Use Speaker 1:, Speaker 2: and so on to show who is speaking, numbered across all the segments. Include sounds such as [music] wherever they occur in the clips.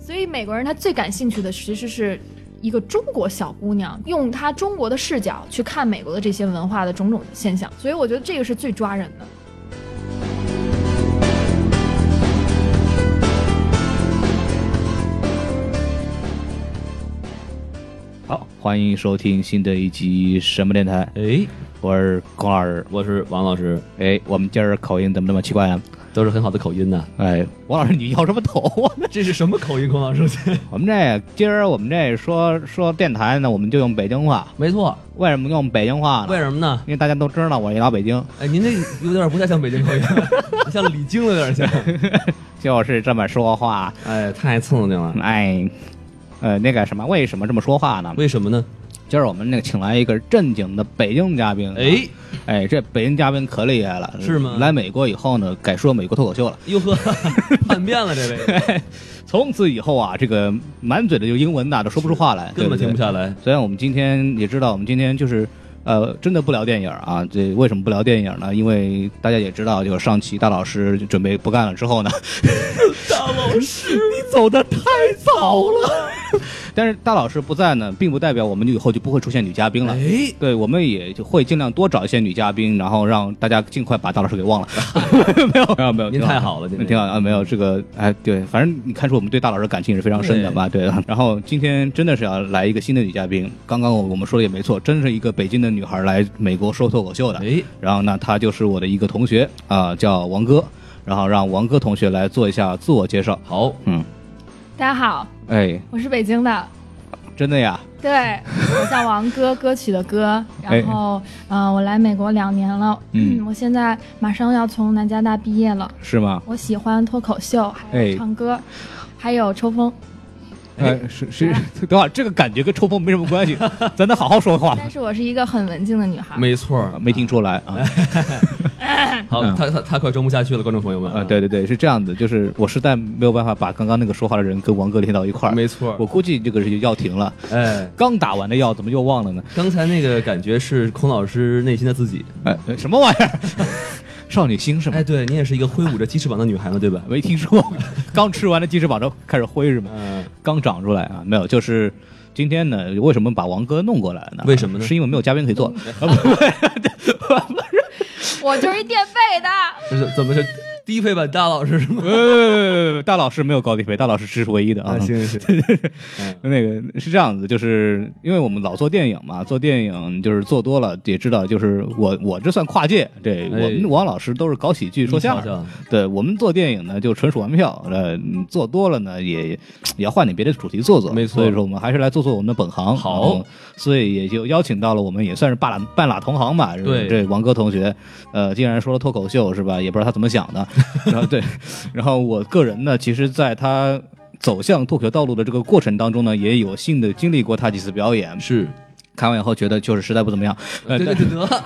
Speaker 1: 所以美国人他最感兴趣的其实是一个中国小姑娘，用她中国的视角去看美国的这些文化的种种现象。所以我觉得这个是最抓人的。
Speaker 2: 好，欢迎收听新的一集什么电台，
Speaker 3: 哎，
Speaker 2: 我是孔老师。
Speaker 3: 我是王老师，
Speaker 2: 哎，我们今儿口音怎么那么奇怪啊？
Speaker 3: 都是很好的口音呐。
Speaker 2: 哎，王老师，你摇什么头啊？ [laughs]
Speaker 3: 这是什么口音，孔老师？ [laughs]
Speaker 2: 我们这今儿我们这说说电台呢，我们就用北京话。
Speaker 3: 没错，
Speaker 2: 为什么用北京话呢？
Speaker 3: 为什么呢？
Speaker 2: 因为大家都知道我一到北京
Speaker 3: 哎，您这有点不太像北京口音， [laughs] 像李菁有点像。
Speaker 2: 就是这么说话。
Speaker 3: 哎，太刺激了。
Speaker 2: 哎，呃，那个什么，为什么这么说话呢？
Speaker 3: 为什么呢？
Speaker 2: 今儿我们那个请来一个正经的北京嘉宾。啊
Speaker 3: 哎，
Speaker 2: 哎，这北京嘉宾可厉害了，
Speaker 3: 是吗
Speaker 2: 来美国以后呢，改说美国脱口秀了。
Speaker 3: 哟呵， [laughs] 叛变了，这位
Speaker 2: 从此以后啊，这个满嘴的就英文呐，都说不出话来，
Speaker 3: 根本停不
Speaker 2: 来。
Speaker 3: 下来。
Speaker 2: 虽然我们今天也知道，我们今天就是。呃，真的不聊电影啊？这为什么不聊电影呢？因为大家也知道，就是上期大老师准备不干了之后呢，
Speaker 3: [laughs] 大老师，
Speaker 2: 你走的太早了。 [laughs] 但是大老师不在呢，并不代表我们以后就不会出现女嘉宾了。
Speaker 3: 哎，
Speaker 2: 对，我们也就会尽量多找一些女嘉宾，然后让大家尽快把大老师给忘了。 [laughs] 没有，没有，没有，
Speaker 3: 您
Speaker 2: 挺
Speaker 3: 太好了，您
Speaker 2: 挺好啊，没有这个，哎，对，反正你看出我们对大老师感情也是非常深的吧？对。啊然后今天真的是要来一个新的女嘉宾，刚刚我我们说的也没错，真是一个北京的女孩来美国说脱口秀的。
Speaker 3: 哎，
Speaker 2: 然后呢，她就是我的一个同学啊、叫王哥。然后让王哥同学来做一下自我介绍。
Speaker 3: 好，
Speaker 2: 嗯，
Speaker 1: 大家好，
Speaker 2: 哎，
Speaker 1: 我是北京的，
Speaker 2: 真的呀，
Speaker 1: 对我叫王歌，歌曲的歌。
Speaker 2: 哎
Speaker 1: 然后，嗯、我来美国两年了，
Speaker 2: 嗯
Speaker 1: 我现在马上要从南加大毕业了。
Speaker 2: 是吗？
Speaker 1: 我喜欢脱口秀，还
Speaker 2: 哎
Speaker 1: 有唱歌，还有抽风，
Speaker 2: 哎，是是， [laughs] 等会儿这个感觉跟抽风没什么关系，咱得好好说话。
Speaker 1: 但是我是一个很文静的女孩。
Speaker 3: 没错儿，
Speaker 2: 啊没听出来啊？
Speaker 3: 好，
Speaker 2: 嗯
Speaker 3: 他他他快装不下去了，观众朋友们
Speaker 2: 啊，，对对对，是这样的，就是我实在没有办法把刚刚那个说话的人跟王哥连到一块儿，
Speaker 3: 没错
Speaker 2: 我
Speaker 3: 儿。
Speaker 2: 估计这个是药停了，
Speaker 3: 哎，
Speaker 2: 刚打完的药怎么又忘了呢？
Speaker 3: 刚才那个感觉是孔老师内心的自己。
Speaker 2: 哎，哎什么玩意儿？少女心是吗
Speaker 3: 哎，？对你也是一个挥舞着鸡翅膀的女孩嘛，对吧？
Speaker 2: 没听说，刚吃完的鸡翅膀都开始灰是吗？
Speaker 3: 嗯，
Speaker 2: 刚长出来啊？没有，就是今天呢，为什么把王哥弄过来呢？
Speaker 3: 为什么呢
Speaker 2: 是因为没有嘉宾可以做。
Speaker 1: 我就是垫背的。
Speaker 3: 这是怎么是低配版大老师是吗？
Speaker 2: 呃，大老师没有高低配，大老师是唯一的啊。
Speaker 3: 行，
Speaker 2: 那个是这样子，就是因为我们老做电影嘛，做电影就是做多了也知道，就是我我这算跨界，对我
Speaker 3: 哎
Speaker 2: 们王老师都是搞喜剧说相
Speaker 3: [laughs] 你
Speaker 2: 声，
Speaker 3: 瞧瞧
Speaker 2: [laughs] 对我们做电影呢就纯属玩票，呃，嗯做多了呢也也要换点别的主题做做，
Speaker 3: 没错
Speaker 2: 所以说我们还是来做做我们的本行，
Speaker 3: 好
Speaker 2: 嗯所以也就邀请到了我们也算是半拉半拉同行吧，是吧
Speaker 3: 对
Speaker 2: 这王哥同学，呃，既然说了脱口秀是吧，也不知道他怎么想
Speaker 3: [laughs]
Speaker 2: 的，然后对，然后我个人呢，其实在他走向脱口秀道路的这个过程当中呢，也有幸的经历过他几次表演，
Speaker 3: 是，
Speaker 2: 看完以后觉得就是实在不怎么样，呃，
Speaker 3: 对对
Speaker 2: 但
Speaker 3: 对得，
Speaker 2: [laughs]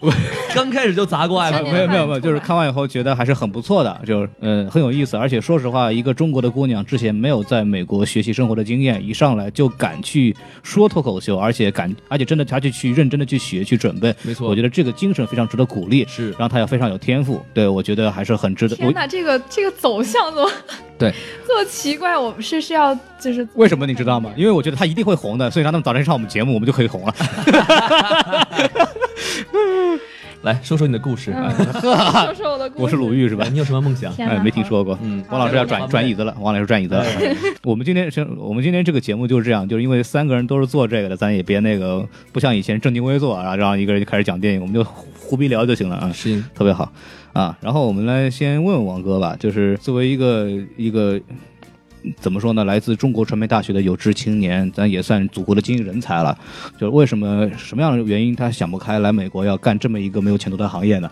Speaker 2: 我
Speaker 3: 刚开始就砸锅爱
Speaker 1: 对
Speaker 3: 吧
Speaker 1: 对
Speaker 2: 呃没有没有没有，
Speaker 1: 看
Speaker 2: 就是看完以后觉得还是很不错的，就是呃很有意思，而且说实话，一个中国的姑娘之前没有在美国学习生活的经验，一上来就敢去说脱口秀，而且敢而且真的她就去认真的去学去准备，
Speaker 3: 没错
Speaker 2: 我觉得这个精神非常值得鼓励，
Speaker 3: 是
Speaker 2: 然后她也非常有天赋，对我觉得还是很值得。我
Speaker 1: 天哪，这个这个走向怎么
Speaker 2: 对
Speaker 1: [laughs] 这么奇怪？我们是是要就是
Speaker 2: 为什么你知道吗？因为我觉得他一定会红的，所以让他们早晨上我们节目，我们就可以红了。 [laughs]
Speaker 3: 来说说你的故事，
Speaker 1: 嗯，说说我的故
Speaker 2: [laughs]
Speaker 1: 事。
Speaker 2: 我是鲁豫是吧
Speaker 3: 哎？你有什么梦想？
Speaker 1: 天哪，
Speaker 2: 哎，没听
Speaker 1: 好。
Speaker 2: 说过。
Speaker 3: 嗯，哎
Speaker 2: 王老师要转转椅子了，王老师转椅子了。我们今天是，我们今天这个节目就是这样，就是因为三个人都是做这个的，咱也别那个不像以前正襟危坐，然后啊让一个人就开始讲电影，我们就胡胡逼聊就行了啊。
Speaker 3: 是
Speaker 2: 特别好啊。然后我们来先问问王哥吧，就是作为一个一个怎么说呢？来自中国传媒大学的有志青年，咱也算祖国的精英人才了。就是为什么什么样的原因他想不开来美国要干这么一个没有前途的行业呢？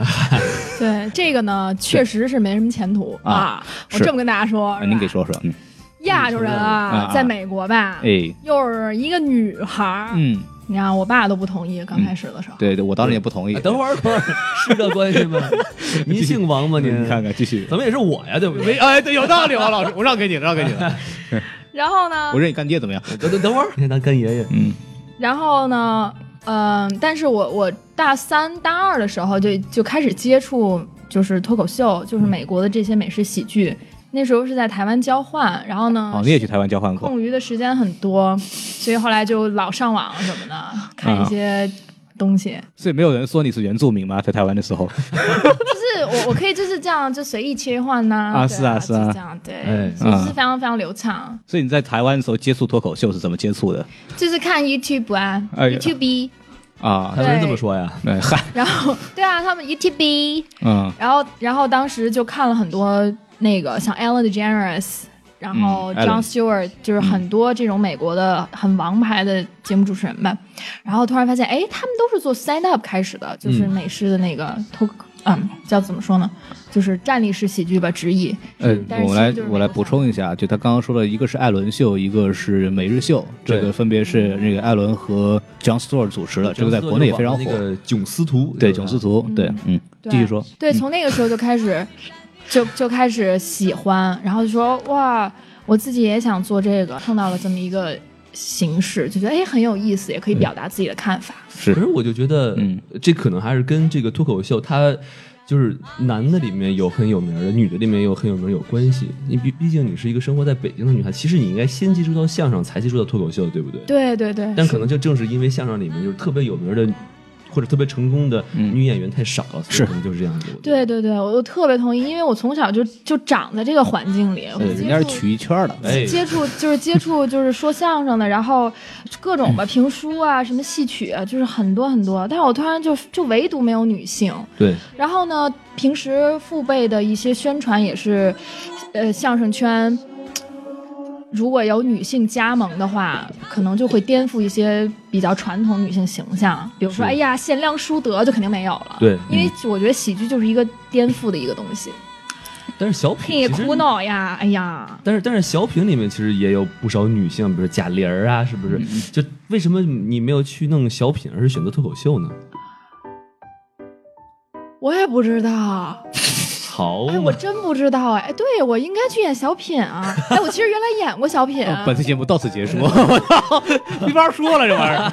Speaker 1: 对这个呢，确实是没什么前途
Speaker 2: 啊
Speaker 1: 啊！我
Speaker 2: 是
Speaker 1: 这么跟大家说，是
Speaker 2: 您
Speaker 1: 吧
Speaker 2: 给说说，嗯，
Speaker 1: 亚洲人啊
Speaker 2: 啊，
Speaker 1: 在美国吧，
Speaker 2: 哎，
Speaker 1: 又是一个女孩儿，
Speaker 2: 嗯，
Speaker 1: 你看我爸都不同意，刚开始的时候，
Speaker 2: 对对，我当然也不同意。
Speaker 3: 啊等会儿，等会儿，是这关
Speaker 2: [laughs]
Speaker 3: 系吗？您姓王吗？您
Speaker 2: 你看看，继续。
Speaker 3: 怎么也是我呀，对不
Speaker 2: 没
Speaker 3: 对？
Speaker 2: 哎，对，有道理，王老师，我让给你了，让给你了。
Speaker 1: 然后呢
Speaker 2: [laughs] 我，认你干爹怎么样？
Speaker 3: 等等等会儿，你看他干爷爷，
Speaker 2: 嗯，
Speaker 1: 然后呢，嗯、但是我我大三大二的时候就就开始接触就是脱口秀，
Speaker 2: 嗯
Speaker 1: 就是美国的这些美式喜剧。那时候是在台湾交换，然后呢，
Speaker 2: 哦，你也去台湾交换过？
Speaker 1: 空余的时间很多，所以后来就老上网什么的，
Speaker 2: 啊
Speaker 1: 看一些东西。
Speaker 2: 所以没有人说你是原住民吗？在台湾的时候，
Speaker 1: 就是我我可以就是这样就随意切换呐、
Speaker 2: 啊
Speaker 1: 对
Speaker 2: 是啊是啊
Speaker 1: 就这样对
Speaker 3: 哎，
Speaker 1: 所以
Speaker 2: 啊
Speaker 1: 是非常非常流畅，
Speaker 2: 所以你在台湾的时候接触脱口秀是怎么接触的？
Speaker 1: 就是看 YouTube 啊
Speaker 2: 哎呀
Speaker 1: ，YouTube，
Speaker 2: 啊
Speaker 3: 他，们是这么说呀？
Speaker 2: 哎嗨，
Speaker 1: 然后对啊，他们 YouTube。
Speaker 2: 嗯
Speaker 1: 然后，然后当时就看了很多那个像 Ellen DeGeneres，然后
Speaker 2: 嗯 Ellen
Speaker 1: John Stewart，、就是很多这种美国的很王牌的节目主持人吧。然后突然发现，哎，他们都是做 stand up 开始的，就是
Speaker 2: 嗯
Speaker 1: 美式的那个脱，嗯，叫怎么说呢，就是站立式喜剧吧，直译。
Speaker 2: 呃，
Speaker 1: 但是
Speaker 2: 我
Speaker 1: 其实
Speaker 2: 来
Speaker 1: 就是
Speaker 2: 我来
Speaker 1: 美国
Speaker 2: 补充一下，就他刚刚说了一个是艾伦秀，一个是每日秀，这
Speaker 3: 对
Speaker 2: 个分别是那个艾伦和 John Stewart 主持的，呃这个在国内也非常
Speaker 3: 那
Speaker 2: 火。
Speaker 3: 个囧司徒，
Speaker 2: 对，囧
Speaker 3: 就是他
Speaker 2: 司徒，对，嗯，
Speaker 1: 对
Speaker 2: 继续说，
Speaker 1: 对，从那个时候就开始，就就开始喜欢，然后就说哇，我自己也想做这个，碰到了这么一个形式，就觉得哎很有意思，也可以
Speaker 2: 嗯
Speaker 1: 表达自己的看法。
Speaker 2: 是
Speaker 3: 可是我就觉得，
Speaker 2: 嗯
Speaker 3: 这可能还是跟这个脱口秀，它就是男的里面有很有名的，女的里面有很有名有关系。你毕毕竟你是一个生活在北京的女孩，其实你应该先接触到相声，才接触到脱口秀，对不对？
Speaker 1: 对对对，
Speaker 3: 但可能就正是因为相声里面就是特别有名的，或者特别成功的
Speaker 2: 嗯
Speaker 3: 女演员太少了，所
Speaker 2: 是
Speaker 3: 以可能就是这样子。我觉得
Speaker 1: 对，对对，我我特别同意，因为我从小就就长在这个环境里，我
Speaker 3: 对
Speaker 1: 接
Speaker 2: 人呃家是
Speaker 1: 触
Speaker 2: 曲艺圈的，
Speaker 3: 哎，
Speaker 1: 接触 [laughs] 就是接触就是说相声的，然后各种吧评书啊，什么戏曲啊，就是很多很多。但是我突然就就唯独没有女性。
Speaker 3: 对，
Speaker 1: 然后呢，平时父辈的一些宣传也是，呃，相声圈如果有女性加盟的话，可能就会颠覆一些比较传统女性形象，比如说
Speaker 3: 是
Speaker 1: 哎呀贤良淑德就肯定没有了。
Speaker 3: 对
Speaker 1: 因为我觉得喜剧就是一个颠覆的一个东西。
Speaker 3: 但是小
Speaker 1: 嘿，
Speaker 3: 品其实
Speaker 1: 苦。恼呀，哎呀，
Speaker 3: 但是但是小品里面其实也有不少女性，比如说贾玲儿
Speaker 1: 嗯
Speaker 3: 啊，是不是？就为什么你没有去弄小品，而是选择脱口秀呢？
Speaker 1: 我也不知道，
Speaker 3: 好
Speaker 1: 哎，
Speaker 3: 嘛
Speaker 1: 我，真不知道哎，对我应该去演小品啊，哎，我其实原来演过小品，
Speaker 2: 哦本期节目到此结束， [laughs] 我操，没法说了这玩意儿。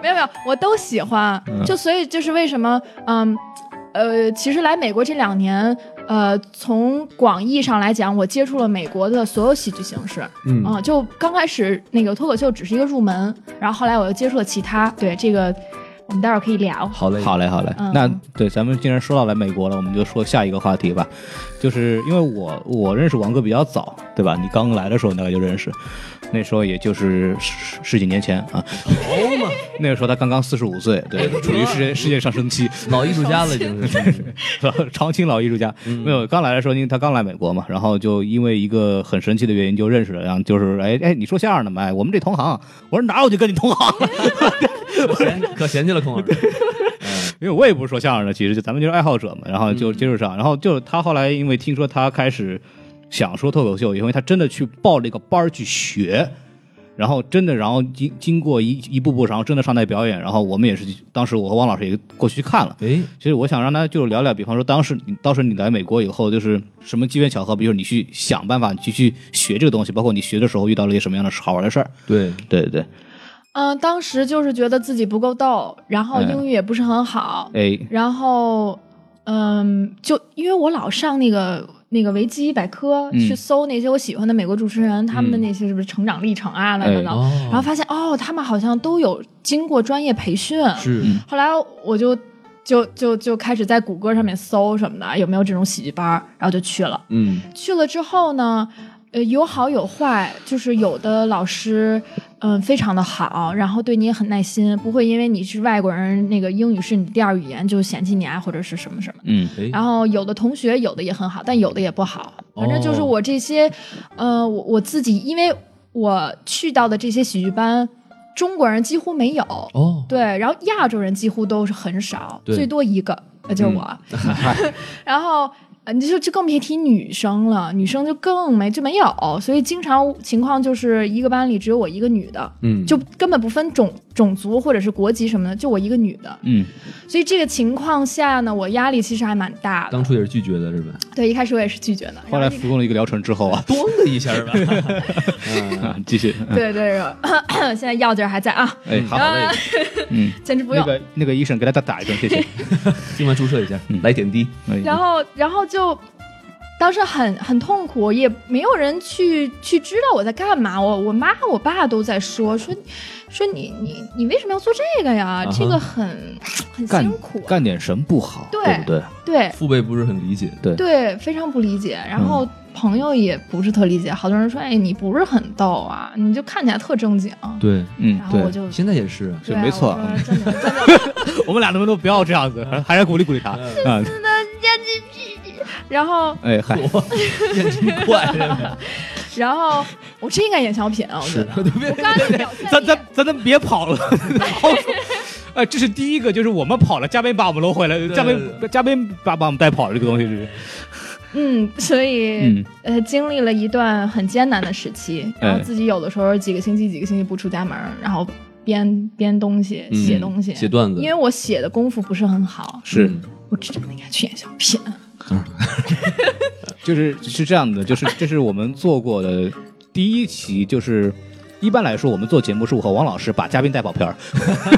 Speaker 1: 没有没有，我都喜欢，就所以就是为什么，嗯，呃，其实来美国这两年，呃，从广义上来讲，我接触了美国的所有喜剧形式，
Speaker 3: 嗯
Speaker 1: 啊、就刚开始那个脱口秀只是一个入门，然后后来我又接触了其他，对这个我们待会儿可以聊，
Speaker 3: 好嘞，
Speaker 2: 好嘞，好嘞。
Speaker 1: 嗯
Speaker 2: 那对，咱们既然说到来美国了，我们就说下一个话题吧。就是因为我我认识王哥比较早，对吧？你刚来的时候你大概就认识，那时候也就是十十几年前啊。
Speaker 3: 嗯
Speaker 1: 哎
Speaker 3: 好
Speaker 1: [laughs]
Speaker 3: 嘛。
Speaker 2: 那个时候他刚刚四十五岁，
Speaker 3: [laughs]
Speaker 2: 对，处于世界世界上升期， [laughs]
Speaker 3: 老艺术家了，已经是。
Speaker 2: 长青老艺术家。没有，刚来的时候，因为他刚来美国嘛，然后就因为一个很神奇的原因就认识了，然后就是哎哎，你说相声的吗？哎，我们这同行，我说哪有就跟你同行了。
Speaker 3: 可嫌可嫌弃了孔老师。
Speaker 2: 因为我也不是说相声的，其实就咱们就是爱好者嘛，然后就接触上，然后就他后来因为听说他开始想说脱口秀，因为他真的去报了一个班儿去学，然后真的，然后经经过一一步步，然后真的上台表演，然后我们也是，当时我和汪老师也过去看了。
Speaker 3: 哎，
Speaker 2: 其实我想让他就聊聊，比方说当时你当时你来美国以后，就是什么机缘巧合，比如你去想办法你去去学这个东西，包括你学的时候遇到了一些什么样的好玩的事儿。
Speaker 3: 对，
Speaker 2: 对对
Speaker 1: 嗯，当时就是觉得自己不够逗，然后
Speaker 2: 嗯
Speaker 1: 英语也不是很好，
Speaker 2: 对，哎，
Speaker 1: 然后，嗯，就因为我老上那个那个维基百科、
Speaker 2: 嗯
Speaker 1: 去搜那些我喜欢的美国主持人，他们的
Speaker 3: 嗯
Speaker 1: 那些什么成长历程啊，乱
Speaker 2: 哎
Speaker 1: 七八糟，
Speaker 3: 哦
Speaker 1: 然后发现哦，他们好像都有经过专业培训。
Speaker 3: 是
Speaker 2: 嗯
Speaker 1: 后来我就就就就开始在谷歌上面搜什么的，有没有这种喜剧班儿，然后就去了。
Speaker 3: 嗯，
Speaker 1: 去了之后呢，呃，有好有坏，就是有的老师，嗯，非常的好，然后对你也很耐心，不会因为你是外国人，那个英语是你的第二语言就嫌弃你啊，或者是什么什么的。
Speaker 2: [laughs] 嗯，
Speaker 3: 哎，
Speaker 1: 然后有的同学有的也很好，但有的也不好。反正就是
Speaker 3: 哦
Speaker 1: 我这些，呃，我我自己，因为我去到的这些喜剧班，中国人几乎没有，
Speaker 3: 哦，
Speaker 1: 对，然后亚洲人几乎都是很少，
Speaker 3: 对嗯
Speaker 1: 最多一个，呃，就是我。然后呃你就就更别提女生了，女生就更没就没有，所以经常情况就是一个班里只有我一个女的，
Speaker 3: 嗯，
Speaker 1: 就根本不分种种族或者是国籍什么的，就我一个女的。
Speaker 2: [laughs] 嗯，
Speaker 1: 所以这个情况下呢，我压力其实还蛮大的
Speaker 3: 当。初也是拒绝的是吧？
Speaker 1: 对，一开始我也是拒绝的，
Speaker 2: 后
Speaker 1: 然
Speaker 2: 来
Speaker 1: 这个
Speaker 2: 服用了一个疗程之后 [laughs] 啊，
Speaker 3: 咣的一下 [laughs] 吧，嗯
Speaker 2: 啊继续，
Speaker 1: 对对对， [coughs] 现在药劲儿还在啊，
Speaker 2: 哎，好
Speaker 3: 嗯
Speaker 2: 嘞，嗯，
Speaker 1: 简直不
Speaker 2: 那
Speaker 1: 用。
Speaker 2: 个那个医生给他打打一针，谢
Speaker 1: [laughs]
Speaker 2: 谢。
Speaker 3: 静脉注射一下，来点滴，
Speaker 2: 哎
Speaker 1: 然后然后就当时很很痛苦，也没有人去去知道我在干嘛。我我妈我爸都在说说说你你你为什么要做这个呀？
Speaker 3: 啊哈
Speaker 1: 这个很很
Speaker 2: 干
Speaker 1: 辛苦，
Speaker 2: 干点什么不好，
Speaker 1: 对
Speaker 2: 对不对？
Speaker 1: 对
Speaker 3: 父辈不是很理解，
Speaker 2: 对
Speaker 1: 对，非常不理解。然
Speaker 2: 嗯
Speaker 1: 后朋友也不是特理解，好多人说哎你不是很逗啊，你就看起来特正经。
Speaker 3: 对，
Speaker 2: 嗯
Speaker 1: 然，后我
Speaker 2: 对，
Speaker 1: 就。
Speaker 3: 现在也是，
Speaker 2: 是
Speaker 1: 对啊
Speaker 2: 没错
Speaker 1: 我说真的真的
Speaker 2: 我们俩能不能不要这样子？
Speaker 1: 嗯
Speaker 2: 还是鼓励鼓励他啊？
Speaker 1: 然后，
Speaker 2: 哎嗨，
Speaker 3: 眼睛 [laughs] 快了，
Speaker 1: 然后我真应该演小品啊！我觉得我刚才表现
Speaker 2: 咱
Speaker 1: 力
Speaker 2: [laughs] 咱咱咱别跑
Speaker 1: [laughs]
Speaker 2: 了，好说。哎，这是第一个，就是我们跑了，嘉宾把我们搂回来，嘉
Speaker 3: 对
Speaker 2: 宾嘉宾把把我们带跑了，这个东西是，
Speaker 1: 嗯，所以、
Speaker 2: 嗯
Speaker 1: 呃，经历了一段很艰难的时期，然后
Speaker 2: 哎
Speaker 1: 自己有的时候几个星期、几个星期不出家门儿，然后编编东西、
Speaker 3: 嗯
Speaker 1: 写东西、
Speaker 3: 写段子
Speaker 1: 因为我写的功夫不是很好，
Speaker 2: 是啊
Speaker 3: 嗯
Speaker 1: 我真的应该去演小品。
Speaker 2: 就是是这样的，
Speaker 1: [laughs]
Speaker 2: 就是这是我们做过的第一期，就是一般来说我们做节目是我和王老师把嘉宾带跑偏儿，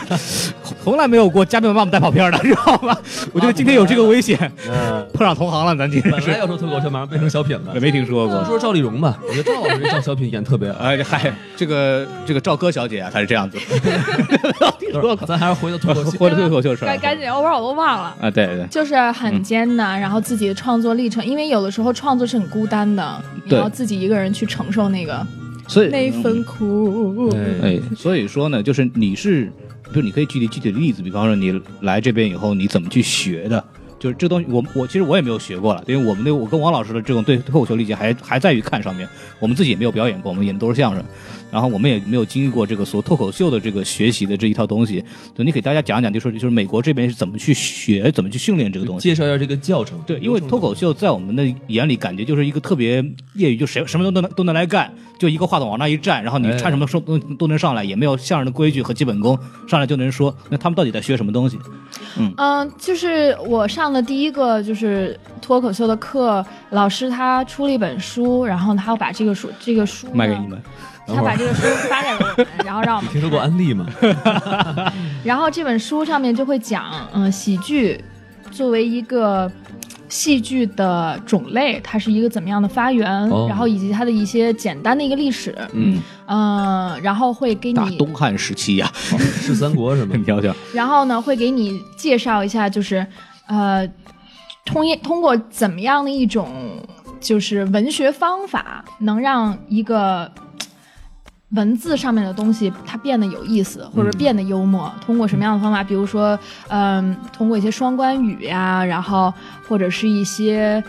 Speaker 2: [laughs] 从来没有过嘉宾把我们带跑偏儿的，知道吗？我觉得今天有这个危险，
Speaker 3: 嗯，
Speaker 2: 碰上同行了，咱今天
Speaker 3: 本
Speaker 2: 是嗯
Speaker 3: 来要说脱口秀，马上变成小品了。
Speaker 2: 没听说
Speaker 3: 我
Speaker 2: 过。
Speaker 3: 说赵丽蓉吧，我觉得赵老师这赵小品演得
Speaker 2: [laughs]
Speaker 3: 特别好。
Speaker 2: 哎嗨，这个这个赵歌小姐啊，她是这样子，听说过
Speaker 3: 咱还是回到脱口秀。
Speaker 2: [laughs] 或者脱口秀是吧
Speaker 1: 赶赶紧，要不然我都忘了。
Speaker 2: 啊，对对，
Speaker 1: 就是很艰难，然后自己的创作历程，因为有的时候创作是很孤单的，你
Speaker 2: 对
Speaker 1: 要自己一个人去承受那个
Speaker 2: 所以
Speaker 1: 那一份苦。
Speaker 3: 哎，
Speaker 2: 哎，所以说呢，就是你是，比如你可以举具体的例子，比方说你来这边以后，你怎么去学的？就是这东西，我我其实我也没有学过了，因为我们那我跟王老师的这种对脱口秀理解还还在于看上面，我们自己也没有表演过，我们演的都是相声，然后我们也没有经历过这个所脱口秀的这个学习的这一套东西，就你给大家讲讲，就是就是美国这边是怎么去学，怎么去训练这个东西。
Speaker 3: 介绍一下这个教程。
Speaker 2: 对，因为脱口秀在我们的眼里，感觉就是一个特别业余，就谁什么都能都能来干，就一个话筒往那一站，然后你
Speaker 3: 哎
Speaker 2: 唱什么说都都能上来，也没有相声的规矩和基本功，上来就能说。那他们到底在学什么东西？
Speaker 1: 嗯，就是我上的第一个就是脱口秀的课，老师他出了一本书，然后他把这个书这个书呢
Speaker 2: 卖给你，们，
Speaker 1: 他把这个书发给了我们，然后让我们
Speaker 3: 听说过安利
Speaker 2: [laughs]
Speaker 3: 吗？
Speaker 1: 然后这本书上面就会讲，嗯、喜剧作为一个戏剧的种类，它是一个怎么样的发源，
Speaker 3: 哦
Speaker 1: 然后以及它的一些简单的一个历史，
Speaker 2: 嗯，
Speaker 1: 嗯、然后会给
Speaker 2: 大
Speaker 1: 你
Speaker 2: 东汉时期呀、
Speaker 3: 是三国是吗
Speaker 2: [laughs] 你？瞧瞧，
Speaker 1: 然后呢，会给你介绍一下，就是呃，通一通过怎么样的一种就是文学方法，能让一个嘖文字上面的东西它变得有意思，或者变得幽默。通过什么样的方法？比如说，嗯、通过一些双关语呀、然后或者是一些。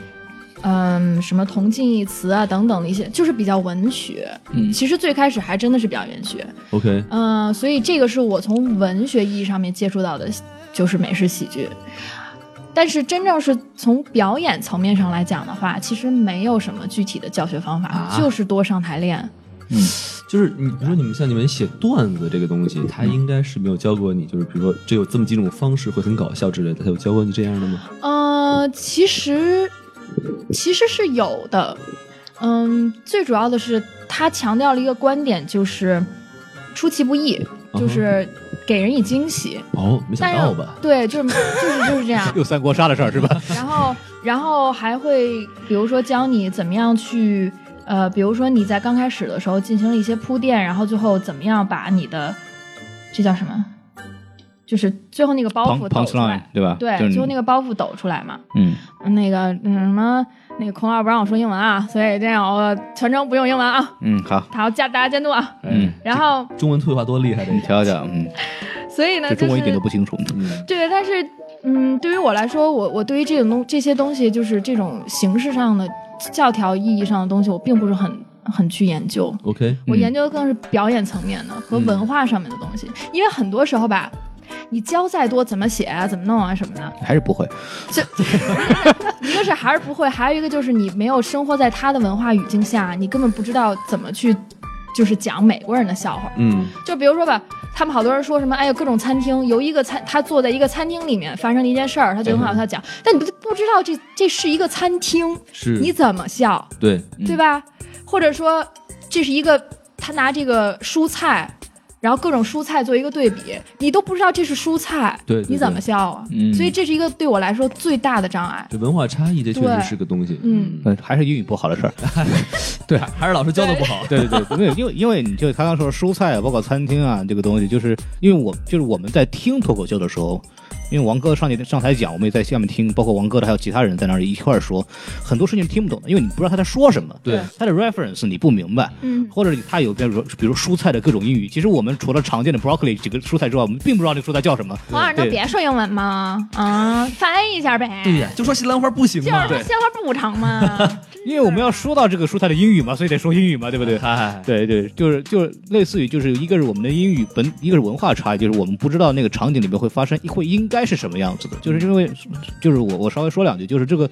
Speaker 1: 嗯，什么同近义词啊，等等的一些，就是比较文学。
Speaker 2: 嗯
Speaker 1: 其实最开始还真的是比较文学。
Speaker 3: OK，
Speaker 1: 嗯，所以这个是我从文学意义上面接触到的，就是美式喜剧。但是真正是从表演层面上来讲的话，其实没有什么具体的教学方法，
Speaker 3: 啊
Speaker 1: 就是多上台练。
Speaker 3: 就是你比如说你们像你们写段子这个东西，他应该是没有教过你，就是比如说只有这么几种方式会很搞笑之类的，他有教过你这样的吗？
Speaker 1: 呃，其实其实是有的。嗯，最主要的是他强调了一个观点，就是出其不意，就是给人以惊
Speaker 3: [laughs]
Speaker 1: 喜。
Speaker 3: 哦，没想
Speaker 1: 但
Speaker 3: 到
Speaker 1: 是
Speaker 3: 哦吧？
Speaker 1: 对，就是就是就是这样。
Speaker 2: 又三国杀的事儿是吧？
Speaker 1: 然后，然后还会比如说教你怎么样去，呃，比如说你在刚开始的时候进行了一些铺垫，然后最后怎么样把你的，这叫什么？就是最后那个包
Speaker 2: 庞
Speaker 1: 袱抖
Speaker 2: 庞
Speaker 1: 出
Speaker 2: line
Speaker 1: 来，
Speaker 2: 对吧？
Speaker 1: 对，
Speaker 2: 就是
Speaker 1: 最后
Speaker 2: 你
Speaker 1: 那个包袱抖出来嘛，
Speaker 2: 嗯
Speaker 1: 那个那什么，那个孔老不让我说英文啊，所以这样我全程不用英文啊，
Speaker 2: 嗯，好，
Speaker 1: 他要加大家监督啊。
Speaker 2: 嗯，
Speaker 1: 然后，
Speaker 3: 哎中文退化多厉害的
Speaker 2: 你，瞧瞧，嗯，
Speaker 1: 所以呢，
Speaker 2: 这中文一点都
Speaker 1: 就是
Speaker 2: 不清楚。
Speaker 3: 嗯，
Speaker 1: 对，但是，嗯，对于我来说，我我对于这种东这些东西，就是这种形式上的教条意义上的东西，我并不是很很去研究。
Speaker 3: OK，
Speaker 1: 我
Speaker 2: 嗯
Speaker 1: 研究的更是表演层面的和文化上面的东西，因为很多时候吧，你教再多怎么写啊，怎么弄啊什么的，
Speaker 2: 还是不会，
Speaker 1: 一个是还是不会，还有一个就是你没有生活在他的文化语境下，你根本不知道怎么去，就是讲美国人的笑话。
Speaker 3: 嗯
Speaker 1: 就比如说吧，他们好多人说什么，哎呀，各种餐厅，有一个餐，他坐在一个餐厅里面发生了一件事儿，他觉得很好笑讲，但你不不知道这这是一个餐厅，
Speaker 3: 是，嗯
Speaker 1: 你怎么笑，
Speaker 3: 对，
Speaker 1: 对吧？或者说这是一个他拿这个呃蔬菜。然后各种蔬菜做一个对比，你都不知道这是蔬菜，
Speaker 3: 对对
Speaker 1: 你怎么笑啊？
Speaker 2: 嗯
Speaker 1: 所以这是一个对我来说最大的障碍。
Speaker 3: 这文化差异这确
Speaker 1: 对
Speaker 3: 实是个东西，
Speaker 1: 嗯，
Speaker 2: 嗯，还是英语不好的事儿。
Speaker 3: 对，还是老师教的不好，
Speaker 2: [laughs] 对对对，没有，因为因为你就刚刚说蔬菜啊，包括餐厅啊这个东西，就是因为我就是我们在听脱口秀的时候，因为王哥上去上台讲，我们也在下面听，包括王哥的还有其他人在那里一块儿说，很多事情听不懂的，因为你不知道他在说什么，
Speaker 3: 对，
Speaker 2: 他的 reference 你不明白。
Speaker 1: 嗯，
Speaker 2: 或者他有，比如说比如蔬菜的各种英语，其实我们除了常见的 broccoli 几个蔬菜之外，我们并不知道这个蔬菜叫什么。
Speaker 1: 黄耳朵
Speaker 2: 对
Speaker 1: 别说英文吗？啊，翻译一下呗。
Speaker 3: 对呀，就说西兰花不行
Speaker 1: 就
Speaker 3: 吗？
Speaker 1: 是说鲜花不长吗？
Speaker 2: 因为我们要说到这个蔬菜的英语嘛，所以得说英语嘛，对不对？
Speaker 3: 嗨，
Speaker 2: 对对，就是就是类似于就是一个是我们的英语本，一个是文化差异，就是我们不知道那个场景里面会发生会应该是什么样子的，就是因为就是我我稍微说两句，就是这个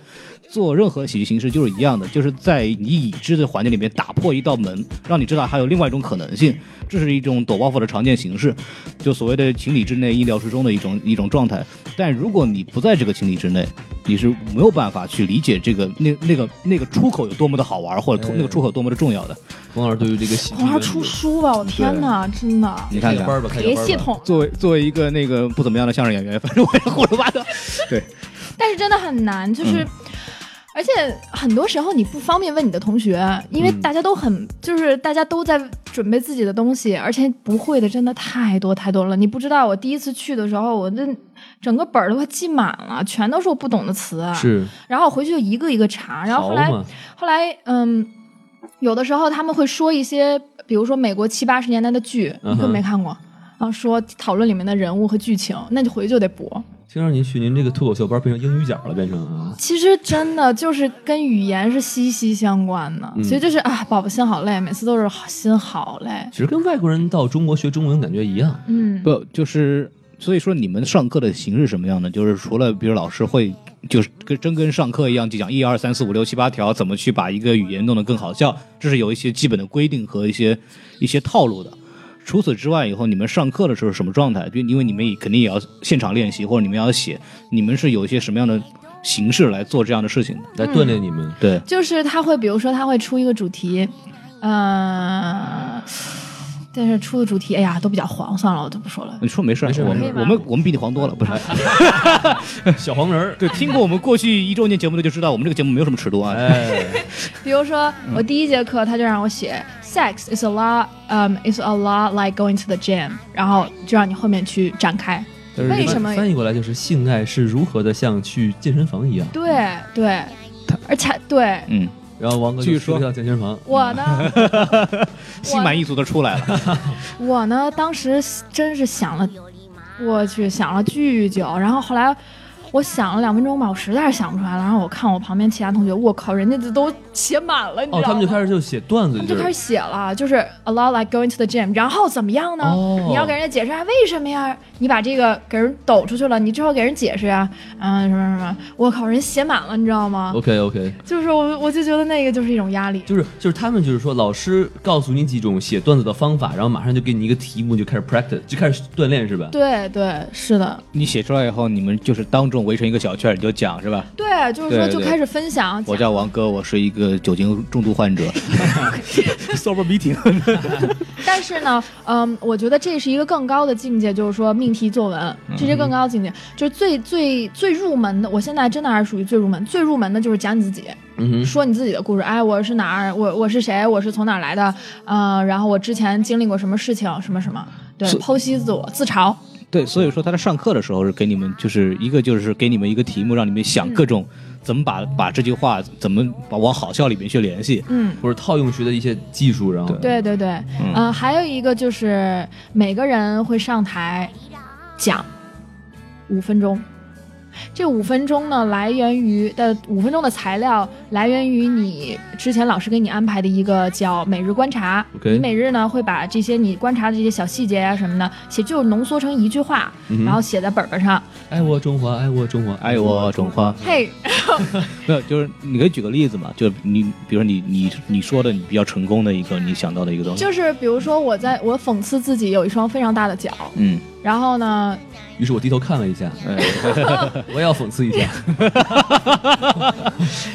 Speaker 2: 做任何喜剧形式就是一样的，就是在你已知的环境里面打破一道门，让你知道还有另外一种可能性，这是一种抖包袱的常见形式，就所谓的情理之内、意料之中的一种一种状态。但如果你不在这个情理之内，你是没有办法去理解这个那那个那个出口有多么的好玩，或者那个出口有多么的重要的。
Speaker 3: 王老师对于这个喜剧
Speaker 1: 我要
Speaker 3: 文
Speaker 1: 出
Speaker 3: 学，
Speaker 1: 书吧！我天哪，真的
Speaker 2: 你看
Speaker 3: 开个
Speaker 2: 看
Speaker 3: 班。儿吧，开个
Speaker 1: 别
Speaker 3: 班儿
Speaker 1: 系
Speaker 3: 吧
Speaker 1: 统，
Speaker 2: 作为作为一个那个不怎么样的相声演员，反正我也胡说八道。 [laughs]
Speaker 1: 但是真的很难，
Speaker 3: 嗯
Speaker 1: 就是。而且很多时候你不方便问你的同学，因为
Speaker 3: 嗯
Speaker 1: 大家都很，就是大家都在准备自己的东西，而且不会的真的太多太多了。你不知道，我第一次去的时候，我那整个本儿都快记满了，全都是我不懂的词。啊
Speaker 3: 是，
Speaker 1: 然后我回去就一个一个查，然后
Speaker 3: 好
Speaker 1: 后来
Speaker 3: 嘛，
Speaker 1: 后来，嗯，有的时候他们会说一些，比如说美国七八十年代的剧，你
Speaker 3: 嗯
Speaker 1: 会
Speaker 3: 哼
Speaker 1: 没看过，然后说讨论里面的人物和剧情，那你回去就得补。
Speaker 3: 听让您去您这个脱口秀班儿变成英语角了，变成啊，
Speaker 1: 其实真的就是跟语言是息息相关的，
Speaker 3: 嗯
Speaker 1: 所以就是啊，宝宝心好累，每次都是心好累。
Speaker 3: 其实跟外国人到中国学中文感觉一样，
Speaker 1: 嗯，
Speaker 2: 不，就是所以说你们上课的形式是什么样的？就是除了比如老师会。就是跟真跟上课一样，讲一二三四五六七八条，怎么去把一个语言弄得更好笑，这是有一些基本的规定和一些一些套路的。除此之外，以后你们上课的时候是什么状态？就因为你们也肯定也要现场练习，或者你们要写，你们是有一些什么样的形式来做这样的事情的？
Speaker 3: 来锻炼你们。
Speaker 2: 对，
Speaker 1: 就是他会，比如说他会出一个主题，呃，但是出的主题，哎呀，都比较黄，算了，我就不说了。
Speaker 2: 你说没事儿，
Speaker 3: 没事
Speaker 2: 我
Speaker 3: 没
Speaker 2: 们
Speaker 3: 事
Speaker 2: 我们我们比你黄多了，不 [laughs] 是？
Speaker 1: 嗯
Speaker 3: 小黄人
Speaker 1: [laughs]
Speaker 3: 儿，
Speaker 2: 对，听过我们过去一周年节目的就知道，我们这个节目没有什么尺度啊。
Speaker 3: 哎，
Speaker 1: 比如说，我第一节课他就让我写、sex is a lot，嗯、is a lot like going to the gym，然后就让你后面去展开。
Speaker 3: 但是
Speaker 1: 为什么
Speaker 3: 翻翻译过来就是性爱是如何的像去健身房一样？
Speaker 1: 对对，而且对
Speaker 2: 嗯，
Speaker 3: 然后王哥
Speaker 2: 继续
Speaker 3: 就
Speaker 2: 说
Speaker 3: 到健身房，
Speaker 1: 我
Speaker 3: [laughs]
Speaker 1: 呢，
Speaker 2: 心满意足的出来了。
Speaker 1: 我呢，当时真是想了，我去想了巨久，然后后来。我想了两分钟吧，我实在是想不出来了。然后我看我旁边其他同学，我靠，人家这都写满了，你知道
Speaker 3: 哦，
Speaker 1: 吗？
Speaker 3: 他们就开始就写段子，
Speaker 1: 他们就开始
Speaker 3: 是
Speaker 1: 写了，就是 a lot like going to the gym，然后怎么样呢？
Speaker 3: 哦
Speaker 1: 你要给人家解释啊，为什么呀？你把这个给人抖出去了，你之后给人解释呀，嗯，什么什么，我靠，人写满了，你知道吗？
Speaker 3: OK OK，
Speaker 1: 就是我我就觉得那个就是一种压力，
Speaker 3: 就是就是他们就是说老师告诉你几种写段子的方法，然后马上就给你一个题目，就开始 practice，就开始锻炼是吧？
Speaker 1: 对对，是的，
Speaker 2: [laughs] 你写出来以后，你们就是当众围成一个小圈儿，你就讲是吧？
Speaker 1: 对，就是说
Speaker 2: 对对
Speaker 1: 就开始分享，
Speaker 2: 我叫王哥，我是一个酒精中毒患者。Sober [laughs] meeting。
Speaker 1: 但是呢，嗯，我觉得这是一个更高的境界，就是说命题作文，这是更高的境界，就是最最最入门的。我现在真的还是属于最入门，最入门的就是讲你自己，
Speaker 3: 嗯哼，
Speaker 1: 说你自己的故事，哎，我是哪儿，我我是谁，我是从哪儿来的，呃，然后我之前经历过什么事情，什么什么，对，
Speaker 2: 是
Speaker 1: 剖析自我，自嘲，
Speaker 2: 对，所以说他在上课的时候是给你们就是一个就是给你们一个题目，让你们想各种怎么把把这句话怎么把往好笑里面去联系。
Speaker 1: 嗯，
Speaker 3: 或者套用学的一些技术，然后
Speaker 1: 对对对，
Speaker 2: 嗯
Speaker 1: 呃，还有一个就是每个人会上台讲五分钟，这五分钟呢来源于的五分钟的材料来源于你之前老师给你安排的一个叫每日观察。你
Speaker 3: OK，
Speaker 1: 每日呢会把这些你观察的这些小细节啊什么的写，就浓缩成一句话，
Speaker 3: 嗯哼
Speaker 1: 然后写在本本上。
Speaker 3: 爱我中华，爱我中华，
Speaker 2: 爱我中华，
Speaker 1: 嘿， [laughs]
Speaker 2: 没有，就是你可以举个例子嘛，就你，比如说你你你说的你比较成功的一个你想到的一个东西，
Speaker 1: 就是比如说我在我讽刺自己有一双非常大的脚，
Speaker 2: 嗯，
Speaker 1: 然后呢，
Speaker 3: 于是我低头看了一下，
Speaker 2: 哎
Speaker 3: [laughs] 我也要讽刺一下，
Speaker 2: [laughs]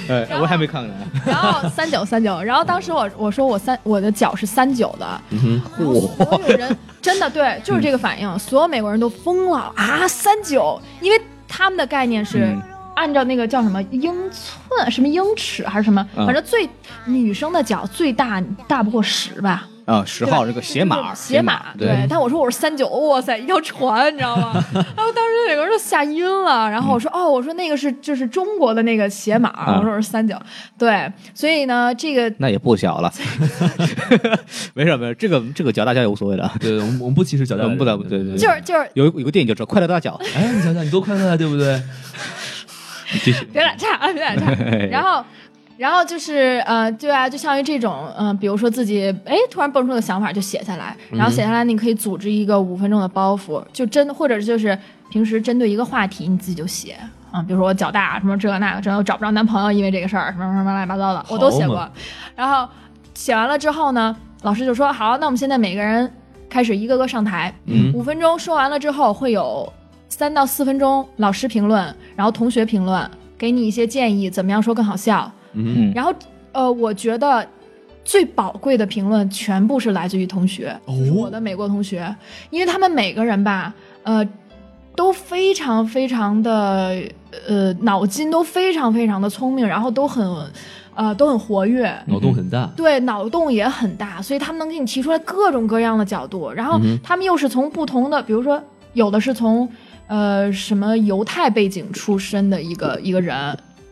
Speaker 2: 哎，我还没看呢，
Speaker 1: [laughs] 然后三九三九，然后当时我我说我三我的脚是三九的，
Speaker 3: 嗯
Speaker 1: 然后所
Speaker 2: [laughs]
Speaker 1: 有人真的对就是这个反应，所有美国人都疯了啊三九，因为他们的概念是
Speaker 2: 嗯。
Speaker 1: 按照那个叫什么英寸、什么英尺还是什么，
Speaker 2: 嗯
Speaker 1: 反正最女生的脚最大大不过十吧，
Speaker 2: 哼，啊，十
Speaker 1: 对吧
Speaker 2: 号这个鞋码，
Speaker 1: 就是鞋码，对。但我说我是三九，哇塞，一条船，你知道吗？ [laughs] 然后当时有个人就吓晕了。然后我说，哦，我说那个是就是中国的那个鞋码，
Speaker 2: 嗯啊
Speaker 1: 我说我是三九，对。所以呢，这个
Speaker 2: 那也不小了， [laughs] 没事没事，这个这个脚大家也无所谓的，
Speaker 3: 对，我们我们不歧视脚
Speaker 2: 我
Speaker 3: 大
Speaker 2: 们
Speaker 3: 人，
Speaker 2: 不得不对对对
Speaker 1: 就是就是
Speaker 2: 有有个电影就知道《快乐大脚》，
Speaker 3: 哎，你想想，你多快乐啊，对不
Speaker 2: 嗯
Speaker 3: 对？
Speaker 2: 继续，
Speaker 1: 别打岔，啊，别打岔。 [laughs] 然后。然后就是呃，对啊，就像于这种，嗯、比如说自己哎突然蹦出个想法就写下来，
Speaker 2: 嗯
Speaker 1: 然后写下来你可以组织一个五分钟的包袱，就针或者就是平时针对一个话题你自己就写啊、比如说我脚大什么这个那个，真的我找不着男朋友，因为这个事儿什么什么乱七八糟的，我都写
Speaker 3: 好
Speaker 1: 过
Speaker 3: 嘛。
Speaker 1: 然后写完了之后呢，老师就说好，那我们现在每个人开始一个个上台，
Speaker 3: 嗯
Speaker 1: 五分钟说完了之后，会有三到四分钟老师评论，然后同学评论，给你一些建议，怎么样说更好笑。
Speaker 3: 嗯，
Speaker 2: 嗯，
Speaker 1: 然后，呃，我觉得最宝贵的评论全部是来自于同学，就是我的美国同学，因为他们每个人吧，呃，都非常非常的呃，脑筋都非常非常的聪明，然后都很呃都很活跃，
Speaker 3: 脑洞很大，
Speaker 1: 对，脑洞也很大，所以他们能给你提出来各种各样的角度，然后
Speaker 2: 嗯
Speaker 1: 他们又是从不同的，比如说有的是从呃什么犹太背景出身的一个一个人。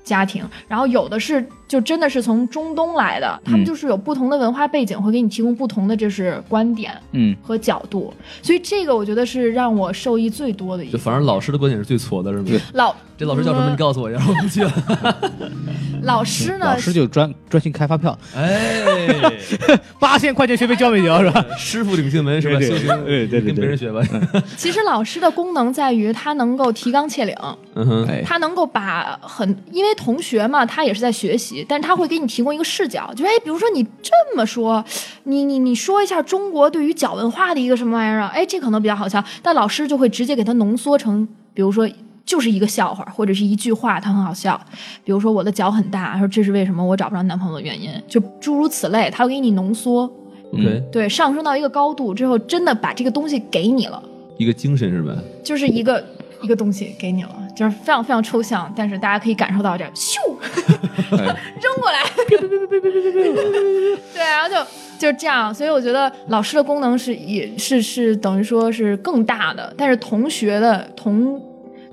Speaker 1: 家庭，然后有的是就真的是从中东来的，他们
Speaker 2: 嗯
Speaker 1: 就是有不同的文化背景，会给你提供不同的就是观点
Speaker 2: 嗯，
Speaker 1: 和角度，所以这个我觉得是让我受益最多的一
Speaker 3: 就
Speaker 1: 个。
Speaker 3: 反正老师的观点是最挫的，是吗？
Speaker 1: 老
Speaker 3: 这老师叫什么？你告诉我，然后我们去
Speaker 2: [laughs]
Speaker 3: 了。
Speaker 1: 老师呢？
Speaker 2: 老师就专专心开发票，
Speaker 3: 哎，
Speaker 2: 八千块钱学费交没交
Speaker 1: [laughs]
Speaker 2: 是吧？
Speaker 3: 师傅领进门是吧？
Speaker 2: 对
Speaker 3: 修
Speaker 2: 对
Speaker 3: 行
Speaker 2: 对对对嗯
Speaker 3: 跟别人学吧。
Speaker 1: 其实老师的功能在于他能够提纲挈领，
Speaker 3: 嗯哼，
Speaker 2: 哎，
Speaker 1: 他能够把很，因为同学嘛，他也是在学习，但是他会给你提供一个视角，就是哎，比如说你这么说，你你你说一下中国对于角文化的一个什么玩意儿啊，哎，这可能比较好笑，但老师就会直接给他浓缩成，比如说。就是一个笑话，或者是一句话，它很好笑。比如说我的脚很大，说这是为什么我找不着男朋友的原因，就诸如此类，他会给你浓缩，
Speaker 3: ，OK，
Speaker 2: 嗯
Speaker 1: 对，上升到一个高度之后，真的把这个东西给你了。
Speaker 3: 一个精神是吧？
Speaker 1: 就是一个一个东西给你了，就是非常非常抽象，但是大家可以感受到这咻
Speaker 2: 哎
Speaker 1: [laughs] 扔过来，对，然后就就这样，所以我觉得老师的功能是也是是等于说是更大的，但是同学的同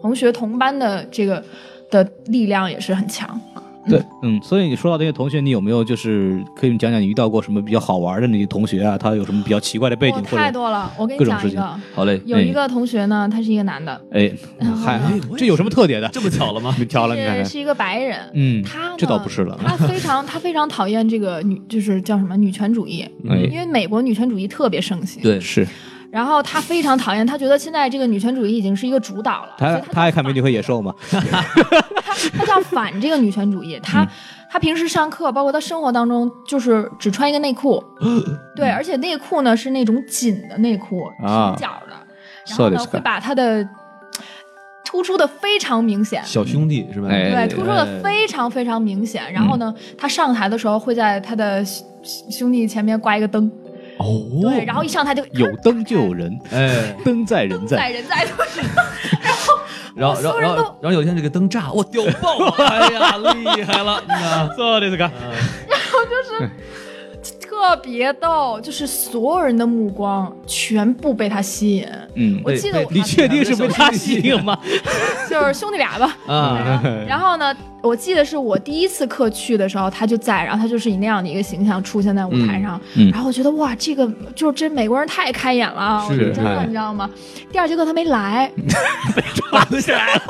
Speaker 1: 同学同班的这个的力量也是很强。
Speaker 2: 对，嗯，所以你说到这些同学，你有没有就是可以讲讲你遇到过什么比较好玩的那些同学啊？他有什么比较奇怪的背
Speaker 1: 哇
Speaker 2: 景或
Speaker 1: 太
Speaker 2: 者？
Speaker 1: 多了，我跟你
Speaker 2: 各种
Speaker 1: 讲
Speaker 2: 事
Speaker 1: 一
Speaker 2: 情
Speaker 1: 个，
Speaker 3: 好嘞，
Speaker 1: 有一个同学呢，他是一个男的，
Speaker 2: 哎，嗨，这有什么特点的？
Speaker 3: 这么巧了吗？
Speaker 2: 你挑了，你看
Speaker 1: 嗯是
Speaker 2: 看，
Speaker 1: 是一个白人，
Speaker 2: 嗯
Speaker 1: 他呢
Speaker 2: 这倒不是了
Speaker 1: 他非常他非常讨厌这个女，就是叫什么女权主义，因
Speaker 2: 哎，
Speaker 1: 为美国女权主义特别盛行。，
Speaker 3: 对，
Speaker 2: 是
Speaker 1: 然后他非常讨厌，他觉得现在这个女权主义已经是一个主导了。
Speaker 2: 他
Speaker 1: 所以
Speaker 2: 他爱看《美女和野兽》吗？
Speaker 1: 他他叫反这个女权主义，他、
Speaker 2: 嗯
Speaker 1: 他平时上课，包括他生活当中，就是只穿一个
Speaker 2: [laughs]
Speaker 1: 内裤，对，而且内裤呢是那种紧的内裤，
Speaker 2: 啊
Speaker 1: 平角的，然后呢
Speaker 2: そうですか
Speaker 1: 会把他的突出的非常明显。
Speaker 3: [laughs] 小兄弟是吧？
Speaker 2: 哎
Speaker 1: 对，突出的非常非常明显。然后呢，他上台的时候会在他的兄兄弟前面挂一个灯，
Speaker 3: 哦，
Speaker 1: 对，然后一上台就
Speaker 2: 有灯就有
Speaker 1: [laughs]
Speaker 2: 人，
Speaker 3: 哎，
Speaker 2: 灯在人
Speaker 1: 灯
Speaker 2: 在。
Speaker 1: 在人在，
Speaker 3: 然后然后然后然后有一天这个灯炸，啊我屌爆 [laughs] 啊了！哎呀，厉害了！你看，
Speaker 2: そうですか
Speaker 1: 特特别逗，就是所有人的目光全部被他吸引，
Speaker 2: 嗯，
Speaker 1: 我
Speaker 3: 被
Speaker 1: 记得
Speaker 3: 被
Speaker 1: 我
Speaker 2: 你确定是被他吸引
Speaker 1: [laughs]
Speaker 2: 吗？
Speaker 1: 就是兄弟俩吧。
Speaker 3: 啊？
Speaker 1: 然后呢，我记得是我第一次课去的时候，他就在，然后他就是以那样的一个形象出现在舞台上，
Speaker 2: 嗯嗯
Speaker 1: 然后我觉得哇，这个就是真美国人太开眼了啊，我
Speaker 3: 是
Speaker 1: 说真的，
Speaker 3: 哎
Speaker 1: 你知道吗？第二节课他没来，
Speaker 3: 抓起来了，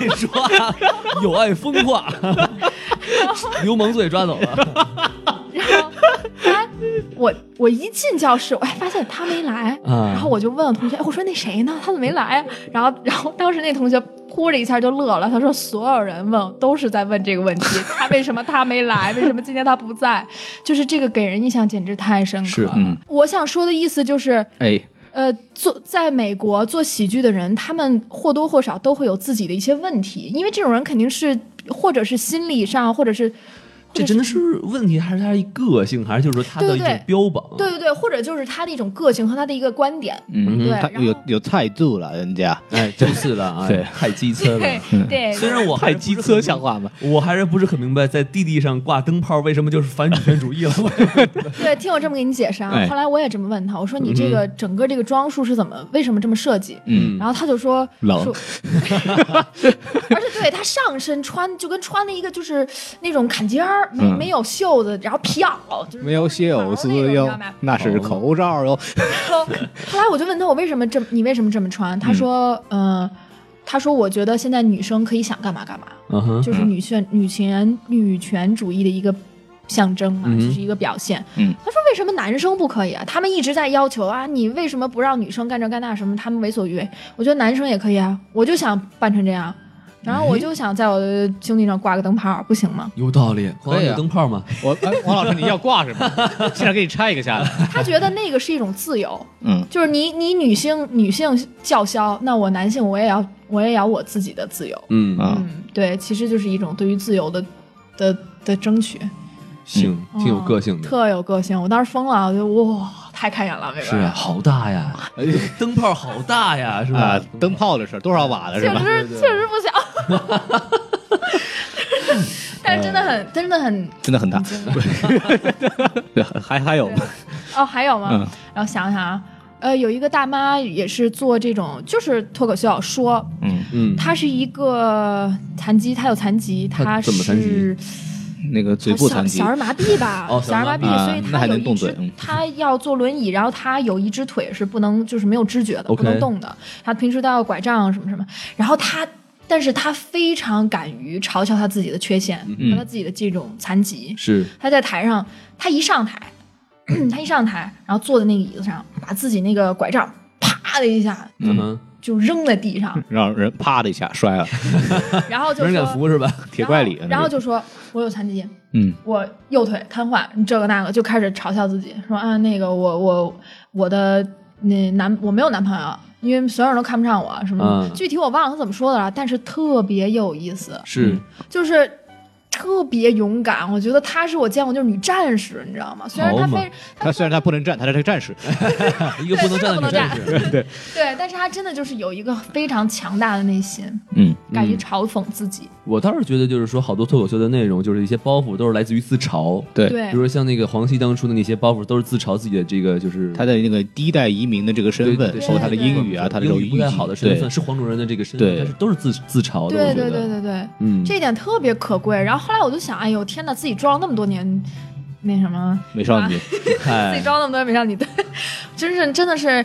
Speaker 3: [laughs] 你说啊有爱风
Speaker 1: [laughs]
Speaker 3: 化，流氓罪抓走了。
Speaker 1: 然后他我我一进教室，哎，发现他没来，
Speaker 3: 啊
Speaker 1: 然后我就问我同学，哎，我说那谁呢？他怎么没来啊？然后然后当时那同学。呼的一下就乐了，他说：“所有人问都是在问这个问题，他为什么他没
Speaker 3: [laughs]
Speaker 1: 来？为什么今天他不在？就是这个给人印象简直太深刻
Speaker 3: 是
Speaker 1: 了。
Speaker 2: 嗯
Speaker 1: 我想说的意思就是，
Speaker 2: 哎，
Speaker 1: 呃，做在美国做喜剧的人，他们或多或少都会有自己的一些问题，因为这种人肯定是或者是心理上，或者是
Speaker 3: 这真的是问题，还是他一个性，还是就是说他的一种标榜？
Speaker 1: 对对对，或者就是他的一种个性和他的一个观点。 [laughs]
Speaker 2: 嗯，
Speaker 1: 对
Speaker 2: 他
Speaker 1: 然后
Speaker 2: 有有态度了，人家
Speaker 3: 哎，
Speaker 2: [laughs]
Speaker 3: 真是的啊，
Speaker 2: 对嗯
Speaker 3: 太机车了。
Speaker 1: 对，
Speaker 3: 虽然我
Speaker 2: 太
Speaker 3: 还是不是
Speaker 2: 机
Speaker 3: 很
Speaker 2: 车像话
Speaker 1: [laughs]
Speaker 2: 吗？
Speaker 3: [laughs] 我还是不是很明白，在地地上挂灯泡为什么就是反女权主义了？ [laughs]
Speaker 1: 对，听我这么给你解释啊。
Speaker 2: 哎
Speaker 1: 后来我也这么问他，我说你这个整个这个装束是怎么，为什么这么设计？
Speaker 2: 嗯
Speaker 1: 然后他就说
Speaker 2: 冷
Speaker 1: 说 [laughs] 而且对他上身穿就跟穿了一个就是那种坎肩儿，没、
Speaker 2: 嗯
Speaker 1: 没有袖子，然后皮袄，就是
Speaker 2: 没有袖子哟
Speaker 1: 毛那种你知道
Speaker 2: [laughs]
Speaker 1: 吧，
Speaker 2: 那是口罩哟。
Speaker 1: 后后来我就问他，我为什么这么，你为什么这么穿？他说，嗯、他说我觉得现在女生可以想干嘛干嘛，
Speaker 3: 嗯哼，
Speaker 1: 就是女权女权女权主义的一个象征嘛，
Speaker 3: 嗯
Speaker 1: 就是一个表现。
Speaker 2: 嗯，
Speaker 1: 他说为什么男生不可以啊？他们一直在要求啊，你为什么不让女生干这干那什么？他们为所欲为。我觉得男生也可以啊，我就想扮成这样。然后我就想在我的兄弟上挂个灯泡，不行吗？
Speaker 3: 有道理。
Speaker 2: 可以啊
Speaker 3: 有灯泡吗？
Speaker 2: 我哎王老师，你要挂是吗？ [laughs] 现在给你拆一个下来。
Speaker 1: 他觉得那个是一种自由，
Speaker 2: [laughs]
Speaker 1: [laughs]
Speaker 2: 嗯，
Speaker 1: 就是你你女性女性叫嚣，那我男性我也要我也要我自己的自由。
Speaker 3: 嗯
Speaker 2: 啊
Speaker 1: 嗯，对，其实就是一种对于自由的的的争取，
Speaker 3: 行，挺有个性的。
Speaker 1: 嗯特有个性。我当时疯了，我就哇，太开眼了，美国
Speaker 3: 是啊，好大呀，哎灯泡好大呀，是吧
Speaker 2: 啊？，灯泡的事儿多少瓦的是
Speaker 1: 确
Speaker 2: 吧？
Speaker 1: 实确实不小。但是真的
Speaker 2: 嗯
Speaker 1: 很，真的很
Speaker 2: 真的很大。 [laughs] 对，还还有
Speaker 1: 嗯对哦。还有吗？
Speaker 2: 嗯
Speaker 1: 然后想想啊，呃，有一个大妈也是做这种，就是脱口秀说，
Speaker 2: 嗯，
Speaker 3: 嗯，
Speaker 1: 她是一个残疾，她有残疾，
Speaker 3: 她
Speaker 1: 她
Speaker 3: 怎么残疾
Speaker 1: 是
Speaker 2: 那个嘴部残疾
Speaker 1: 哦小小，儿麻痹吧，
Speaker 3: 哦
Speaker 1: 小儿麻痹，
Speaker 2: 小儿麻痹
Speaker 1: 所以
Speaker 2: 啊那
Speaker 1: 他
Speaker 2: 还
Speaker 1: 有
Speaker 2: 能
Speaker 1: 一
Speaker 2: 动
Speaker 1: 只
Speaker 2: 嘴嗯，
Speaker 1: 他要坐轮椅，然后他有一只腿是不能，就是没有知觉的
Speaker 3: OK
Speaker 1: 不能动的。他平时都要拐杖什么什么，然后他，但是他非常敢于嘲笑他自己的缺陷
Speaker 2: 嗯
Speaker 1: 和他自己的这种残疾。
Speaker 3: 是
Speaker 1: 他在台上，他一上台， [clears throat] 他一上台，然后坐在那个椅子上，把自己那个拐杖啪的一下
Speaker 3: 嗯哼，
Speaker 1: 就扔在地
Speaker 2: [laughs]
Speaker 1: 上，
Speaker 2: 让人啪的一下摔了，
Speaker 1: 然后就
Speaker 3: 没人敢
Speaker 1: 说，
Speaker 3: 扶是吧？
Speaker 2: 铁怪里。
Speaker 1: 然后就说我有残疾。
Speaker 2: 嗯
Speaker 1: 我右腿瘫痪，这个那个，就开始嘲笑自己，说啊，那个我我我的那男我没有男朋友，因为所有人都看不上我什么的
Speaker 3: 嗯
Speaker 1: 具体我忘了他怎么说的了，但是特别有意思，
Speaker 3: 是，
Speaker 1: 就是特别勇敢。我觉得她是我见过就是女战士，你知道吗？虽然她
Speaker 3: 好嘛
Speaker 1: 非
Speaker 2: 他虽然他不能站，他是个战士。
Speaker 3: 啊一个不能站的女战士。
Speaker 1: 对，但是她真的就是有一个非常强大的内心，
Speaker 2: 嗯
Speaker 1: 敢于嘲讽自己。
Speaker 3: 我倒是觉得，就是说，好多脱口秀的内容，就是一些包袱，都是来自于自嘲。
Speaker 2: 对
Speaker 1: 对
Speaker 3: 比如说像那个黄西当初的那些包袱，都是自嘲自己的这个，就是
Speaker 2: 他的那个第一代移民的这个身份，
Speaker 3: 对
Speaker 2: 包括他的英语啊，他的这
Speaker 3: 英
Speaker 2: 种
Speaker 3: 语不太好的身
Speaker 2: 对
Speaker 3: 份，是黄种人的这个身份，
Speaker 2: 对
Speaker 3: 但是都是自自嘲的。
Speaker 1: 对
Speaker 3: 我觉
Speaker 1: 对
Speaker 3: 得
Speaker 1: 对对对。
Speaker 3: 嗯，
Speaker 1: 这一点特别可贵。然后后来我就想，哎呦天哪，自己装了那么多年，那什么
Speaker 2: 美少
Speaker 3: [laughs]
Speaker 2: 女，哎
Speaker 1: 自己装那么多美少女，对， [laughs] 真是真的是，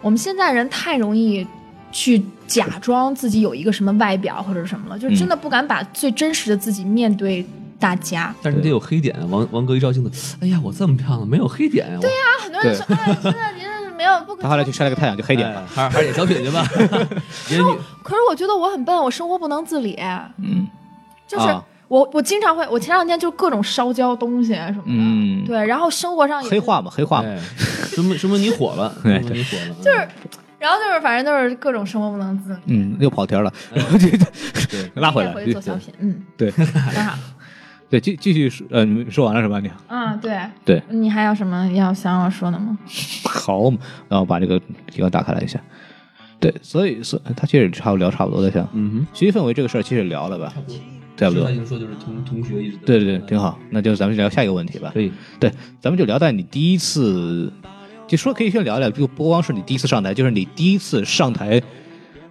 Speaker 1: 我们现在人太容易去假装自己有一个什么外表或者什么了，
Speaker 2: 嗯
Speaker 1: 就真的不敢把最真实的自己面对大家。
Speaker 3: 但是你得有黑点啊。王王哥一照镜子，哎呀，我这么漂亮，没有黑点呀。对呀，
Speaker 1: 啊，很多人说，哎，真的您是没有不可
Speaker 2: 他后来去晒了个太阳就黑
Speaker 3: 黑
Speaker 2: 点了。
Speaker 3: 还是还是演小品去 [laughs] 吧。也你
Speaker 1: 可是我觉得我很笨，我生活不能自理，
Speaker 2: 嗯
Speaker 1: 就是。
Speaker 2: 啊
Speaker 1: 我我经常会，我前两天就各种烧焦东西啊什么的，
Speaker 2: 嗯
Speaker 1: 对，然后生活上也
Speaker 2: 黑化嘛，黑化嘛。
Speaker 3: 哎，说明说明你火了，说
Speaker 2: 对
Speaker 3: 明你火了。就是
Speaker 1: 然后就是反正就是各种生活不能自理，
Speaker 2: 嗯，又跑题儿了，
Speaker 3: 哎
Speaker 2: [laughs] 然后就拉回来
Speaker 1: 再。回去做小品，嗯，
Speaker 2: 对 [laughs]
Speaker 1: 挺好。
Speaker 2: 对，继继续说，呃，你们说完了是吧？你
Speaker 1: 嗯，对
Speaker 2: 对，
Speaker 1: 你还有什么要想让我说的吗？
Speaker 2: 好嘛，然后把这个提纲打开来一下。对，所以所以他其实差不多聊差不多的，想
Speaker 3: 嗯哼。
Speaker 2: 学习氛围这个事儿其实聊了吧？差不多
Speaker 3: 他已。经说就是同同学一直
Speaker 2: 对对对，挺好。那就咱们聊下一个问题吧
Speaker 3: 可。以。
Speaker 2: 对，咱们就聊到你第一次，就说可以先聊聊，就不光是你第一次上台，就是你第一次上台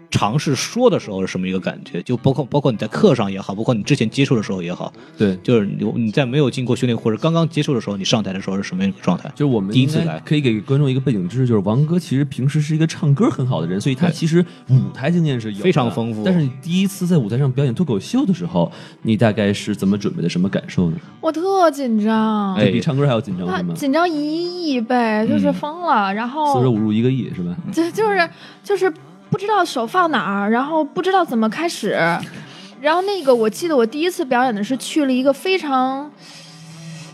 Speaker 2: 尝试说的时候是什么一个感觉？就包括包括你在课上也好，包括你之前接触的时候也好，
Speaker 3: 对，
Speaker 2: 就是你你在没有经过训练或者刚刚接触的时候，你上台的时候是什么样一个状态？
Speaker 3: 就是我们
Speaker 2: 第一次
Speaker 3: 应该
Speaker 2: 来
Speaker 3: 可以给观众一个背景知识，就是王哥其实平时是一个唱歌很好的人，所以他其实舞台经验是有的
Speaker 2: 非常丰富
Speaker 3: 但是你第一次在舞台上表演脱口秀的时候，你大概是怎么准备的？什么感受呢？
Speaker 1: 我特紧张，
Speaker 2: 哎
Speaker 3: 就比唱歌还要紧张
Speaker 1: 他
Speaker 3: 是吗？
Speaker 1: 紧张一亿倍，就是疯了。然
Speaker 3: 嗯四舍
Speaker 1: 后
Speaker 3: 五入一个亿是吧？
Speaker 1: [laughs] 就就是就是不知道手放哪儿，然后不知道怎么开始。然后那个我记得我第一次表演的是去了一个非常。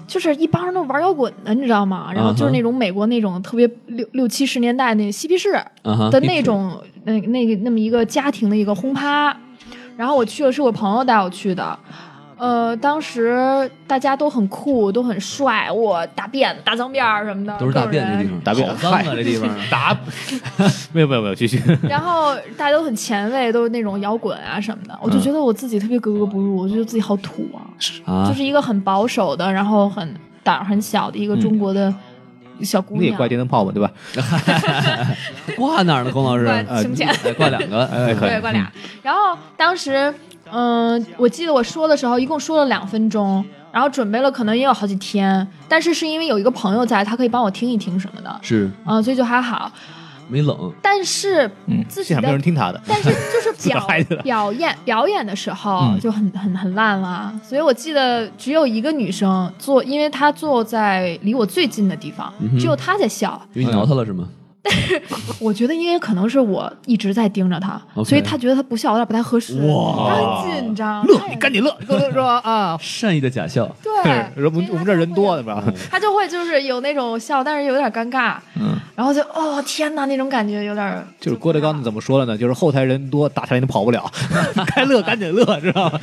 Speaker 1: 就是一帮人都玩摇滚的，你知道吗？
Speaker 3: 啊
Speaker 1: 然后就是那种美国那种特别六六七十年代那嬉皮士
Speaker 3: 啊哈
Speaker 1: 的那种，那那个那么一个家庭的一个轰趴。然后我去了，是我朋友带我去的。呃，当时大家都很酷，都很帅，我大辫子、大脏辫儿什么的，
Speaker 3: 都是大便
Speaker 1: 各种
Speaker 3: 这
Speaker 1: 人
Speaker 3: 地方，
Speaker 2: 大便
Speaker 3: 好脏啊
Speaker 2: 嗨
Speaker 3: 这地
Speaker 2: [laughs]
Speaker 1: [laughs]
Speaker 3: 方。
Speaker 2: 答，没有没有没有，继续。
Speaker 1: 然后大家都很前卫，都是那种摇滚啊什么的，我
Speaker 3: 嗯
Speaker 1: 就觉得我自己特别格格不入，我觉得自己好土啊，
Speaker 3: 啊
Speaker 1: 就是一个很保守的，然后很胆儿很小的一
Speaker 3: 嗯
Speaker 1: 个中国的小姑
Speaker 2: 你也
Speaker 1: 娘。啊
Speaker 2: 挂电灯泡嘛，对吧？
Speaker 3: 挂哪儿呢，龚老师？
Speaker 1: 挂
Speaker 3: 啊
Speaker 1: 胸前
Speaker 3: 哎挂两个，哎，
Speaker 2: 可以
Speaker 1: 对，挂俩。然后当时，嗯、我记得我说的时候，一共说了两分钟，然后准备了可能也有好几天，但是是因为有一个朋友在，他可以帮我听一听什么的，
Speaker 3: 是
Speaker 1: 嗯、所以就还好。
Speaker 3: 没冷，
Speaker 1: 但是
Speaker 2: 嗯，
Speaker 1: 自己
Speaker 2: 现场没有
Speaker 1: 的
Speaker 2: 人听他的。
Speaker 1: 但是就是表
Speaker 2: 嗨起来
Speaker 1: 表演表演的时候
Speaker 2: 嗯
Speaker 1: 就很很很烂了，所以我记得只有一个女生坐，因为她坐在离我最近的地方，
Speaker 2: 嗯
Speaker 1: 只有她在笑。
Speaker 3: 因为你挠他了是吗？
Speaker 1: 我觉得因为可能是我一直在盯着她
Speaker 3: OK
Speaker 1: 所以她觉得她不笑有点不太合适，
Speaker 3: 哇，
Speaker 1: 她很紧张。
Speaker 2: 乐
Speaker 1: 她，也
Speaker 2: 你赶紧乐。
Speaker 1: 跟我说啊
Speaker 2: [laughs]
Speaker 3: 善意的假笑，
Speaker 1: 对，
Speaker 2: 我们我们这儿人多，对
Speaker 3: 嗯
Speaker 2: 吧？
Speaker 1: 她就会就是有那种笑，但是有点尴尬，
Speaker 2: 嗯，
Speaker 1: 然后就哦天哪，那种感觉有点
Speaker 2: 就是郭德纲怎么说了呢？就是后台人多，打下来你跑不了， [laughs] 该乐赶紧乐，知道吧？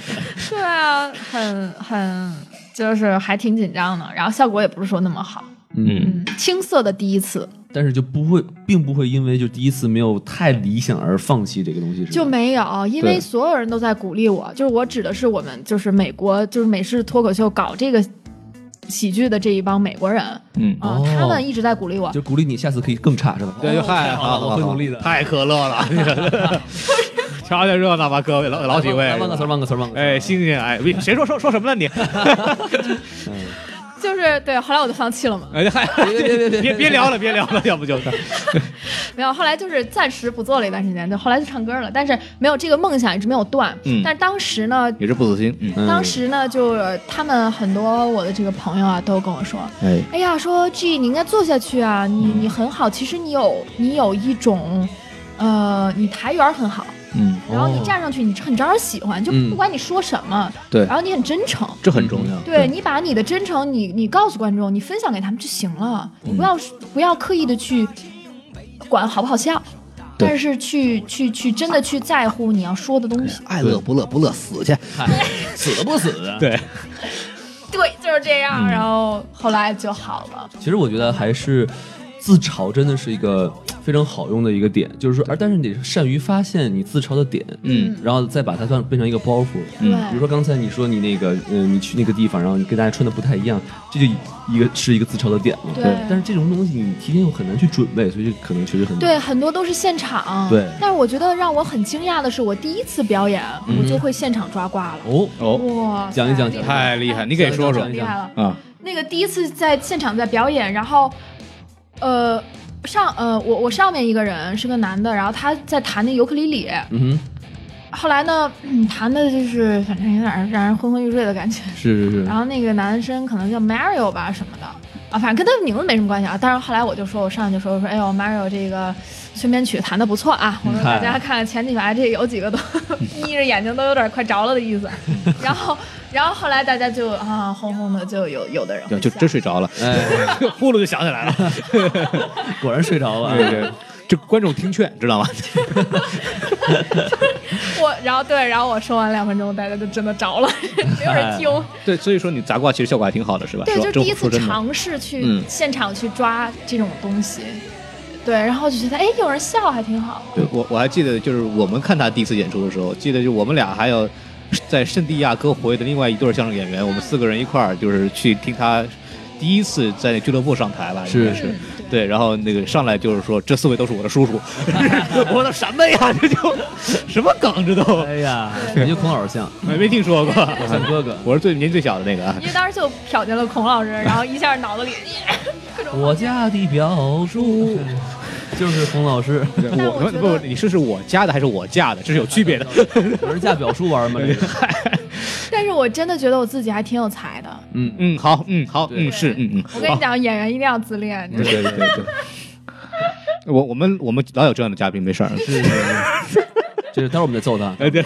Speaker 1: 对啊，很很就是还挺紧张的，然后效果也不是说那么好，
Speaker 2: 嗯，
Speaker 1: 嗯，青涩的第一次
Speaker 3: 但是就不会，并不会因为就第一次没有太理想而放弃这个东西，是吧
Speaker 1: 就没有，因为
Speaker 3: 嗯对
Speaker 1: 所有人都在鼓励我，就是我指的是我们就是美国就是美式脱口秀搞这个喜剧的这一帮美国人啊、
Speaker 2: 嗯
Speaker 3: 哦
Speaker 1: 他们一直在鼓励我，
Speaker 3: 就鼓励你下次可以更差是吧？
Speaker 2: [laughs] 对，
Speaker 3: 哦
Speaker 2: 嗨，
Speaker 3: 太好了，我会努力的。
Speaker 2: 太可乐 [laughs] 了，瞧瞧热闹吧，各位老老几位
Speaker 3: 来，忘个词儿，忘个词儿，忘个词儿。
Speaker 2: 哎，新鲜，哎，谁说说说什么呢你？ [laughs]
Speaker 1: 就是对，后来我就放弃了嘛，
Speaker 2: 哎，嗨，
Speaker 3: 别别别别
Speaker 2: 别别聊了，别聊了，要不 [laughs] 就
Speaker 1: 没有，后来就是暂时不做了一段时间，就后来就唱歌了，但是没有这个梦想一直没有断，
Speaker 2: 嗯
Speaker 1: 但是当时呢，
Speaker 2: 也是不死心，嗯，
Speaker 3: 嗯
Speaker 1: 当时呢，就是他们很多我的这个朋友啊，都跟我说，
Speaker 2: 哎，
Speaker 1: 哎呀，说 G 你应该做下去啊，你
Speaker 3: 嗯
Speaker 1: 你很好，其实你有你有一种，呃，你台缘儿很好，
Speaker 2: 嗯，
Speaker 1: 然后你
Speaker 3: 哦
Speaker 1: 站上去，你很招人喜欢，就
Speaker 3: 嗯
Speaker 1: 不管你说什么，
Speaker 2: 对
Speaker 1: 然后你很真诚。
Speaker 2: 这很重要，
Speaker 1: 对你把你的真诚，你你告诉观众，你分享给他们就行了，
Speaker 3: 嗯
Speaker 1: 你不要不要刻意的去管好不好笑，
Speaker 2: 对
Speaker 1: 但是去去去真的去在乎你要说的东西。
Speaker 2: 爱乐不乐，不乐死去，
Speaker 3: 死不死？
Speaker 2: [laughs]
Speaker 3: 啊
Speaker 2: 对，
Speaker 1: 对，就是这样。
Speaker 3: 嗯
Speaker 1: 然后后来就好了。
Speaker 3: 其实我觉得还是自嘲真的是一个非常好用的一个点，就是说，而但是你得善于发现你自嘲的点，
Speaker 2: 嗯，
Speaker 3: 然后再把它算变成一个包袱。
Speaker 1: 对，
Speaker 3: 嗯比如说刚才你说你那个，嗯、你去那个地方，然后你跟大家穿的不太一样，这就一个是一个自嘲的点嘛。
Speaker 1: 对
Speaker 3: 但是这种东西你提前又很难去准备，所以就可能确实很难
Speaker 1: 对，很多都是现场。
Speaker 3: 对
Speaker 1: 但是我觉得让我很惊讶的是，我第一次表演，
Speaker 3: 嗯
Speaker 1: 我就会现场抓瓜了。
Speaker 3: 哦，
Speaker 2: 哦，
Speaker 1: 哇塞，
Speaker 3: 讲一讲讲一讲
Speaker 2: 太厉害你给说说
Speaker 1: 太厉害了。
Speaker 2: 啊，
Speaker 1: 那个第一次在现场在表演，然后，呃，上呃，我我上面一个人是个男的，然后他在弹那尤克里里，
Speaker 3: 嗯
Speaker 1: 后来呢， [clears throat] 嗯弹的就是反正有点让人昏昏欲睡的感觉。
Speaker 3: 哼，
Speaker 1: [laughs]
Speaker 3: 是是是
Speaker 1: 然，后那个男生可能叫 Mario 吧什么的啊，反正跟他名字没什么关系啊。但是后来我就说，我上去就说，我说，哎呦，Mario 这个宣传曲弹的不错啊，我说大家看前几排这有几个都 [laughs] 眯着眼睛都有点快着了的意思。然后，然后后来大家就啊轰轰的就有有的人
Speaker 2: 就
Speaker 1: 会
Speaker 2: 就
Speaker 1: 笑
Speaker 2: 真睡着了，
Speaker 3: 哎，
Speaker 2: [laughs] 呼噜就想起来了，
Speaker 3: 果然睡着
Speaker 2: [laughs]
Speaker 3: 了。
Speaker 2: 对对，这观众听劝，知道吗？
Speaker 1: 我，然后对，然后我说完两分钟，大家就真的着了， [laughs] 没有
Speaker 2: 哎
Speaker 1: 人听。
Speaker 2: 对，所以说你砸挂其实效果还挺好的，是吧？
Speaker 1: 对，
Speaker 2: 说
Speaker 1: 就
Speaker 2: 真
Speaker 1: 第一次
Speaker 2: 说真的
Speaker 1: 尝试去
Speaker 2: 嗯
Speaker 1: 现场去抓这种东西，对，然后就觉得哎有人笑还挺好。
Speaker 2: 对我我还记得，就是我们看他第一次演出的时候，记得就我们俩还有在圣地亚哥活跃的另外一对儿相声演员，我们四个人一块儿就是去听他第一次在俱乐部上台吧，应该是
Speaker 1: 是
Speaker 2: 对，然后那个上来就是说这四位都是我的叔
Speaker 1: [laughs]
Speaker 2: 叔，我说什么呀，这就什么梗这都
Speaker 3: 哎呀，
Speaker 1: 对
Speaker 3: 感觉孔老师像，
Speaker 2: 没没听说 [laughs] 过，
Speaker 3: 我像哥哥。
Speaker 2: 我是最年最小的那个啊。
Speaker 1: 因为当时就瞟见了孔
Speaker 2: [laughs]
Speaker 1: 老师，然后一下脑子里 [laughs] 各种
Speaker 3: 我家的表
Speaker 2: [laughs]
Speaker 3: 叔就是孔老师，
Speaker 1: 但
Speaker 2: 我
Speaker 1: 我觉得
Speaker 2: 不，你是是我家的还是我嫁的？这是有区别的。
Speaker 3: 我是嫁表叔玩吗？这个，
Speaker 1: 但是我真的觉得我自己还挺有才的。
Speaker 3: 嗯，
Speaker 2: [laughs] 嗯，好，嗯，好，
Speaker 3: 对
Speaker 2: 嗯，是，嗯嗯。
Speaker 1: 我跟你
Speaker 2: 好，
Speaker 1: 讲，演员一定要自恋。
Speaker 2: 对对对对。 [laughs] 我我们我们老有这样的嘉宾，没事儿。
Speaker 3: 是是是，这个待会儿我们再揍他。
Speaker 2: 哎对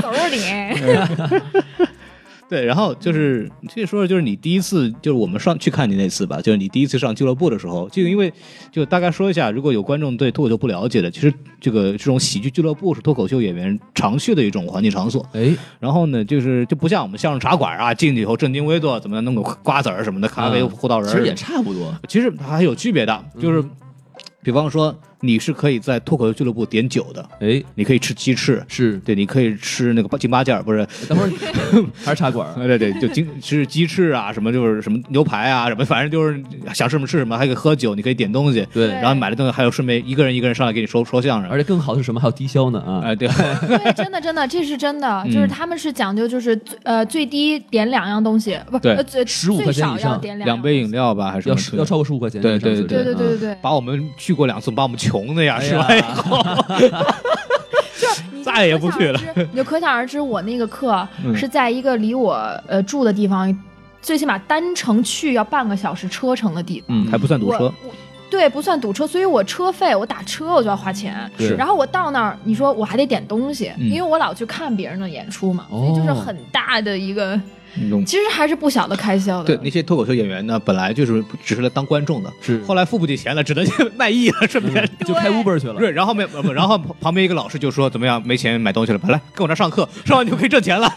Speaker 1: 走你！
Speaker 2: [laughs] 对，然后就是这说说就是你第一次就是我们上去看你那次吧，就是你第一次上俱乐部的时候，就因为就大概说一下，如果有观众对脱口秀不了解的，其实这个这种喜剧俱乐部是脱口秀演员常去的一种环境场所。
Speaker 3: 哎，
Speaker 2: 然后呢，就是就不像我们相声茶馆啊，进去以后正襟危坐，怎么弄个瓜子儿什么的，咖啡、
Speaker 3: 嗯
Speaker 2: 胡桃仁儿
Speaker 3: 其
Speaker 2: 什么
Speaker 3: 实
Speaker 2: 的，
Speaker 3: 也差不多。
Speaker 2: 其实还有区别的，就是比方说你是可以在脱口秀俱乐部点酒的，
Speaker 3: 哎，
Speaker 2: 你可以吃鸡翅，
Speaker 3: 是，
Speaker 2: 对，你可以吃那个八京八件儿，不是，
Speaker 3: 等会儿
Speaker 2: [laughs]
Speaker 3: 还是茶馆儿。
Speaker 2: 呃对对，就京吃鸡翅啊，什么就是什么牛排啊，什么反正就是想吃什么吃什么，还可以喝酒，你可以点东西，
Speaker 3: 对
Speaker 1: 对，
Speaker 2: 然后买了东西还有顺便一个人一个人上来给你说说相声，
Speaker 3: 而且更好的是什么？还有低消呢啊！
Speaker 2: 哎
Speaker 1: [laughs]
Speaker 2: 对，[laughs]
Speaker 1: [laughs] 对，真的真的，这是真
Speaker 2: 嗯
Speaker 1: 的，就是他们是讲究，就是最呃最低点两样东西，不
Speaker 2: 对
Speaker 1: 呃最
Speaker 3: 15块
Speaker 1: 最少
Speaker 3: 钱以上
Speaker 1: 要点
Speaker 2: 两
Speaker 1: 样
Speaker 2: 杯饮。料吧，还是
Speaker 3: 要
Speaker 2: 什么
Speaker 3: 要超过十五块钱以上，
Speaker 2: 对对
Speaker 3: 是不
Speaker 1: 对
Speaker 3: 是
Speaker 1: 对对对对，
Speaker 2: 把我们去过两次，把我们穷的呀，
Speaker 3: 哎
Speaker 2: 是
Speaker 3: 呀
Speaker 2: 吧？ [laughs]
Speaker 1: 就是你就
Speaker 2: 再也不去了
Speaker 1: 可想而知。你就可想而知，我那个课
Speaker 2: 嗯
Speaker 1: 是在一个离我呃住的地方，最起码单程去要半个小时车程的地方。
Speaker 2: 嗯，还不算堵
Speaker 1: 我
Speaker 2: 车，
Speaker 1: 我对，不算堵车，所以我车费我打车我就要花钱。
Speaker 2: 是
Speaker 1: 然后我到那儿，你说我还得点东西，
Speaker 2: 嗯
Speaker 1: 因为我老去看别人的演出嘛，
Speaker 3: 哦
Speaker 1: 所以就是很大的一个，
Speaker 2: 你懂
Speaker 1: 其实还是不小的开销的。
Speaker 2: 对那些脱口秀演员呢，本来就是只是来当观众的，
Speaker 3: 是嗯
Speaker 2: 后来付不起钱了，只能去卖艺了，顺便。
Speaker 3: 就开 Uber 去了。
Speaker 2: 对，然后没呃不，然后旁边一个老师就说怎么样，没钱买东西了吧，来跟我这儿上课，上完就可以挣钱了，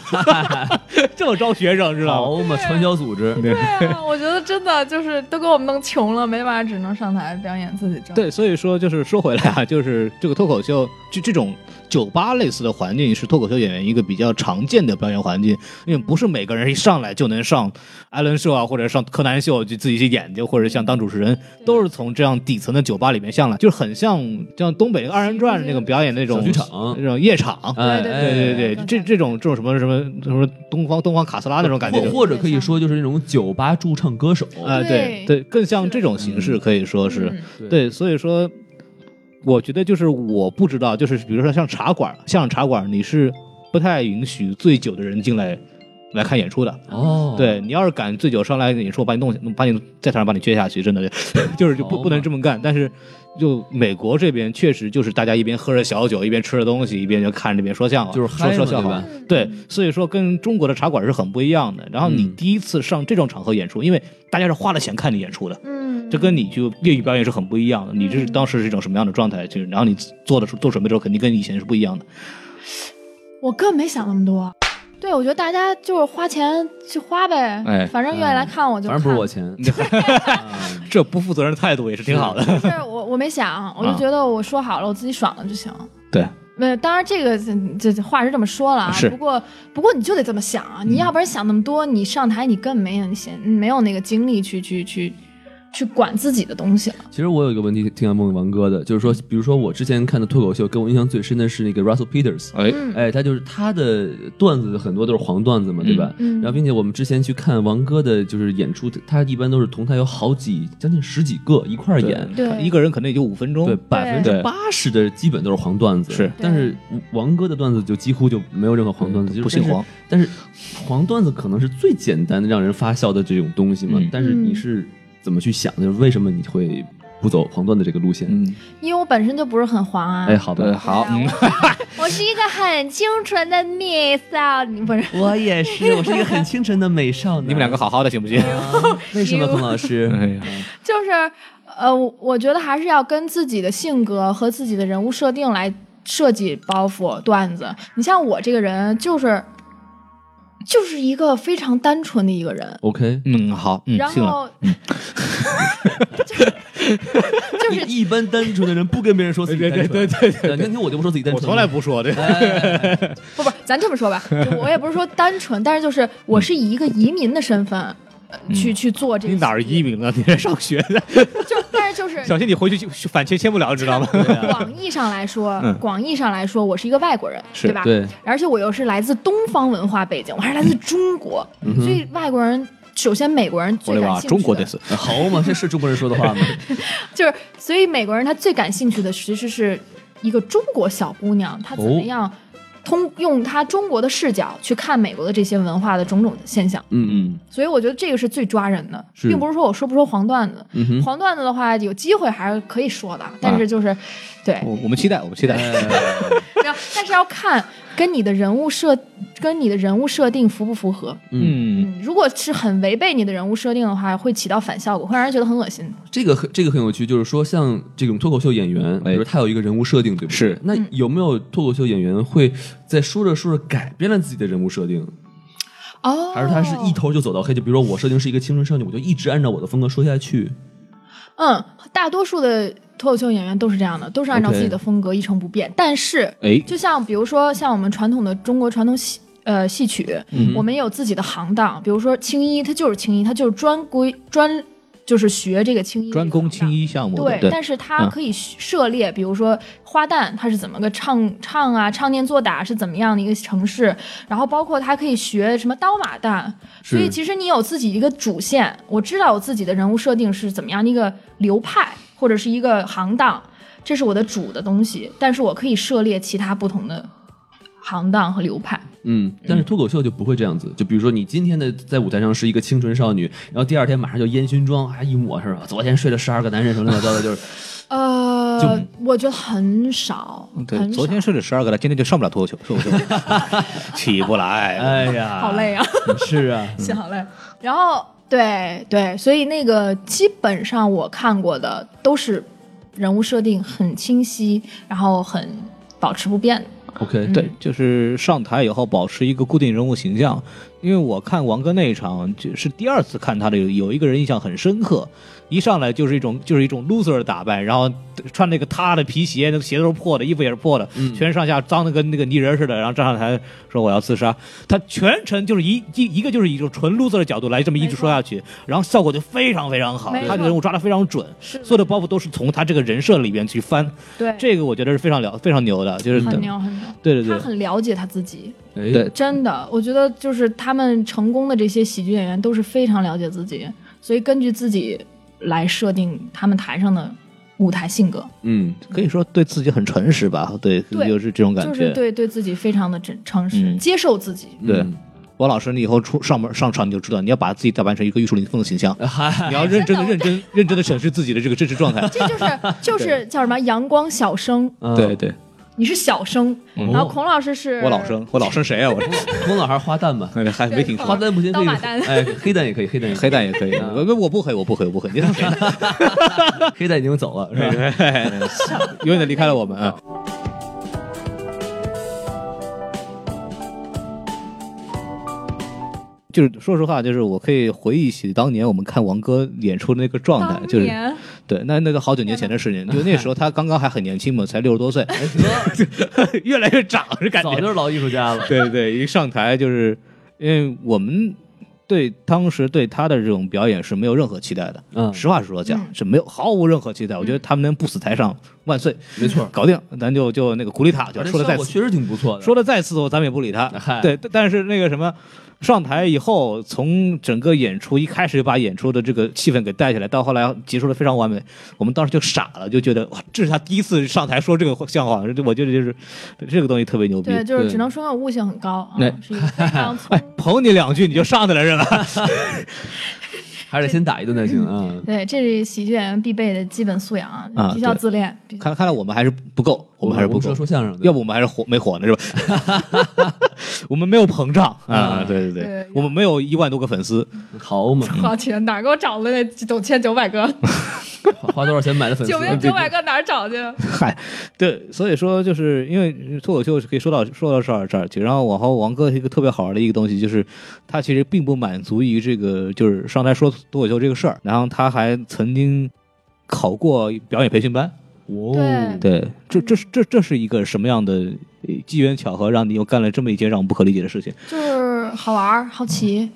Speaker 2: 这么招学生知道吗？
Speaker 3: 好嘛，传销组织，
Speaker 2: 对
Speaker 1: 对啊，我觉得真的就是都给我们弄穷了，没办法，只能上台表演自己
Speaker 2: [laughs]
Speaker 1: 挣。
Speaker 2: 对，所以说就是说回来啊，就是这个脱口秀，就这种酒吧类似的环境是脱口秀演员一个比较常见的表演环境，因为不是每个人一上来就能上艾伦秀啊，或者上柯南秀就自己去演就或者像当主持人，都是从这样底层的酒吧里面上来，就是很像像东北二人转那种表演那种
Speaker 3: 小剧场
Speaker 2: 那种夜场。
Speaker 3: 哎
Speaker 1: 对
Speaker 3: 哎
Speaker 2: 对对
Speaker 1: 哎
Speaker 2: 对，这这种这种什么什么什么东方东方卡斯拉那种感觉、就
Speaker 3: 或
Speaker 2: 是，
Speaker 3: 或者可以说就是那种酒吧驻唱歌手，
Speaker 2: 啊、对
Speaker 1: 对
Speaker 2: 对，更像这种形式可以说是。
Speaker 1: 嗯
Speaker 2: 对，所以说，我觉得就是我不知道，就是比如说像茶馆，像茶馆你是不太允许醉酒的人进来来看演出的。
Speaker 3: 哦，
Speaker 2: 对你要是敢醉酒上来演出，我把你弄把你在台上把你撅下去，真的就是 [laughs] 就
Speaker 3: 好
Speaker 2: 不
Speaker 3: 嘛
Speaker 2: 不能这么干。但是就美国这边确实就是大家一边喝着小酒，一边吃着东西，一边就看这边说相声，
Speaker 3: 就是嗨
Speaker 2: 说
Speaker 3: 嘛
Speaker 2: 说笑
Speaker 3: 对
Speaker 2: 话
Speaker 3: 吧。
Speaker 1: 嗯
Speaker 2: 对，所以说跟中国的茶馆是很不一样的。然后你
Speaker 3: 嗯
Speaker 2: 第一次上这种场合演出，因为大家是花了钱看你演出的，
Speaker 1: 嗯，
Speaker 2: 这跟你就业余表演是很不一样的。你这是当时是一种什么样的状态？就是然后你做的时候做准备的时候，肯定跟以前是不一样的。
Speaker 1: 我更没想那么多。对，我觉得大家就是花钱去花呗，
Speaker 2: 哎
Speaker 1: 反正愿意来看我就
Speaker 3: 反正
Speaker 1: 看。
Speaker 3: 不是
Speaker 2: [laughs]
Speaker 3: 我钱，
Speaker 2: 这不负责任的态度也是挺好的。
Speaker 1: 不是我，我没想，我就觉得我说好了，我自己爽了就行。
Speaker 2: 对，
Speaker 1: 没有，当然这个这这话是这么说了啊，
Speaker 2: 是
Speaker 1: 不过不过你就得这么想啊，你要不然想那么多，你上台你根本没有闲，没有那个精力去去去去管自己的东西了。
Speaker 3: 其实我有一个问题挺想问问王哥的，就是说，比如说我之前看的脱口秀，给我印象最深的是那个 Russell Peters，
Speaker 2: 哎
Speaker 1: 嗯
Speaker 3: [laughs] 哎，他就是他的段子很多都是黄段子嘛，对吧？
Speaker 1: 嗯
Speaker 3: 然后，并且我们之前去看王哥的，就是演出，他一般都是同台有好几将近十几个一块儿演，
Speaker 1: 对，
Speaker 2: 一个人可能也就五分钟。
Speaker 3: 对，百分之
Speaker 2: 对
Speaker 3: 八十的基本都是黄段子。
Speaker 2: 是
Speaker 3: 但是王哥的段子就几乎就没有任何黄段子，就是
Speaker 2: 嗯不姓黄。
Speaker 3: 但是黄段子可能是最简单的让人发笑的这种东西嘛。
Speaker 2: 嗯
Speaker 3: 但是你是怎么去想的？就是为什么你会不走黄段子这个路线？
Speaker 2: 嗯，
Speaker 1: 因为我本身就不是很黄啊，
Speaker 3: 哎，好吧，
Speaker 2: 对，好，嗯
Speaker 1: 我是一个很清纯的 miss 啊，你不是。
Speaker 3: [laughs] 我也是，我是一个很清纯的美少女。
Speaker 2: 你们两个好好的行不 [laughs] 行？
Speaker 3: [laughs] 为什么孔老师？嗯
Speaker 2: 哎呀
Speaker 1: 就是呃，我我觉得还是要跟自己的性格和自己的人物设定来设计包袱段子。你像我这个人，就是就是一个非常单纯的一个人。
Speaker 3: OK，
Speaker 2: 嗯嗯，好，嗯
Speaker 1: 然，
Speaker 2: 信了。
Speaker 1: 后，就就是
Speaker 3: 一一般单纯的人不跟别人说自己单纯，
Speaker 2: 对对对对对
Speaker 3: 你看我就不说自己单
Speaker 2: 我
Speaker 3: 纯，
Speaker 2: 从来不说这个。
Speaker 3: 哎。
Speaker 1: 不不，咱这
Speaker 2: [laughs]
Speaker 1: 么说吧，就我也不是说单纯，但是就是我是以一个移民的身份。呃去去做这
Speaker 2: 嗯
Speaker 1: 个，
Speaker 2: 你哪儿移？民了？你这上 [laughs] 学的，
Speaker 1: 就但是就是
Speaker 2: 小心你回去就反签签不了，知道吗？
Speaker 1: [laughs] 广义上来说
Speaker 2: 嗯，
Speaker 1: 广义上来说，我是一个外国人，
Speaker 2: 是
Speaker 1: 对吧？
Speaker 3: 对，
Speaker 1: 而且我又是来自东方文化背景，我还是来自中国，所以外国人首先美国人
Speaker 2: 我
Speaker 1: 最
Speaker 2: 的
Speaker 1: 感
Speaker 2: 妈，
Speaker 1: 兴趣
Speaker 2: 哦中国的是
Speaker 3: 好嘛，这是中国人说
Speaker 2: [laughs]
Speaker 3: 的话吗？
Speaker 1: 就是所以美国人他最感兴趣的其实是一个中国小姑娘，她怎么
Speaker 3: 哦
Speaker 1: 样通用她中国的视角去看美国的这些文化的种种现象。
Speaker 3: 嗯嗯
Speaker 1: 所以我觉得这个是最抓人的，
Speaker 3: 是
Speaker 1: 并不是说我说不说黄段子，
Speaker 3: 嗯哼，
Speaker 1: 黄段子的话有机会还是可以说的，但是就是，对，
Speaker 2: 我我们期待，我们期待。
Speaker 1: 然后但是要看跟你的人物设跟你的人物设定符不符合。
Speaker 2: 嗯，
Speaker 1: 嗯，如果是很违背你的人物设定的话，会起到反效果，会让人觉得很恶心。
Speaker 3: 这个很这个很有趣，就是说像这种脱口秀演员，比
Speaker 2: 哎
Speaker 3: 如他有一个人物设定，对不对？
Speaker 2: 是
Speaker 1: 嗯
Speaker 3: 那有没有脱口秀演员会在说着说着改变了自己的人物设定，
Speaker 1: 哦，
Speaker 3: 还是他是一头就走到黑？就比如说我设定是一个青春少女，我就一直按照我的风格说下去。
Speaker 1: 嗯，大多数的脱口秀演员都是这样的，都是按照
Speaker 3: OK
Speaker 1: 自己的风格一成不变。但是，
Speaker 2: 哎，
Speaker 1: 就像比如说像我们传统的中国传统戏呃戏曲，
Speaker 2: 嗯
Speaker 1: 我们也有自己的行当，比如说青衣，它就是青衣，它就是专规专就是学这个青衣
Speaker 2: 专攻青
Speaker 1: 衣。
Speaker 2: 衣项目的，
Speaker 1: 对，
Speaker 2: 对，嗯
Speaker 1: 但是它可以涉猎，比如说花旦，它是怎么个唱唱啊，唱念做打是怎么样的一个城市，然后包括它可以学什么刀马旦，所以其实你有自己一个主线，我知道我自己的人物设定是怎么样的一个流派或者是一个行当，这是我的主的东西，但是我可以涉猎其他不同的行当和流派。
Speaker 3: 嗯，但是脱口秀就不会这样子。就比如说，你今天的在舞台上是一个清纯少女，然后第二天马上就烟熏妆啊一抹是吧？昨天睡了十二个男人什么乱七八糟的，就是
Speaker 1: 呃，我觉得很少，
Speaker 2: 对，
Speaker 1: 很少
Speaker 2: 昨天睡了十二个了，今天就上不了脱口秀，是不
Speaker 1: [laughs]
Speaker 2: 是？起不来。
Speaker 3: 哎呀，
Speaker 1: 好累啊。
Speaker 3: 是啊，
Speaker 2: 嗯
Speaker 1: 行好嘞。嗯然后对对，所以那个基本上我看过的都是人物设定很清晰，然后很保持不变的。
Speaker 3: OK，
Speaker 2: 对，就是上台以后保持一个固定人物形象。因为我看王哥那一场，就是第二次看他的，有一个人印象很深刻，一上来就是一种就是一种 loser 的打扮，然后穿那个塌的皮鞋，那个鞋都是破的，衣服也是破的，全身上下脏的跟那个泥人似的，然后站上台说我要自杀，他全程就是一一一个就是以一种纯 loser 的角度来这么一直说下去，然后效果就非常非常好
Speaker 1: 没，错
Speaker 2: 他的人物抓的非常准，
Speaker 1: 是的
Speaker 2: 所有的包袱都是从他这个人设里边去翻，
Speaker 1: 对，
Speaker 2: 这个我觉得是非常了非常牛的，就是
Speaker 1: 很牛很牛。
Speaker 2: 对对对
Speaker 1: 他。很了解他自己，
Speaker 3: 哎
Speaker 2: 对
Speaker 1: 真的，我觉得就是他们成功的这些喜剧演员都是非常了解自己，所以根据自己来设定他们台上的舞台性格，
Speaker 3: 嗯，
Speaker 2: 可以说对自己很诚实吧，对，
Speaker 1: 对
Speaker 2: 就是这种感觉。
Speaker 1: 就是对对自己非常的真诚实，
Speaker 2: 嗯
Speaker 1: 接受自己。
Speaker 2: 对
Speaker 3: 嗯
Speaker 2: 王老师，你以后出上门上场你就知道，你要把自己打扮成一个玉树临风的形
Speaker 3: [laughs]
Speaker 2: 象，你要认真的、
Speaker 1: 真
Speaker 2: 认真、认真的审视自己的这个真实状态。
Speaker 1: 这就是
Speaker 2: [laughs]
Speaker 1: 就是叫什么阳光小生，
Speaker 3: 嗯
Speaker 2: 对，对，
Speaker 1: 你是小生，然后孔老师
Speaker 2: 嗯
Speaker 1: 是
Speaker 2: 哦我老生，我老生谁啊？我
Speaker 3: 红老还是花旦
Speaker 2: [laughs]
Speaker 3: 吧，
Speaker 2: 这还没听
Speaker 3: 花
Speaker 2: 说。
Speaker 3: 旦不行，
Speaker 1: 刀
Speaker 3: 这个
Speaker 1: 马旦
Speaker 3: 哎，黑蛋也可以，黑蛋也
Speaker 2: [laughs]
Speaker 3: 可以
Speaker 2: 黑蛋也可以，
Speaker 3: 嗯
Speaker 2: 我我不黑，我不黑，我不黑，你是谁？
Speaker 3: [laughs] 黑蛋已经走 [laughs] 了，是吧？
Speaker 2: 永远的离开了我们啊！ [laughs] 就是说实话，就是我可以回忆起当年我们看王哥演出的那个状态，就是
Speaker 1: 年
Speaker 2: 对，那那都好久年前的
Speaker 3: [laughs]
Speaker 2: 事情，就那时候他刚刚还很年轻嘛， [laughs] 才六十多岁，越来越长是感
Speaker 3: 早就
Speaker 2: 觉。
Speaker 3: 是老艺术家
Speaker 2: [laughs]
Speaker 3: 了。
Speaker 2: 对对，一上台就是，因为我们对当时对他的这种表演是没有任何期待的。
Speaker 3: 嗯
Speaker 2: 实话实说讲，是没有毫无任何期待。我觉得他们能不死台上万岁，
Speaker 3: 没错
Speaker 2: 搞定，咱就就那个古丽塔就
Speaker 3: 反正
Speaker 2: 说了再
Speaker 3: 哎效果
Speaker 2: 次，
Speaker 3: 确实挺不错的。
Speaker 2: 说了再次我咱们也不理 [laughs] 他
Speaker 3: 嗨。
Speaker 2: 对，但但是那个什么。上台以后，从整个演出一开始把演出的这个气氛给带起来，到后来结束的非常完美。我们当时就傻了，就觉得哇，这是他第一次上台说这个笑话，我觉得就是这个东西特别牛逼。
Speaker 1: 对，就是
Speaker 3: 对
Speaker 1: 只能说明我悟性很高啊
Speaker 2: 那，
Speaker 1: 是一个非常聪
Speaker 2: 哎，捧你两句你就上去了是吧？ [laughs]
Speaker 3: 还是得先打一顿才行啊。
Speaker 1: [laughs] 对，这是喜剧演员必备的基本素养啊，
Speaker 2: 啊
Speaker 1: 必须要
Speaker 2: 对
Speaker 1: 自恋。必须
Speaker 2: 看看来我们还是不够，我们还是不
Speaker 3: 不
Speaker 2: 够
Speaker 3: 说，说相声的，
Speaker 2: 要不我们还是火没火呢是吧？ [laughs] 我们没有膨胀啊，
Speaker 3: 啊
Speaker 2: 对对
Speaker 1: 对
Speaker 2: 对，我们没有一万多个粉丝，[laughs]
Speaker 3: 好嘛，
Speaker 1: 我去，哪儿给我找的那九千九百个，
Speaker 3: 花花多少钱买的粉丝？
Speaker 1: 九千九百个哪儿找去？
Speaker 2: 嗨，对，所以说就是因为脱口秀是可以说到说到这儿这儿去，然后往后王哥一个特别好玩的一个东西就是，他其实并不满足于这个就是上台说脱口秀这个事儿，然后他还曾经考过表演培训班。
Speaker 3: 哦
Speaker 1: 对，
Speaker 2: 对，这这是这这是一个什么样的呃机缘巧合，让你又干了这么一件让我不可理解的事情？
Speaker 1: 就是好玩儿、好奇。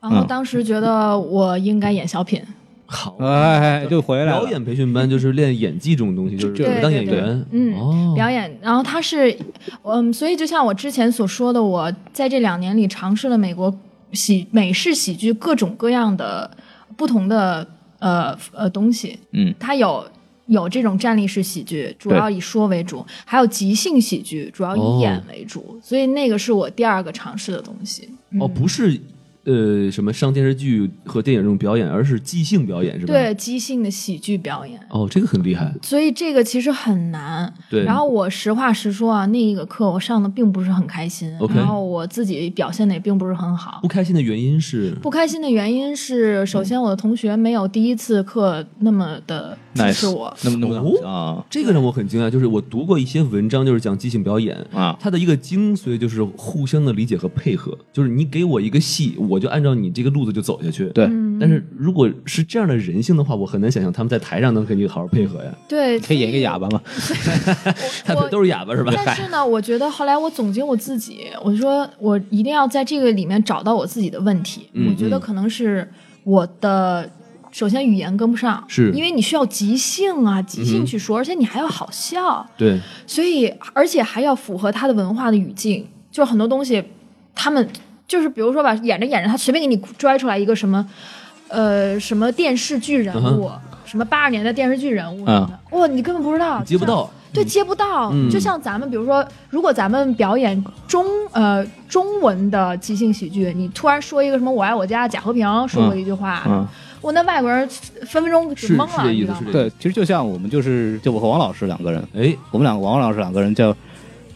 Speaker 1: 然后
Speaker 2: 嗯
Speaker 1: 当时觉得我应该演小品，
Speaker 3: 好，
Speaker 2: 哎，就回来
Speaker 3: 表
Speaker 2: 了。
Speaker 3: 演培训班就是练演技这种东西，就是
Speaker 2: 这
Speaker 3: 怎么当演员，
Speaker 1: 嗯，
Speaker 3: 哦，
Speaker 1: 表演。然后他是，嗯，所以就像我之前所说的，我在这两年里尝试了美国喜美式喜剧各种各样的不同的呃呃东西。
Speaker 2: 嗯，
Speaker 1: 它有有这种站立式喜剧，主要以说为主，还有即兴喜剧，主要
Speaker 3: 哦
Speaker 1: 以演为主。所以那个是我第二个尝试的东西。
Speaker 3: 哦，不是，呃，什么上电视剧和电影这种表演，而是即兴表演是吧？，
Speaker 1: 对即兴的喜剧表演，
Speaker 3: 哦，这个很厉害，
Speaker 1: 所以这个其实很难。
Speaker 3: 对，
Speaker 1: 然后我实话实说啊，那一个课我上的并不是很开心
Speaker 3: OK
Speaker 1: 然后我自己表现的也并不是很好
Speaker 3: 不。开心的原因是
Speaker 1: 不开心的原因是，首先我的同学没有第一次课那么的支持
Speaker 2: nice，
Speaker 1: 我。
Speaker 2: 那么那么啊
Speaker 3: 这个让我很惊讶，就是我读过一些文章，就是讲即兴表演。
Speaker 2: 啊，
Speaker 3: 它的一个精髓就是互相的理解和配合，就是你给我一个戏，我就按照你这个路子就走下去。
Speaker 2: 对
Speaker 1: 嗯，
Speaker 3: 但是如果是这样的人性的话，我很难想象他们在台上能跟你好好配合呀。 [laughs]
Speaker 1: 对，
Speaker 2: 可以演一个哑
Speaker 1: 巴。
Speaker 2: 巴吗？
Speaker 3: 他
Speaker 1: 我
Speaker 3: 们 [laughs] 都是哑巴是吧？
Speaker 1: 但是呢，我觉得后来我总结我自己，我说我一定要在这个里面找到我自己的问题。
Speaker 3: 嗯
Speaker 1: 我觉得可能是我的。首先，语言跟不上，
Speaker 3: 是
Speaker 1: 因为你需要即兴啊，即
Speaker 3: 嗯哼
Speaker 1: 兴去说，而且你还要好笑，
Speaker 3: 对，
Speaker 1: 所以而且还要符合他的文化的语境，就是很多东西，他们就是比如说吧，演着演着，他随便给你拽出来一个什么，呃，什么电视剧人
Speaker 3: 嗯
Speaker 1: 物，什么八十年代电视剧人物什么的，哇、你根本不知道，
Speaker 3: 接不
Speaker 1: 就像
Speaker 3: 到。
Speaker 1: 对，接不到。
Speaker 3: 嗯
Speaker 1: 就像咱们，比如说，如果咱们表演中呃中文的即兴喜剧，你突然说一个什么“我爱我家”，贾和平说过一句话，
Speaker 2: 嗯，
Speaker 3: 啊
Speaker 1: 我那外国人分分钟就是懵
Speaker 3: 是
Speaker 1: 了，
Speaker 3: 这
Speaker 1: 你
Speaker 3: 意
Speaker 1: 知
Speaker 3: 思
Speaker 1: 道，
Speaker 3: 是
Speaker 1: 吗？
Speaker 3: 这
Speaker 2: 对
Speaker 3: 意思。，
Speaker 2: 其实就像我们就是就我和王老师两个人，
Speaker 3: 哎，
Speaker 2: 我们两个王老师两个人叫。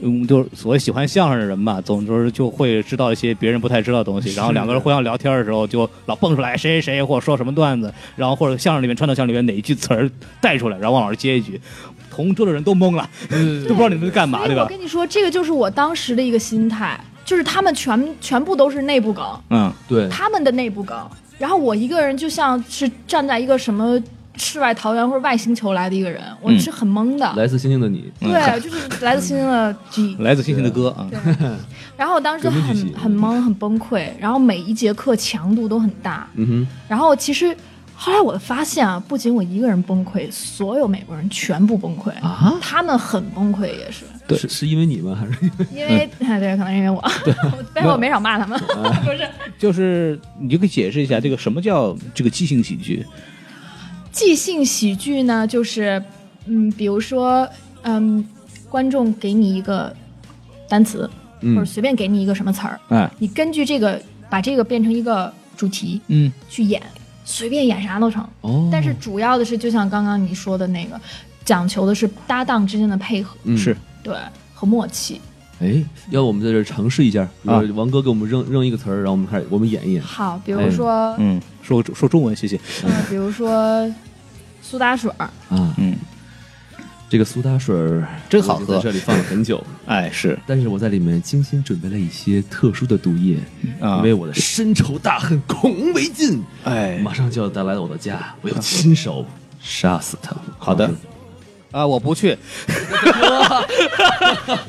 Speaker 2: 嗯，就是所谓喜欢相声的人吧，总之就会知道一些别人不太知道的东西。
Speaker 3: 是
Speaker 2: 然后两个人互相聊天的时候，就老蹦出来谁谁谁，或者说什么段子，然后或者相声里面、传统相声里面哪一句词儿带出来，然后王老师接一句，同桌的人都懵了， [laughs] 都不知道你们在干嘛，
Speaker 1: 所
Speaker 2: 对
Speaker 1: 以我
Speaker 2: 吧？
Speaker 1: 跟你说，这个就是我当时的一个心态，就是他们全全部都是内部梗，
Speaker 2: 嗯，
Speaker 3: 对，
Speaker 1: 他们的内部梗，然后我一个人就像是站在一个什么世外桃源或者外星球来的一个人，我
Speaker 2: 嗯
Speaker 1: 是很懵的。
Speaker 3: 来自星星的你，
Speaker 1: 对，就是来自星星的
Speaker 2: [laughs]
Speaker 1: 你。
Speaker 2: 来自星星的歌啊，
Speaker 1: 然后我当时就
Speaker 3: 革命
Speaker 1: 很
Speaker 3: 巨星
Speaker 1: 很懵、很崩溃，然后每一节课强度都很大。
Speaker 3: 嗯
Speaker 1: 然后其实后来我发现啊，不仅我一个人崩溃，所有美国人全部崩溃，
Speaker 3: 哼啊，
Speaker 1: 他们很崩溃也是，
Speaker 2: 对
Speaker 3: 是是因为你吗？还是因为
Speaker 1: 因为、 [laughs] 哎对，可能是因为我， [laughs] 背后我没少骂他们，不是
Speaker 2: 就是你就可以解释一下这个什么叫这个即兴喜剧，
Speaker 1: [laughs] 即兴喜剧呢，就是嗯，比如说嗯，观众给你一个单词， [laughs] 或者
Speaker 3: 嗯
Speaker 1: 随便给你一个什么词儿，
Speaker 2: 哎，
Speaker 1: 你根据这个把这个变成一个主题
Speaker 2: 嗯，
Speaker 1: 去演，随便演啥都成。
Speaker 3: 哦，
Speaker 1: 但是主要的是，就像刚刚你说的那个，讲求的是搭档之间的配合，
Speaker 3: 嗯
Speaker 2: 是
Speaker 1: 对和默契。
Speaker 3: 哎，要不我们在这儿尝试一下，比如
Speaker 2: 啊
Speaker 3: 说王哥给我们扔扔一个词儿，然后我们开始我们演一演。
Speaker 1: 好，比如说，
Speaker 2: 嗯，说说中文，谢谢，
Speaker 1: 嗯、比如说苏打水儿， [laughs]
Speaker 3: 啊，
Speaker 2: 嗯，
Speaker 3: 这个苏打水儿
Speaker 2: 真好喝
Speaker 3: 我已经在这里放了很久，
Speaker 2: 哎，是
Speaker 3: 但是我在里面精心准备了一些特殊的毒液，
Speaker 2: 啊
Speaker 3: 因为我的深仇大恨恐为尽，
Speaker 2: 哎
Speaker 3: 马上就要带来我的家，我要亲手杀死他。
Speaker 2: 好的啊，我不去。 [laughs]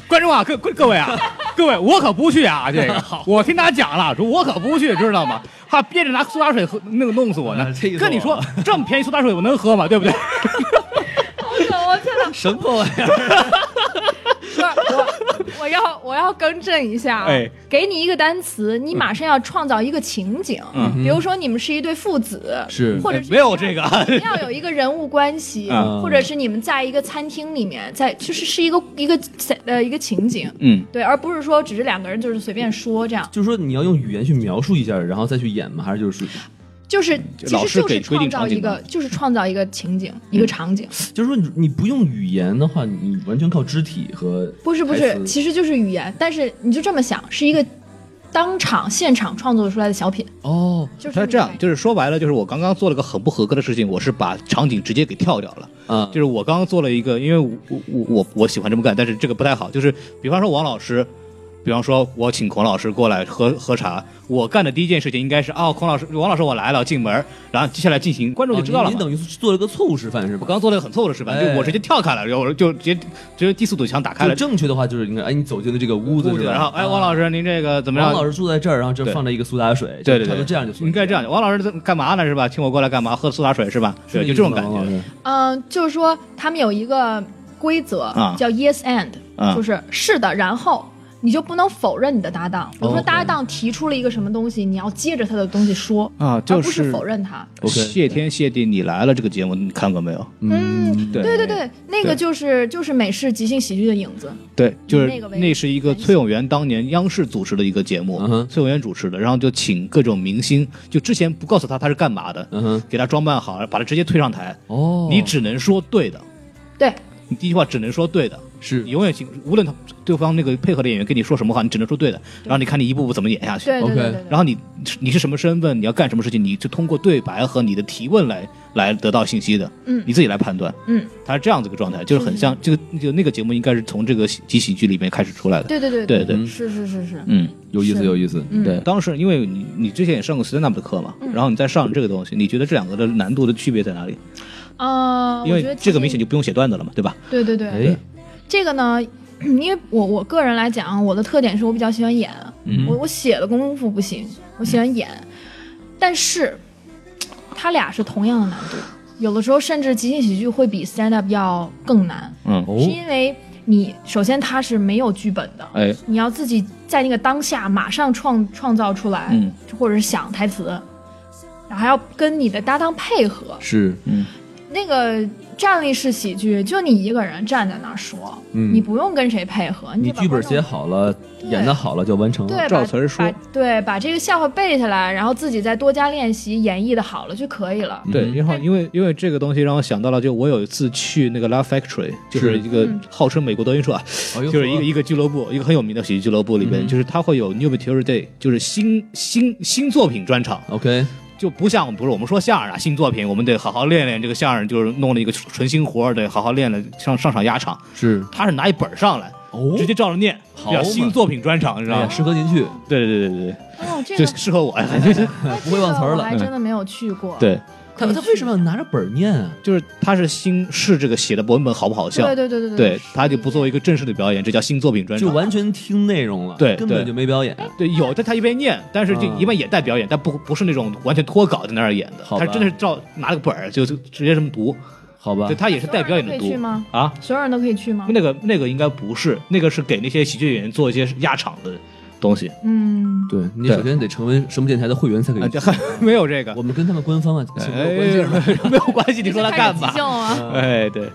Speaker 2: 观众啊，各各各位啊，各位，我可不去
Speaker 3: [laughs]
Speaker 2: 啊！这个，我听他讲了，说我可不去，知道吗？还憋着拿苏打水喝，那个弄死我呢
Speaker 3: [laughs] 哎气死我了
Speaker 2: 跟你说，这么便宜苏打水，我能喝吗？对不
Speaker 3: [laughs]
Speaker 2: 对？
Speaker 1: 我天哪！
Speaker 3: 什么玩意儿？
Speaker 1: 不是我，我要我要更正一下啊！
Speaker 2: 哎
Speaker 1: 给你一个单词，你马上要创造一个情景，
Speaker 2: 嗯
Speaker 1: 比如说你们是一对父子，
Speaker 3: 是
Speaker 1: 或者是
Speaker 2: 没有这个啊
Speaker 1: 你要有一个人物关系，
Speaker 2: 嗯
Speaker 1: 或者是你们在一个餐厅里面，在就是是一个一个呃一个情景，
Speaker 2: 嗯，
Speaker 1: 对，而不是说只是两个人就是随便说这样，
Speaker 3: 就是说你要用语言去描述一下，然后再去演吗？还是就是
Speaker 1: 就是其
Speaker 2: 嗯老师
Speaker 1: 实就
Speaker 2: 给
Speaker 1: 是
Speaker 2: 规定场
Speaker 1: 创造
Speaker 2: 景
Speaker 1: 一个
Speaker 2: 吗
Speaker 1: 就是创造一个情景一个场景，
Speaker 3: 就是说你你不用语言的话，你完全靠肢体和
Speaker 1: 不是不
Speaker 3: 台
Speaker 1: 是，
Speaker 3: 词
Speaker 1: 其实就是语言，但是你就这么想，是一个当场现场创作出来的小品，
Speaker 3: 哦
Speaker 1: 就是
Speaker 2: 他
Speaker 1: 你
Speaker 2: 这样
Speaker 1: 在，
Speaker 2: 就是说白了，就是我刚刚做了个很不合格的事情，我是把场景直接给跳掉了。
Speaker 3: 啊，
Speaker 2: 就是我刚刚做了一个，因为我我我我喜欢这么干，但是这个不太好。就是比方说王老师，比方说，我请孔老师过来喝喝茶，我干的第一件事情应该是哦，孔老师、王老师我来了，进门，然后接下来进行观众就知道了
Speaker 3: 您
Speaker 2: 嘛。
Speaker 3: 哦等于做了个错误示范是吧？
Speaker 2: 我刚做了一个很错误的示范，就
Speaker 3: 哎
Speaker 2: 我直接跳开了，然后我就直接直接第四堵墙打开
Speaker 3: 就
Speaker 2: 了，
Speaker 3: 正确的话就是应该，哎，你走进了这个屋子
Speaker 2: 进
Speaker 3: 是
Speaker 2: 去
Speaker 3: 吧？
Speaker 2: 了然后哎，王老师您这个怎么
Speaker 3: 王
Speaker 2: 样？
Speaker 3: 老师住在这儿，然后这
Speaker 2: 对
Speaker 3: 放着一个苏打水，
Speaker 2: 对对
Speaker 3: 就差不
Speaker 2: 对，
Speaker 3: 多这样就行。
Speaker 2: 应该这样。王老师在干嘛呢？是吧？请我过来干嘛？喝苏打水是吧？
Speaker 3: 是
Speaker 2: 对，
Speaker 3: 这
Speaker 2: 就
Speaker 3: 意
Speaker 2: 这
Speaker 3: 思吗，
Speaker 2: 种感
Speaker 3: 王老
Speaker 2: 觉
Speaker 3: 师。
Speaker 1: 嗯、就是说他们有一个规则、
Speaker 2: 啊
Speaker 1: 叫 yes and，、
Speaker 2: 啊
Speaker 1: 就是是的，然后。你就不能否认你的搭档，比如说
Speaker 2: 哦 OK
Speaker 1: 搭档提出了一个什么东西，你要接着他的东西说，
Speaker 2: 啊，就
Speaker 1: 而不是否认他。
Speaker 3: OK
Speaker 2: 谢天谢地你来了这个节目，你看过没有？
Speaker 1: 嗯，
Speaker 2: 对
Speaker 1: 对对对，那个
Speaker 2: 对
Speaker 1: 就是就是美式即兴喜剧的影子。
Speaker 2: 对，就是
Speaker 1: 那个为
Speaker 2: 那是一个
Speaker 1: 原型
Speaker 2: 崔永元当年央视主持的一个节目
Speaker 3: 嗯哼，
Speaker 2: 崔永元主持的，然后就请各种明星，就之前不告诉他他是干嘛的，
Speaker 3: 嗯哼，
Speaker 2: 给他装扮好，把他直接推上台，
Speaker 3: 哦，
Speaker 2: 你只能说对的，
Speaker 1: 对，
Speaker 2: 你第一句话只能说对的，
Speaker 3: 是
Speaker 2: 你永远行，无论他对方那个配合的演员跟你说什么话，你只能说对的，然后你看你一步步怎么演下去。
Speaker 1: 对对
Speaker 3: OK
Speaker 1: 对对对。
Speaker 2: 然后你你是什么身份，你要干什么事情，你就通过对白和你的提问来来得到信息的，
Speaker 1: 嗯
Speaker 2: 你自己来判断，
Speaker 1: 嗯，
Speaker 2: 它是这样子一个状态，就是很像这个就那个节目应该是从这个喜即喜剧里面开始出来的，
Speaker 1: 对对对
Speaker 2: 对对，
Speaker 1: 是是是是，
Speaker 2: 嗯，
Speaker 3: 有意思，
Speaker 1: 是
Speaker 3: 有意思。
Speaker 1: 嗯
Speaker 2: 对，当时因为你你之前也上过 stand up 的课嘛，然后你再上这个东西，你觉得这两个的难度的区别在哪里？
Speaker 1: 呃，
Speaker 2: 因
Speaker 1: 我觉得
Speaker 2: 为这个明显
Speaker 1: 就
Speaker 2: 就不用写段子了嘛，对吧？
Speaker 1: 对对对，
Speaker 3: 哎，
Speaker 1: 这个呢， [clears throat] 因为我我个人来讲，我的特点是我比较喜欢演，
Speaker 2: 嗯
Speaker 1: 我我写的功夫不行，我喜欢演，但是它俩是同样的难度，有的时候甚至即兴喜剧会比 stand up 要更难，
Speaker 2: 嗯，
Speaker 3: 哦
Speaker 1: 是，因为你首先它是没有剧本的，
Speaker 2: 哎，
Speaker 1: 你要自己在那个当下马上创创造出来，
Speaker 2: 嗯
Speaker 1: 或者是想台词，然后还要跟你的搭档配合。
Speaker 3: 是，
Speaker 1: 那个站立式喜剧，就你一个人站在那儿说，
Speaker 3: 嗯
Speaker 1: 你不用跟谁配合，
Speaker 3: 你
Speaker 1: 就把
Speaker 3: 剧本
Speaker 1: 观众
Speaker 3: 写好了，演的好了就完成了。
Speaker 1: 对，
Speaker 2: 照
Speaker 1: 把
Speaker 2: 词儿说
Speaker 1: 把对，把这个笑话背下来，然后自己再多加练习，演绎的好了就可以了。
Speaker 2: 对，
Speaker 3: 嗯
Speaker 2: 然后因为因为这个东西让我想到了，就我有一次去那个 Laugh Factory，就是
Speaker 3: 是
Speaker 2: 一个
Speaker 1: 嗯
Speaker 2: 号称美国德云社啊，
Speaker 3: 哎呦
Speaker 2: 就是一
Speaker 3: 呵
Speaker 2: 个一个俱乐部，一个很有名的喜剧俱乐部里边，
Speaker 3: 嗯
Speaker 2: 就是它会有 New Material Day，就是新新新作品专场，
Speaker 3: OK，
Speaker 2: 就不像我们不是我们说相声啊，新作品我们得好好练练这个相声，就是弄了一个纯新活儿，得好好练练上上场压场。
Speaker 3: 是
Speaker 2: 他是拿一本儿上来，
Speaker 3: 哦
Speaker 2: 直接照着念，
Speaker 3: 好
Speaker 2: 叫
Speaker 3: 嘛
Speaker 2: 新作品专场，你知
Speaker 3: 哎
Speaker 2: 道
Speaker 3: 呀
Speaker 2: 吗？
Speaker 3: 适合您去，
Speaker 2: 对对对对
Speaker 1: 哦，这
Speaker 2: 对，
Speaker 1: 个
Speaker 2: 嗯就适合我，哎 [laughs] 就是
Speaker 1: 哎
Speaker 3: 不会忘词儿
Speaker 1: 这个我
Speaker 3: 了
Speaker 1: 还真的没有去过。
Speaker 2: 嗯对，
Speaker 3: 他他为什么要拿着本儿念啊？
Speaker 2: 就是他是新试这个写的文本好不好笑
Speaker 1: 对，对对对对
Speaker 2: 对，他就不作为一个正式的表演，这叫新作品专
Speaker 3: 就
Speaker 2: 场。
Speaker 3: 完全听内容了，
Speaker 2: 对
Speaker 3: 根本
Speaker 2: 对
Speaker 3: 就没表演。
Speaker 2: 对，有，但他一边念，但是就
Speaker 3: 啊
Speaker 2: 一般也带表演，但不不是那种完全脱稿在那儿演的，
Speaker 3: 好吧
Speaker 2: 他真的是照拿了个本儿就就直接这么读，
Speaker 3: 好吧
Speaker 2: 对，，他也是带表演的
Speaker 1: 所有人都可以
Speaker 2: 读
Speaker 1: 去吗
Speaker 2: 啊。
Speaker 1: 所有人都可以去吗？
Speaker 2: 那个那个应该不是，那个是给那些喜剧演员做一些压场的东西
Speaker 1: 嗯，
Speaker 3: 对你
Speaker 2: 对
Speaker 3: 首先得成为什么电台的会员才可
Speaker 2: 啊，
Speaker 3: 以
Speaker 2: 这
Speaker 3: 去。
Speaker 2: 还 [laughs] 没有这个
Speaker 3: [laughs] 我，们跟他们官方啊，
Speaker 2: 哎
Speaker 3: 没有关系是吧？
Speaker 2: 没有关系，你说他
Speaker 1: 开始
Speaker 2: 干
Speaker 1: 即
Speaker 2: 嘛
Speaker 1: 兴？了吗？
Speaker 2: 哎，对，因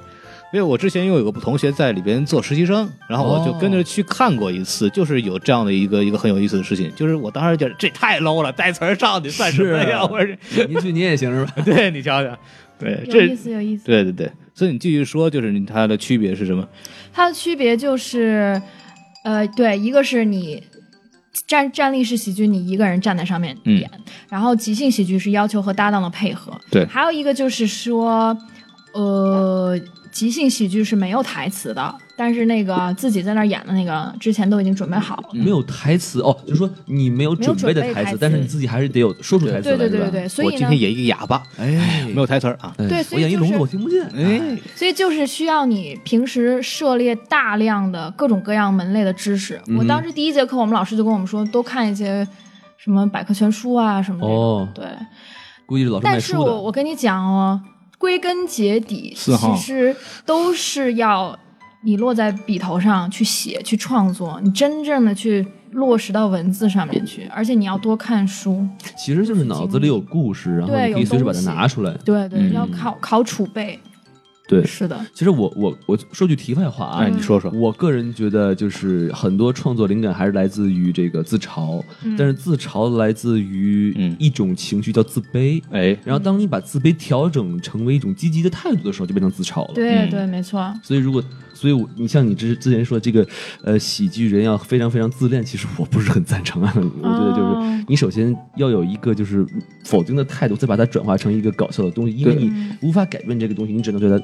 Speaker 2: 为我之前因为有个同学在里边做实习生，然后我就跟着去看过一次，就是有这样的一个一个很有意思的事情，就是我当时觉得这太 low 了，带词儿上去算什么
Speaker 3: 是
Speaker 2: 呀？
Speaker 3: 啊
Speaker 2: 我是，
Speaker 3: 您去您也行是吧？
Speaker 2: [laughs] 对你瞧瞧，对
Speaker 1: 有
Speaker 2: 这
Speaker 1: 意，思有意思。
Speaker 2: 对对对，所以你继续说，就是你它的区别是什么？
Speaker 1: 它的区别就是，呃，对，一个是你站站立式喜剧，你一个人站在上面演；然后即兴喜剧是要求和搭档的配合。
Speaker 2: 对
Speaker 1: 还有一个就是说，呃，即兴喜剧是没有台词的，但是那个自己在那儿演的那个之前都已经准备好了。
Speaker 3: 没有台词哦，就是说你没有
Speaker 1: 没有
Speaker 3: 准备
Speaker 1: 准备
Speaker 3: 的台
Speaker 1: 台词
Speaker 3: 词，但是你自己还是得有说出台词
Speaker 1: 对
Speaker 3: 来，
Speaker 1: 对对对
Speaker 3: 是吧？
Speaker 1: 对，所
Speaker 2: 我
Speaker 1: 以
Speaker 2: 今
Speaker 1: 呢
Speaker 2: 天，演一个哑巴，
Speaker 3: 哎，
Speaker 2: 没有台词儿啊。
Speaker 3: 哎
Speaker 1: 对所
Speaker 3: 我
Speaker 1: 以
Speaker 3: 演一
Speaker 1: 就
Speaker 3: 聋
Speaker 1: 是
Speaker 3: 子，我听不见。哎，
Speaker 1: 所以就是需要你平时涉猎大量的各种各样门类的知识。我当时第一节课，我们老师就跟我们说，多看一些什么百科全书啊什么的。
Speaker 3: 哦
Speaker 1: 对，
Speaker 3: 估计是老师卖
Speaker 1: 但是
Speaker 3: 书
Speaker 1: 我
Speaker 3: 的。
Speaker 1: 我跟你讲哦，归根结底，
Speaker 2: 是
Speaker 1: 其
Speaker 2: 哈
Speaker 1: 实都是要你落在笔头上去写、去创作，你真正的去落实到文字上面去，而且你要多看书。
Speaker 3: 其实就是脑子里有故事，然后
Speaker 1: 对
Speaker 3: 你可以
Speaker 1: 有
Speaker 3: 随时把它
Speaker 1: 东西
Speaker 3: 拿出来。
Speaker 1: 对对，
Speaker 2: 嗯
Speaker 1: 要考考储备。
Speaker 3: 对
Speaker 1: 是的，
Speaker 3: 其实我我我说句题外话啊，
Speaker 2: 哎，你说说，
Speaker 3: 我个人觉得，就是很多创作灵感还是来自于这个自嘲，但是自嘲来自于
Speaker 2: 嗯
Speaker 3: 一种情绪叫自卑。
Speaker 2: 哎，
Speaker 3: 然后，当你把自卑调整成为一种积极的态度的时候，就变成自嘲了。
Speaker 1: 对
Speaker 2: 嗯
Speaker 1: 对，没错。
Speaker 3: 所以，如果，所以我你像你之之前说这个，呃，喜剧人要非常非常自恋，其实我不是很赞成啊。我觉得就是
Speaker 1: 哦
Speaker 3: 你首先要有一个就是否定的态度，再把它转化成一个搞笑的东西，因为
Speaker 2: 对
Speaker 3: 你无法改变这个东西，你只能对它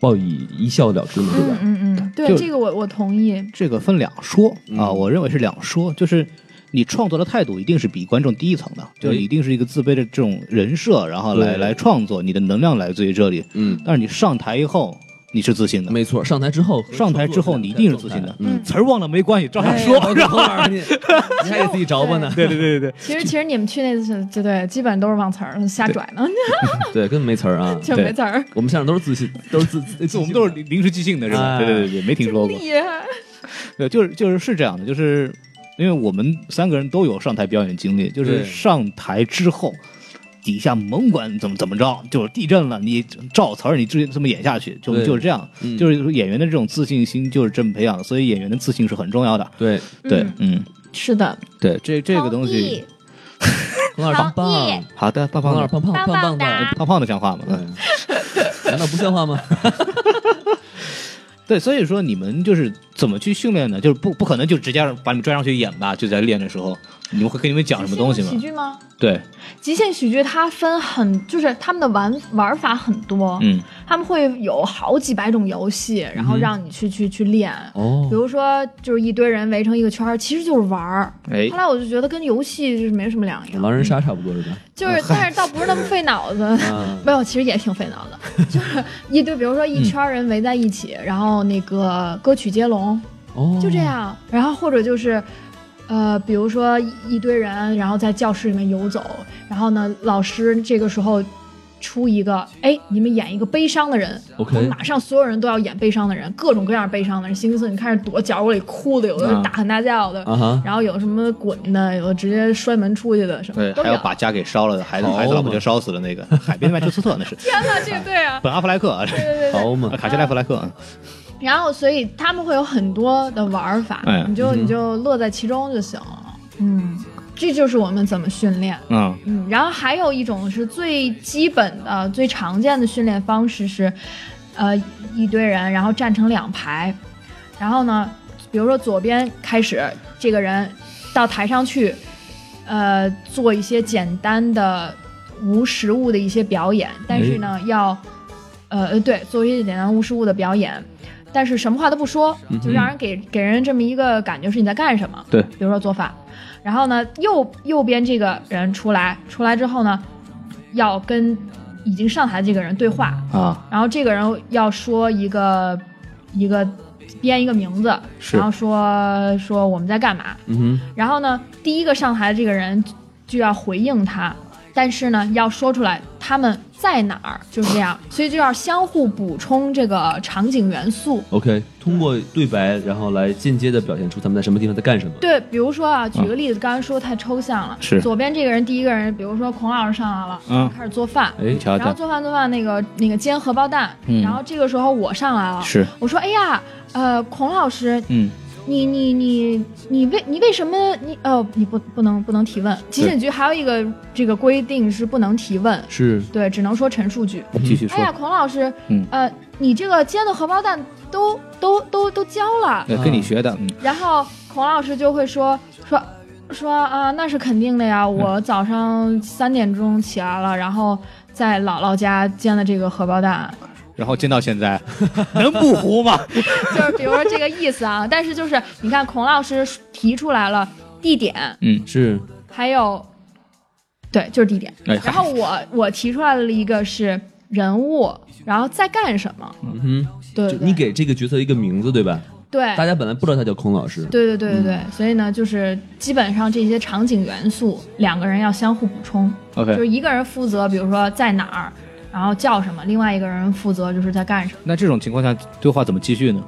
Speaker 3: 报以一笑了之嘛，对
Speaker 1: 嗯
Speaker 3: 吧？
Speaker 1: 嗯嗯，对
Speaker 2: 就
Speaker 1: 这个我我同意。
Speaker 2: 这个分两说
Speaker 3: 嗯
Speaker 2: 啊，我认为是两说，就是你创作的态度一定是比观众低一层的，就
Speaker 3: 对
Speaker 2: 你一定是一个自卑的这种人设，然后来
Speaker 3: 对
Speaker 2: 来创作，你的能量来自于这里。
Speaker 3: 嗯，
Speaker 2: 但是你上台以后，你是自信的，
Speaker 3: 没错，上台之后，
Speaker 2: 上台之后你一定是自信的
Speaker 3: 嗯，
Speaker 2: 词儿忘了没关系，照样
Speaker 3: 哎
Speaker 2: 说。
Speaker 3: [laughs] 好好玩儿你你还给自己着 [laughs] 吧呢？对对
Speaker 2: [laughs]
Speaker 3: 对对
Speaker 1: 其实其实你们去那次，对对，基本上都是忘词儿，瞎拽呢， [laughs]
Speaker 3: 对，根本没词儿啊，
Speaker 1: 就没词儿，
Speaker 3: 我们现场都是自信，都是自， [laughs] 自
Speaker 2: 我们都是临临时即兴的是吧？
Speaker 3: 哎
Speaker 2: 对对对对，没听说过。
Speaker 1: 厉害。
Speaker 2: 对，就是就是是这样的，就是因为我们三个人都有上台表演经历，就是
Speaker 3: 对
Speaker 2: 上台之后，底下甭管怎么怎么着，就是地震了，你照词儿，你直接这么演下去，就
Speaker 3: 对
Speaker 2: 就是这样，
Speaker 3: 嗯
Speaker 2: 就是说演员的这种自信心就是这么培养的，所以演员的自信是很重要的。
Speaker 3: 对
Speaker 2: 对
Speaker 1: 嗯，
Speaker 2: 嗯，
Speaker 1: 是的，
Speaker 2: 对，这这个东西，
Speaker 3: 孔老师棒棒，
Speaker 2: 好的，棒
Speaker 3: 孔
Speaker 2: 棒
Speaker 3: 老师
Speaker 2: 的，
Speaker 3: 棒棒棒棒的，
Speaker 2: 胖胖的像话嗯吗？
Speaker 3: 对， [laughs] 难道不像话吗？
Speaker 2: 对，所以说你们就是怎么去训练呢？就是不不可能就直接把你们拽上去演吧，就在练的时候，你们会跟你们讲什么东西
Speaker 1: 喜
Speaker 2: 吗？
Speaker 1: 剧吗？
Speaker 2: 对，
Speaker 1: 即兴喜剧它分很，就是他们的玩玩法很多，
Speaker 2: 嗯
Speaker 1: 他们会有好几百种游戏，然后让你去去去练。
Speaker 3: 哦
Speaker 1: 比，如说，就是一堆人围成一个圈儿，其实就是玩儿。
Speaker 2: 哎
Speaker 1: 后来我就觉得跟游戏就是没什么两样，
Speaker 3: 狼人杀差不多是吧？
Speaker 1: 就是但是倒不是那么费脑子。
Speaker 3: 啊，
Speaker 1: 没有，其实也挺费脑的， [laughs] 就是一堆，比如说一圈儿人围在一起，然后那个歌曲接龙，
Speaker 3: 哦，
Speaker 2: 嗯
Speaker 1: 就这，样。然后或者就是，呃，比如说一一堆人，然后在教室里面游走，然后呢，老师这个时候出一个，哎，你们演一个悲伤的人。
Speaker 2: 哎
Speaker 3: OK
Speaker 1: 我们马上所有人都要演悲伤的人，各种各样悲伤的人。形形色色，你看是躲角落里哭的，有的
Speaker 3: 啊
Speaker 1: 是大喊大叫的，
Speaker 3: 啊哈，
Speaker 1: 然后有什么滚的，有的直接摔门出去的，什么
Speaker 2: 对，
Speaker 1: 都
Speaker 2: 哎还
Speaker 1: 有
Speaker 2: 有。把家给烧了，孩子
Speaker 3: 好
Speaker 2: 孩子老婆
Speaker 3: 嘛
Speaker 2: 就烧死了那 [laughs] 个海边曼彻斯特那是
Speaker 1: 天哪，这个对啊，
Speaker 2: 本阿弗莱克啊，
Speaker 1: 对对对对。
Speaker 3: 好嘛，
Speaker 2: 卡西莱弗莱克啊，
Speaker 1: 然后，所以他们会有很多的玩法，
Speaker 2: 哎
Speaker 1: 你就你就乐在其中就行了。嗯，这就是我们怎么训练。
Speaker 2: 嗯
Speaker 1: 嗯，然后还有一种是最基本的、最常见的训练方式是，呃，一堆人然后站成两排，然后呢，比如说左边开始这个人到台上去，呃，做一些简单的无实物的一些表演，但是呢，要呃呃对，做一些简单无实物的表演。但是什么话都不说，就让人给给人这么一个感觉是你在干什么。
Speaker 2: 对
Speaker 1: 比如说做饭，然后呢，右右边这个人出来，出来之后呢，要跟已经上台的这个人对话，
Speaker 2: 啊，
Speaker 1: 然后这个人要说一个一个编一个名字，
Speaker 2: 是
Speaker 1: 然后说说我们在干嘛，
Speaker 3: 嗯
Speaker 1: 然后呢，第一个上台的这个人就就要回应他，但是呢，要说出来他们在哪儿，就是这样，所以就要相互补充这个场景元素。
Speaker 3: 哼，OK，通过对白，然后来间接的表现出他们在什么地方在干什么。
Speaker 1: 对，比如说啊，举个例子，刚才说太抽象了。
Speaker 2: 是
Speaker 1: 左边这个人，第一个人，比如说孔老师上来了，
Speaker 2: 嗯
Speaker 1: 开始做饭，
Speaker 3: 哎，
Speaker 2: 你瞧
Speaker 1: 然后
Speaker 2: 瞧，
Speaker 1: 做饭做饭那个那个煎荷包蛋，
Speaker 2: 嗯
Speaker 1: 然后这个时候我上来了，
Speaker 2: 是，
Speaker 1: 我说哎呀，呃，孔老师，
Speaker 2: 嗯，
Speaker 1: 你你你你为你为什么你呃你不不能不能提问？集
Speaker 2: 对
Speaker 1: 审局还有一个这个规定是不能提问，
Speaker 3: 是
Speaker 1: 对，只能说陈述句。
Speaker 2: 继续说
Speaker 1: 哎，呀，孔老师，
Speaker 2: 嗯
Speaker 1: 呃，你这个煎的荷包蛋都都都都焦了，
Speaker 2: 对，跟你学的，嗯，
Speaker 1: 然后孔老师就会说说说啊，那是肯定的
Speaker 3: 嗯
Speaker 1: 呀，我早上三点钟起来了，然后在姥姥家煎了这个荷包
Speaker 3: [laughs]
Speaker 1: 蛋，
Speaker 2: 然后见到现 [laughs] 在，能不糊吗？
Speaker 1: 就是比如说这个意思啊。但是就是你看孔老师提出来了地点，
Speaker 2: 嗯，
Speaker 3: 是，
Speaker 1: 还有对，就是地点。
Speaker 2: 哎，
Speaker 1: 然后我我提出来了一个是人物，然后在干什么？
Speaker 3: 嗯哼，
Speaker 1: 对
Speaker 3: 就
Speaker 1: 对
Speaker 3: 你给这个角色一个名字，对吧？
Speaker 1: 对
Speaker 3: 大家嗯本来不知道他叫孔老师，
Speaker 1: 对对对对对，所以呢，就是基本上这些场景元素，两个人要相互补充。就
Speaker 2: OK，
Speaker 1: 是一个人负责，比如说在哪儿，然后叫什么，另外一个人负责就是在干什么。
Speaker 2: 那这种情况下对话怎么继续呢？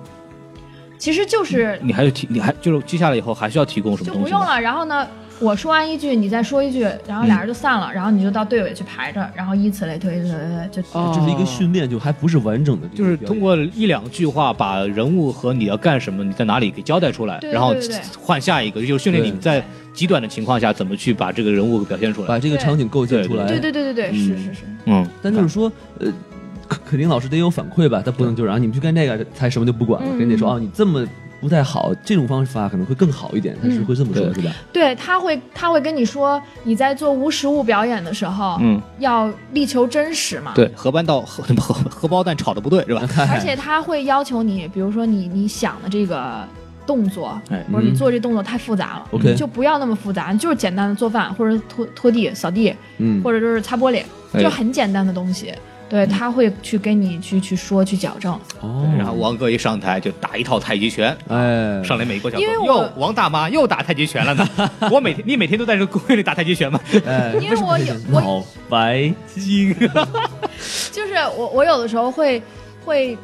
Speaker 1: 其实就是
Speaker 2: 你还有提，你还就是记下来以后还需要提供什么
Speaker 1: 就
Speaker 2: 东
Speaker 1: 不
Speaker 2: 西？
Speaker 1: 用
Speaker 2: 吗？
Speaker 1: 了。然后呢，我说完一句，你再说一句，然后俩人就散
Speaker 2: 嗯
Speaker 1: 了，然后你就到队尾去排着，然后依此类推，依此类推就。
Speaker 2: 哦
Speaker 3: 这是一个训练，就还不是完整的这
Speaker 2: 就是
Speaker 3: 个表演，
Speaker 2: 通过一两句话把人物和你要干什么、你在哪里给交代出来，
Speaker 1: 对
Speaker 2: 然后
Speaker 1: 对对对
Speaker 2: 换下一个，就是训练你
Speaker 3: 对
Speaker 2: 在极短的情况下怎么去把这个人物表现出来。
Speaker 3: 把这个
Speaker 1: 对
Speaker 3: 场景构建
Speaker 2: 对
Speaker 3: 出来。
Speaker 1: 对对对对对，是是是，
Speaker 2: 哎嗯，
Speaker 3: 但就是说，呃，啊肯肯定老师得有反馈吧，他不能就让你们去干这个，他什么就不管了，肯
Speaker 1: 嗯
Speaker 3: 定得说啊，你这么不太好，这种方法可能会更好一点。他是会这么说，
Speaker 2: 嗯
Speaker 3: 是吧？
Speaker 1: 对他会他会跟你说，你在做无实物表演的时候，
Speaker 2: 嗯，
Speaker 1: 要力求真实嘛。
Speaker 2: 对，荷包蛋 [laughs] 荷荷荷包蛋炒的不对 [laughs] 是吧？
Speaker 3: 哎
Speaker 1: 而且他会要求你，比如说你你想的这个动作，
Speaker 2: 哎
Speaker 1: 或者你
Speaker 3: 嗯
Speaker 1: 做这动作太复杂了，
Speaker 3: OK
Speaker 1: 你就不要那么复杂，你就是简单的做饭或者拖拖地、扫地，
Speaker 3: 嗯
Speaker 1: 或者就是擦玻璃，
Speaker 2: 哎
Speaker 1: 就很简单的东西。对他会去跟你去去说去矫正，
Speaker 3: 哦，
Speaker 2: 嗯然后王哥一上台就打一套太极拳，
Speaker 3: 哎，
Speaker 2: 上来美国小朋
Speaker 1: 因为
Speaker 2: 友，
Speaker 1: 我
Speaker 2: 哟，王大妈又打太极拳了
Speaker 1: [laughs]
Speaker 2: 呢。我每天你每天都在这公园里打太极拳吗？
Speaker 3: 哎，
Speaker 1: 因为我有我
Speaker 3: 脑白金，
Speaker 1: 就是我，我有的时候会会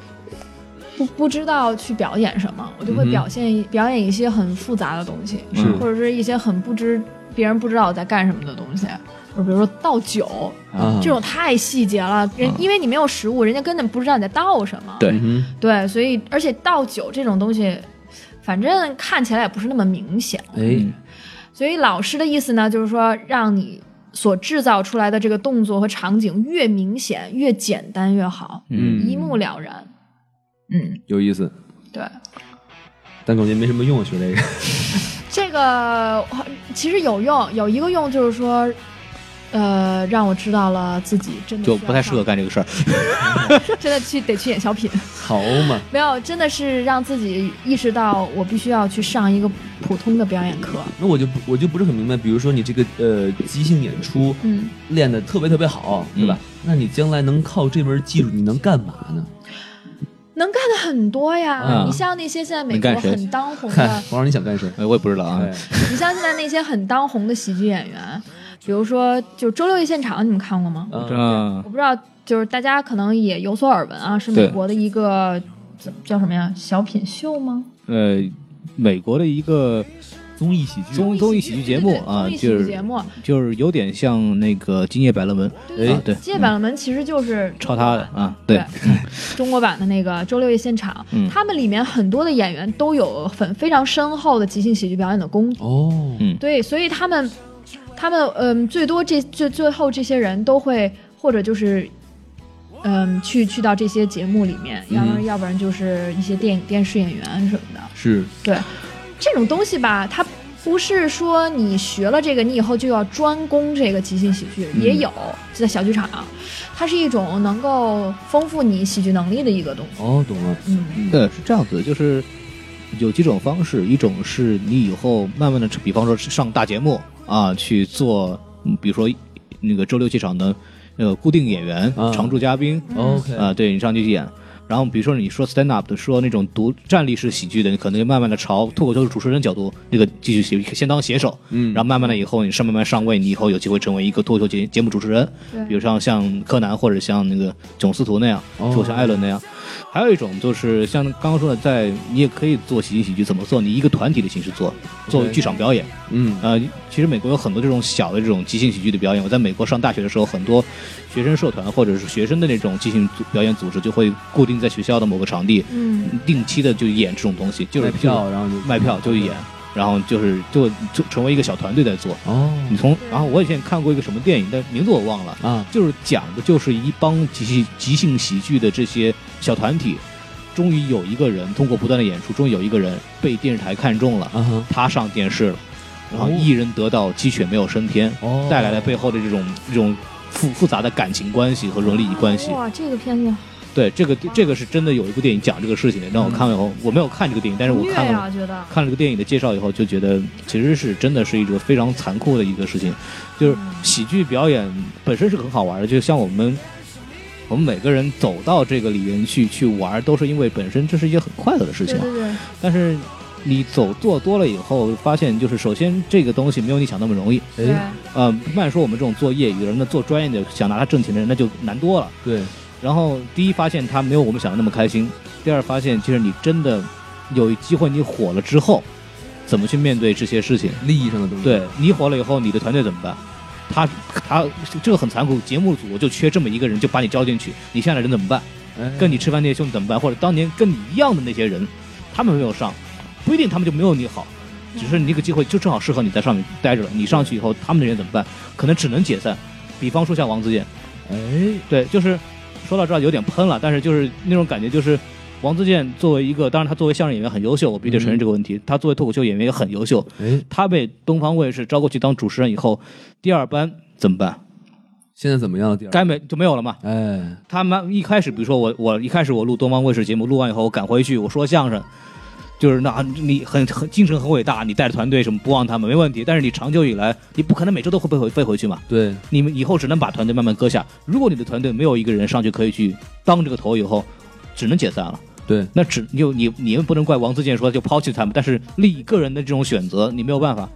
Speaker 1: 不不知道去表演什么，我就会
Speaker 3: 嗯哼嗯
Speaker 1: 表现、表演一些很复杂的东西，
Speaker 3: 是
Speaker 1: 或者是一些很不知别人不知道我在干什么的东西，就比如说倒酒、
Speaker 2: 嗯
Speaker 3: 啊
Speaker 1: 这种太细节了，人、因为你没有实物，人家根本不知道你在倒什么。
Speaker 2: 对
Speaker 3: 嗯
Speaker 1: 对所以而且倒酒这种东西，反正看起来也不是那么明显，
Speaker 3: 哼，哎，
Speaker 1: 所以老师的意思呢，就是说让你所制造出来的这个动作和场景越明显、越简单越好，
Speaker 3: 嗯
Speaker 1: 一目了然。嗯，
Speaker 3: 有意思，
Speaker 1: 对，
Speaker 3: 但感觉没什么用，啊学这个。 [laughs]
Speaker 1: 这个呃其实有用，有一个用就是说，呃，让我知道了自己真的
Speaker 2: 就
Speaker 1: 需要
Speaker 2: 不太适合
Speaker 1: 上，
Speaker 2: 干这个事儿。
Speaker 1: 真的去得去演小品，
Speaker 3: 好嘛，
Speaker 1: 没有，真的是让自己意识到我必须要去上一个普通的表演课。
Speaker 3: 那我就不我就不是很明白，比如说你这个呃即兴演出
Speaker 1: 嗯，
Speaker 3: 练得特别特别好，对吧？那你将来能靠这门技术，你能干嘛呢？
Speaker 1: 能干的很多呀，
Speaker 2: 嗯
Speaker 1: 你像那些现在美
Speaker 2: 能干
Speaker 1: 国
Speaker 2: 谁
Speaker 1: 很当红
Speaker 3: 嗨
Speaker 2: [laughs]
Speaker 3: [laughs]
Speaker 1: 的，
Speaker 3: 王老师你想干谁？
Speaker 2: 哎，我也不知道啊。
Speaker 3: 哎，
Speaker 1: 你像现在那些很当红的喜剧演员，比如说就《周六夜现场》，你们看过吗？
Speaker 3: 嗯
Speaker 2: 嗯
Speaker 1: 我不知道，就是大家可能也有所耳闻啊，是美
Speaker 2: 对
Speaker 1: 国的一个叫叫什么呀？小品秀吗？
Speaker 2: 呃，美国的一个
Speaker 3: 综艺喜剧，
Speaker 2: 综综艺喜剧节目啊，
Speaker 1: 对对对综艺喜
Speaker 2: 就
Speaker 1: 剧
Speaker 2: 是
Speaker 1: 节目，
Speaker 2: 就是有点像那个《今夜百乐门》
Speaker 1: 对
Speaker 2: 啊，对，
Speaker 1: 《借
Speaker 2: 嗯
Speaker 1: 板了门》其实就是
Speaker 2: 抄他的啊，对
Speaker 1: 对，中国版的那个《周六夜现场
Speaker 2: 嗯》，
Speaker 1: 他们里面很多的演员都有很非常深厚的即兴喜剧表演的功底。
Speaker 3: 哦，
Speaker 2: 嗯
Speaker 1: 对，所以他们，他们嗯，最多这最最后这些人都会，或者就是，嗯，去去到这些节目里面，要不然、
Speaker 3: 嗯
Speaker 1: 要不然就是一些电影电视演员什么的。
Speaker 3: 是
Speaker 1: 对，这种东西吧，它不是说你学了这个，你以后就要专攻这个即兴喜剧，
Speaker 2: 嗯
Speaker 1: 也有就在小剧场，它是一种能够丰富你喜剧能力的一个东西。
Speaker 3: 哦，懂了，
Speaker 1: 嗯，
Speaker 3: 嗯，
Speaker 2: 对，是这样子，就是有几种方式，一种是你以后慢慢的，比方说上大节目啊，去做，嗯比如说那个周六剧场的那个固定演员、
Speaker 3: 啊
Speaker 2: 常驻嘉宾
Speaker 3: ，OK，
Speaker 2: 啊，对你上去演。然后比如说你说 stand up 的，说那种独站立式喜剧的，你可能就慢慢的朝脱口秀主持人角度那个继续写，先当写手，
Speaker 3: 嗯
Speaker 2: 然后慢慢的以后你上慢慢上位，你以后有机会成为一个脱口秀节节目主持人，比
Speaker 1: 对，
Speaker 2: 如像像柯南或者像那个囧司徒那样，
Speaker 3: 哦
Speaker 2: 或者像艾伦那样。还有一种就是像刚刚说的，在你也可以做喜剧喜剧，怎么做？你一个团体的形式做，做剧场表演。
Speaker 3: 嗯
Speaker 2: 呃，其实美国有很多这种小的这种即兴喜剧的表演。我在美国上大学的时候，很多学生社团或者是学生的那种即兴组表演组织，就会固定在学校的某个场地，
Speaker 1: 嗯，
Speaker 2: 定期的就演这种东西，就是
Speaker 3: 卖票，然后就嗯
Speaker 2: 就卖票就演，然后就是就就成为一个小团队在做。
Speaker 3: 哦
Speaker 2: 你从然后我以前看过一个什么电影，但名字我忘了。
Speaker 3: 啊，
Speaker 2: 就是讲的就是一帮即兴即兴喜剧的这些小团体，终于有一个人通过不断的演出，终于有一个人被电视台看中了，
Speaker 3: 啊哈，
Speaker 2: 他上电视了，然后
Speaker 3: 哦
Speaker 2: 一人得道鸡犬没有升天，
Speaker 3: 哦，
Speaker 2: 带来了背后的这种这种复复杂的感情关系和伦理关
Speaker 3: 哦
Speaker 2: 系。
Speaker 1: 哇，这个片子
Speaker 2: 对，这个这个是真的有一部电影讲这个事情的，让我看了以后，我没有看这个电影，但是我
Speaker 1: 虐
Speaker 2: 看了
Speaker 3: 啊
Speaker 1: 呀，觉得。
Speaker 2: 看了这个电影的介绍以后，就觉得其实是真的是一个非常残酷的一个事情，就是
Speaker 1: 嗯
Speaker 2: 喜剧表演本身是很好玩的，就像我们我们每个人走到这个里面去去玩，都是因为本身这是一件很快乐的事情
Speaker 1: 对
Speaker 2: 嘛。
Speaker 1: 对对，
Speaker 2: 但是你走做多了以后，发现就是首先这个东西没有你想那么容易，
Speaker 1: 对
Speaker 3: 哎，，
Speaker 2: 呃，不慢说我们这种做业余的人，那做专业的想拿它挣钱的人，那就难多了。
Speaker 3: 对，
Speaker 2: 然后第一发现他没有我们想的那么开心，第二发现其实你真的有机会你火了之后，怎么去面对这些事情？
Speaker 3: 利益上的东西，
Speaker 2: 对你火了以后，你的团队怎么办？他他这个很残酷，节目组就缺这么一个人，就把你招进去，你现在的人怎么办？
Speaker 3: 哎，
Speaker 2: 跟你吃饭那些兄弟怎么办？或者当年跟你一样的那些人，他们没有上，不一定他们就没有你好，只是你这个机会就正好适合你在上面待着了。你上去以后，他们的人怎么办？可能只能解散。比方说像王自健，
Speaker 3: 哎，
Speaker 2: 对，就是说到这儿有点喷了，但是就是那种感觉，就是王自健作为一个，当然他作为相声演员很优秀，我必须得承认这个问题。他作为脱口秀演员也很优秀。
Speaker 3: 哎，
Speaker 2: 他被东方卫视招过去当主持人以后，第二班怎么办？
Speaker 3: 现在怎么样了？第二，
Speaker 2: 该没就没有了嘛。
Speaker 3: 哎，
Speaker 2: 他们一开始，比如说我，我一开始我录东方卫视节目，录完以后我赶回去，我说相声，就是那你很很精神很伟大，你带着团队什么不忘他们没问题。但是你长久以来，你不可能每周都会被回飞回去嘛。
Speaker 3: 对，
Speaker 2: 你们以后只能把团队慢慢割下。如果你的团队没有一个人上去可以去当这个头，以后只能解散了。
Speaker 3: 对，
Speaker 2: 那只你就你你们不能怪王自健说就抛弃他们，但是利益个人的这种选择你没有办法。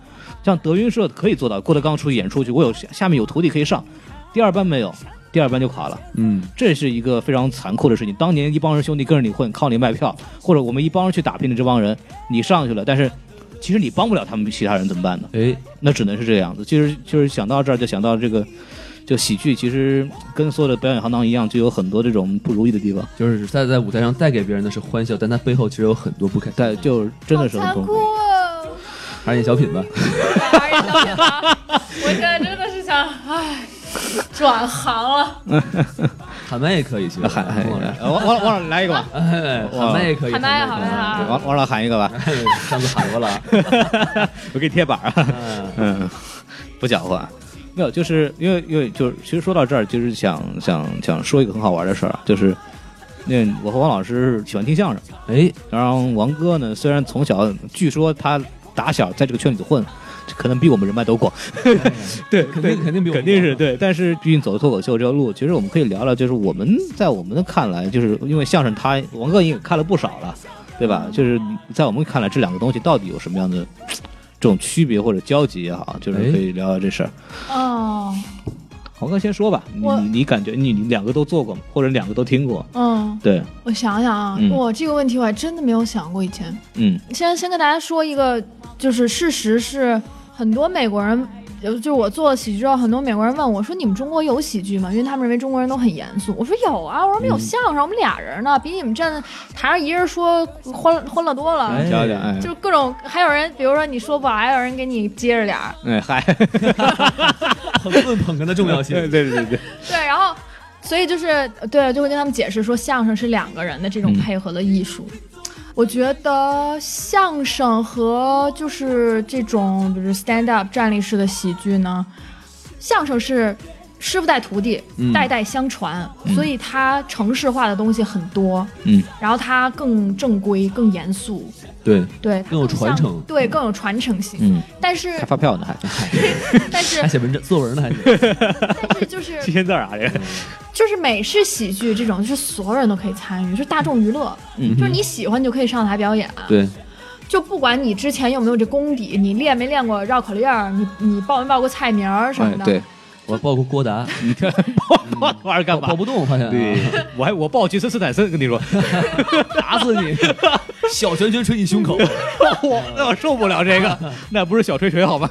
Speaker 2: 像德云社可以做到，郭德纲出去演出去，我有下下面有徒弟可以上，第二班没有，第二班就垮了。
Speaker 3: 嗯，
Speaker 2: 这是一个非常残酷的事情。当年一帮人兄弟跟着你混，靠你卖票，或者我们一帮人去打拼的这帮人，你上去了，但是其实你帮不了他们其他人，怎么办呢？
Speaker 3: 哎，
Speaker 2: 那只能是这个样子。其实就是想到这儿，就想到这个，就喜剧其实跟所有的表演行当一样，就有很多这种不如意的地方。
Speaker 3: 就是在在舞台上带给别人的是欢笑，但他背后其实有很多不开心。
Speaker 2: 但就真的是很
Speaker 1: 好
Speaker 2: 痛
Speaker 1: 残酷
Speaker 2: 苦。
Speaker 1: 哦！
Speaker 3: 还是演小品吧。
Speaker 1: 哎呀导演啊我现在真的是想，唉，转行了。
Speaker 3: [laughs] 喊麦也可以，其实
Speaker 2: 喊喊
Speaker 3: 跟我来，
Speaker 2: 王王王老师来一个吧，
Speaker 3: 哎喊麦也可以，
Speaker 1: 喊麦
Speaker 3: 可以
Speaker 1: 喊麦啊
Speaker 2: 王王老师喊一个吧，
Speaker 3: 上次喊过了啊，
Speaker 2: 我给你贴板儿啊。
Speaker 3: 嗯
Speaker 2: 嗯， [laughs] 不讲话。没有，就是因为因为就是，其实说到这儿，就是想想想说一个很好玩的事儿啊，就是那我和王老师喜欢听相声，
Speaker 3: [laughs] 哎，
Speaker 2: 然后王哥呢，虽然从小据说他打小在这个圈子混，可能比我们人脉都
Speaker 3: [laughs]
Speaker 2: 广，对，
Speaker 3: 肯定肯定比我
Speaker 2: 肯
Speaker 3: 们
Speaker 2: 定是对，但是毕竟走脱口秀这条路，其实我们可以聊聊，就是我们在我们的看来，就是因为相声他王哥也看了不少了，对吧？就是在我们看来，这两个东西到底有什么样的这种区别或者交集也好，就是
Speaker 3: 哎
Speaker 2: 可以聊聊这事儿。
Speaker 1: 哦，
Speaker 2: 嗯王哥先说吧，你
Speaker 1: 我
Speaker 2: 你你感觉你你两个都做过吗？或者两个都听过？
Speaker 1: 嗯，
Speaker 3: 哎
Speaker 2: 对，
Speaker 1: 我想想啊，
Speaker 2: 嗯
Speaker 1: 我这个问题我还真的没有想过以前。
Speaker 2: 嗯
Speaker 1: 先先跟大家说一个，就是事实是很多美国人。呃就是我做喜剧之后，很多美国人问我说：“你们中国有喜剧吗？”因为他们认为中国人都很严肃。我说：“有啊，我说我们有相声，我们俩人呢，比你们站台上一人说欢欢乐多了。
Speaker 3: 哎
Speaker 2: 讲讲，哎
Speaker 1: 就是各种，还有人，比如说你说不好，还有人给你接着脸儿。
Speaker 2: 哎嗨，
Speaker 3: 捧哏捧哏的重要性
Speaker 2: [laughs]
Speaker 3: [laughs]
Speaker 2: 对。对对对，
Speaker 1: 对，然后，所以就是对，就会跟他们解释说，相声是两个人的
Speaker 3: 嗯
Speaker 1: 这种配合的艺术。我觉得相声和就是这种，比如 stand up 站立式的喜剧呢，相声是师傅带徒弟，
Speaker 3: 嗯
Speaker 1: 代代相传，所以它程式化的东西很多，
Speaker 2: 嗯，
Speaker 1: 然后它更正规、更严肃，
Speaker 3: 对，
Speaker 1: 对，它
Speaker 3: 更有传
Speaker 1: 像
Speaker 3: 承
Speaker 1: 对，更有传承性。
Speaker 2: 嗯
Speaker 1: 但是
Speaker 2: 还发票呢还，
Speaker 1: 但是
Speaker 3: 还写文章作文呢，还写。
Speaker 1: 但是就是
Speaker 3: [laughs]
Speaker 2: 七千字儿啊这个。
Speaker 1: 就是美式喜剧这种，就是所有人都可以参与，就是大众娱乐，
Speaker 2: 嗯
Speaker 1: 就是你喜欢你就可以上台表演，
Speaker 3: 对，
Speaker 1: 就不管你之前有没有这功底，你练没练过绕口令儿，你你报没报过菜名儿什么的，
Speaker 2: 嗯哎对，
Speaker 3: 我报过郭达，
Speaker 2: 你看抱抱嗯玩干嘛
Speaker 3: 报？不动，发现啊
Speaker 2: 对，我还我抱去斯斯坦森，跟你
Speaker 3: [laughs]
Speaker 2: 说，
Speaker 3: 打死 [laughs] 你，小拳拳捶你胸口。
Speaker 2: 我那我受不了这
Speaker 3: [laughs]
Speaker 2: 个，那不是小锤锤好吗？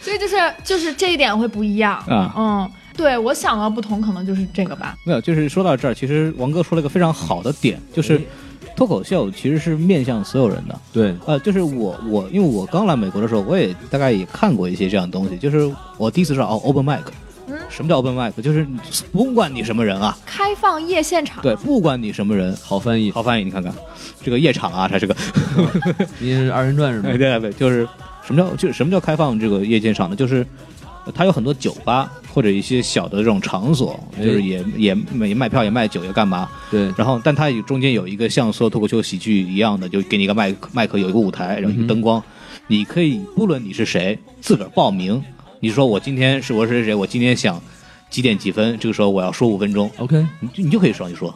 Speaker 1: 所以就是就是这一点会不一样，
Speaker 2: 啊
Speaker 1: 嗯，对我想到不同可能就是这个吧，
Speaker 2: 没有，就是说到这儿，其实王哥说了一个非常好的点，就是
Speaker 3: 哎
Speaker 2: 脱口秀其实是面向所有人的。
Speaker 3: 对，
Speaker 2: 呃，就是我我因为我刚来美国的时候，我也大概也看过一些这样的东西，就是我第一次知道哦，open mic。什么
Speaker 3: 嗯
Speaker 2: 叫 open mic？就是你不管你什么人啊，
Speaker 1: 开放夜现场，
Speaker 2: 对，不管你什么人，
Speaker 3: 好翻译，
Speaker 2: 好翻译，你看看，这个夜场啊，它是个
Speaker 3: 你是二人转是
Speaker 2: [laughs] 哎，
Speaker 3: 吗？
Speaker 2: 对对，就是什么叫就是什么叫开放这个夜间场呢？就是呃它有很多酒吧或者一些小的这种场所，
Speaker 3: 哎
Speaker 2: 就是也也也卖票也卖酒也干嘛。
Speaker 3: 对，
Speaker 2: 然后，但它有中间有一个像所有脱口秀喜剧一样的，就给你一个麦克麦克有一个舞台，然后一个灯光，你可以不论你是谁，自个儿报名。你说我今天是我是谁谁，我今天想几点几分，这个时候我要说五分钟，
Speaker 3: OK，
Speaker 2: 你就你就可以上去说，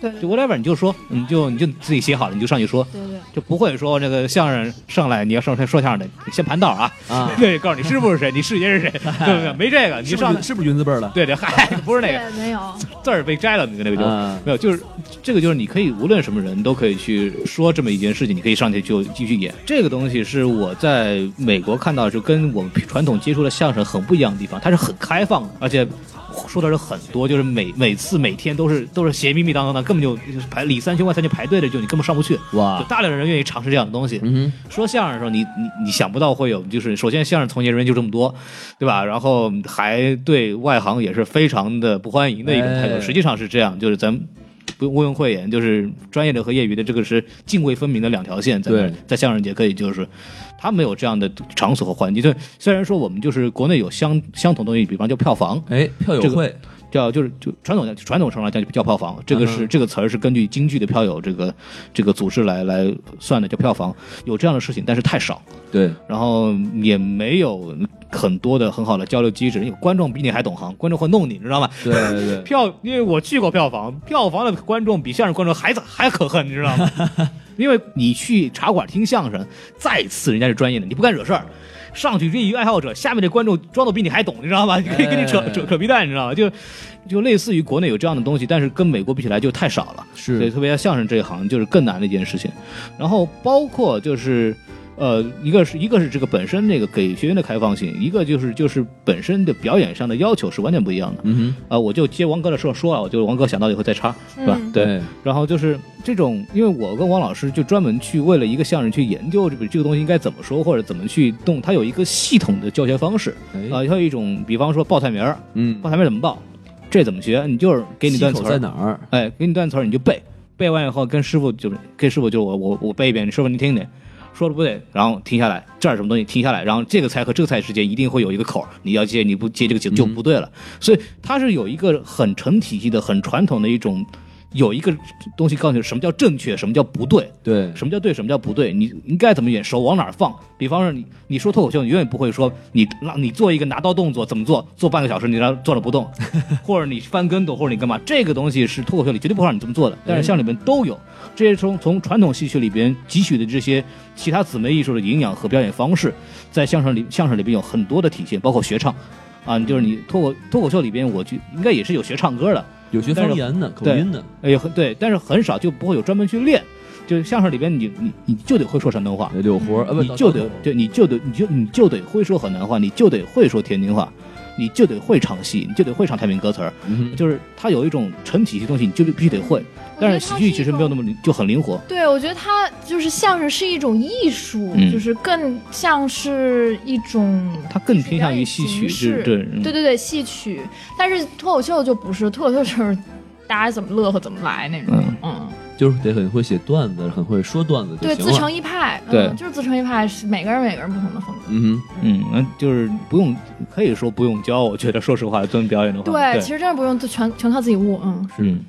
Speaker 1: 对
Speaker 2: 就
Speaker 1: 对
Speaker 2: whatever 你就说，你就你就自己写好了你就上去说。
Speaker 1: 对，
Speaker 2: 就不会说这个相声上来你要上台说相声的，你先盘道啊，
Speaker 3: 啊
Speaker 2: 对，告诉你师傅是谁，你师爷是谁，对不对？没这个，你
Speaker 3: 是
Speaker 2: 上
Speaker 3: 不是是不是云字辈儿了？
Speaker 2: 对对，嗨， [laughs] 不是那个
Speaker 1: 对没有，
Speaker 2: 字儿被摘了，你的那个就、
Speaker 3: 啊
Speaker 2: 没有，就是这个就是你可以无论什么人都可以去说这么一件事情，你可以上去就继续演。这个东西是我在美国看到的，就跟我们传统接触的相声很不一样的地方，它是很开放的，而且。说的人很多， [laughs] 就是每每次每天都是都是邪迷迷当当的，根本就就是排里三圈外三圈排队的，就你根本上不去。就
Speaker 3: 哇，
Speaker 2: 大量的人愿意尝试这样的东西。
Speaker 3: 嗯
Speaker 2: 说相声的时候，你你你想不到会有，就是首先相声从业人员就这么多，对吧？然后还对外行也是非常的不欢迎的一种态度。
Speaker 3: 哎
Speaker 2: 实际上是这样，就是咱们不用毋庸讳言，就是专业的和业余的这个是泾渭分明的两条线在那儿
Speaker 3: 对
Speaker 2: 在相声节可以就是。他没有这样的场所和环境，就虽然说我们就是国内有相相同东西，比方叫票房，
Speaker 3: 哎，票友
Speaker 2: 这个
Speaker 3: 会，
Speaker 2: 叫就是就传统的传统上来讲就叫票房，这个
Speaker 3: 嗯
Speaker 2: 是、这个词儿是根据京剧的票友这个这个组织来来算的，叫票房。有这样的事情，但是太少，
Speaker 3: 对，
Speaker 2: 然后也没有很多的很好的交流机制，因为观众比你还懂行，观众会弄你，你知道吗？
Speaker 3: 对对对，
Speaker 2: 票，因为我去过票房，票房的观众比相声观众还还可恨，你知道
Speaker 3: [laughs]
Speaker 2: 吗？因为你去茶馆听相声，再次人家是专业的，你不干惹事儿，上去业余爱好者，下面的观众装的比你还懂，你知道吗？可以跟你扯
Speaker 3: 哎
Speaker 2: 扯扯皮蛋，你知道吗？就就类似于国内有这样的东西，但是跟美国比起来就太少了。所以
Speaker 3: 是
Speaker 2: 特别相声这一行就是更难的一件事情。然后包括就是。呃，一个是一个是这个本身这个给学员的开放性，一个就是就是本身的表演上的要求是完全不一样的。
Speaker 3: 嗯哼，
Speaker 2: 啊、我就接王哥的说说啊了，我就王哥想到以后再插，是吧？
Speaker 1: 嗯
Speaker 2: 对。，然后就是这种，因为我跟王老师就专门去为了一个相声去研究这个这个东西应该怎么说，或者怎么去动，它有一个系统的教学方式啊，
Speaker 3: 哎，
Speaker 2: 还、有一种，比方说报菜名儿，
Speaker 3: 嗯
Speaker 2: 报，菜名儿怎么报，这怎么学，你就是给你段词
Speaker 3: 口在
Speaker 2: 儿，
Speaker 3: 哪儿？
Speaker 2: 哎，给你段词儿你就背，背完以后跟师傅就跟师傅就我我我背一遍，你师傅您听听。说的不对，然后停下来，这儿什么东西停下来，然后这个菜和这个菜之间一定会有一个口儿，你要接你不接这个就就不对了。所以它是有一个很成体系的、很传统的一种，有一个东西告诉你什么叫正确，什么叫不对，
Speaker 3: 对，
Speaker 2: 什么叫对，什么叫不对，你应该怎么演，手往哪儿放。比方说你你说脱口秀，你永远不会说你拉你做一个拿刀动作怎么做，做半个小时你让坐着不动，或者你翻跟斗，或者你干嘛，这个东西是脱口秀里绝对不会让你这么做的。但是像里面都有，这些从从传统戏曲里边汲取的这些其他姊妹艺术的营养和表演方式，在相声里相声里边有很多的体现，包括学唱。啊，就是你脱口脱口秀里边，我就应该也是有学唱歌的，
Speaker 3: 有学
Speaker 2: 但
Speaker 3: 方
Speaker 2: 是
Speaker 3: 言的，口
Speaker 2: 对
Speaker 3: 音的，
Speaker 2: 哎，很对，但是很少就不会有专门去练。就是相声里边你，你你就得会说山东话，
Speaker 3: 哎柳活儿，啊不
Speaker 2: 你就得
Speaker 3: 刀口
Speaker 2: 对，你就得你就你就得会说河南话，你就得会说天津话，你就得会唱戏，你就得会唱太平歌词儿。
Speaker 3: 嗯哼
Speaker 2: 就是它有一种成体系东西，你就必须得会。但是喜剧其实没有那么灵就很灵活。
Speaker 1: 对，我觉得它就是相声是一种艺术，
Speaker 2: 嗯
Speaker 1: 就是更像是一种。
Speaker 2: 它更偏向于戏曲，
Speaker 1: 形式
Speaker 2: 是对嗯
Speaker 1: 对对对，戏曲，但是脱口秀就不是，脱口秀就是大家怎么乐呵怎么来那种，嗯，
Speaker 3: 就是得很会写段子，很会说段子就
Speaker 1: 对，
Speaker 3: 行
Speaker 1: 自
Speaker 3: 了。
Speaker 1: 成一派，嗯
Speaker 2: 对
Speaker 1: 就是自成一派，是每个人每个人不同的风格。
Speaker 3: 嗯
Speaker 2: 嗯，嗯，就是不用，可以说不用教。我觉得说实话，论表演的话，
Speaker 1: 对，
Speaker 2: 对，
Speaker 1: 其实真的不用，就全全靠自己悟，嗯，
Speaker 2: 嗯，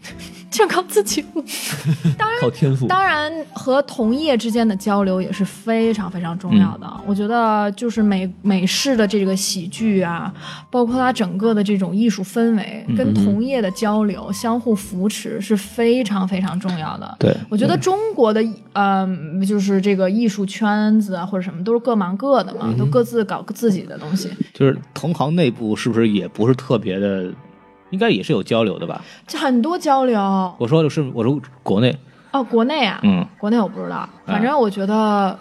Speaker 1: 全靠自己悟。
Speaker 3: 哼，靠天赋。
Speaker 1: 当然，和同业之间的交流也是非常非常重要的。我觉得，就是美美式的这个喜剧啊，包括它整个的这种艺术氛围，跟同业的交流、相互扶持是非常非常重要的。
Speaker 2: 对，
Speaker 1: 我觉得中国的嗯、就是这个艺术圈子啊，或者什么，都是各忙各的嘛，都各自搞自己的东西。
Speaker 2: 就是同行内部是不是也不是特别的，应该也是有交流的吧？
Speaker 1: 这很多交流
Speaker 2: 我说的是，我说国内，
Speaker 1: 哦，国内啊，
Speaker 2: 嗯，
Speaker 1: 国内我不知道，反正我觉得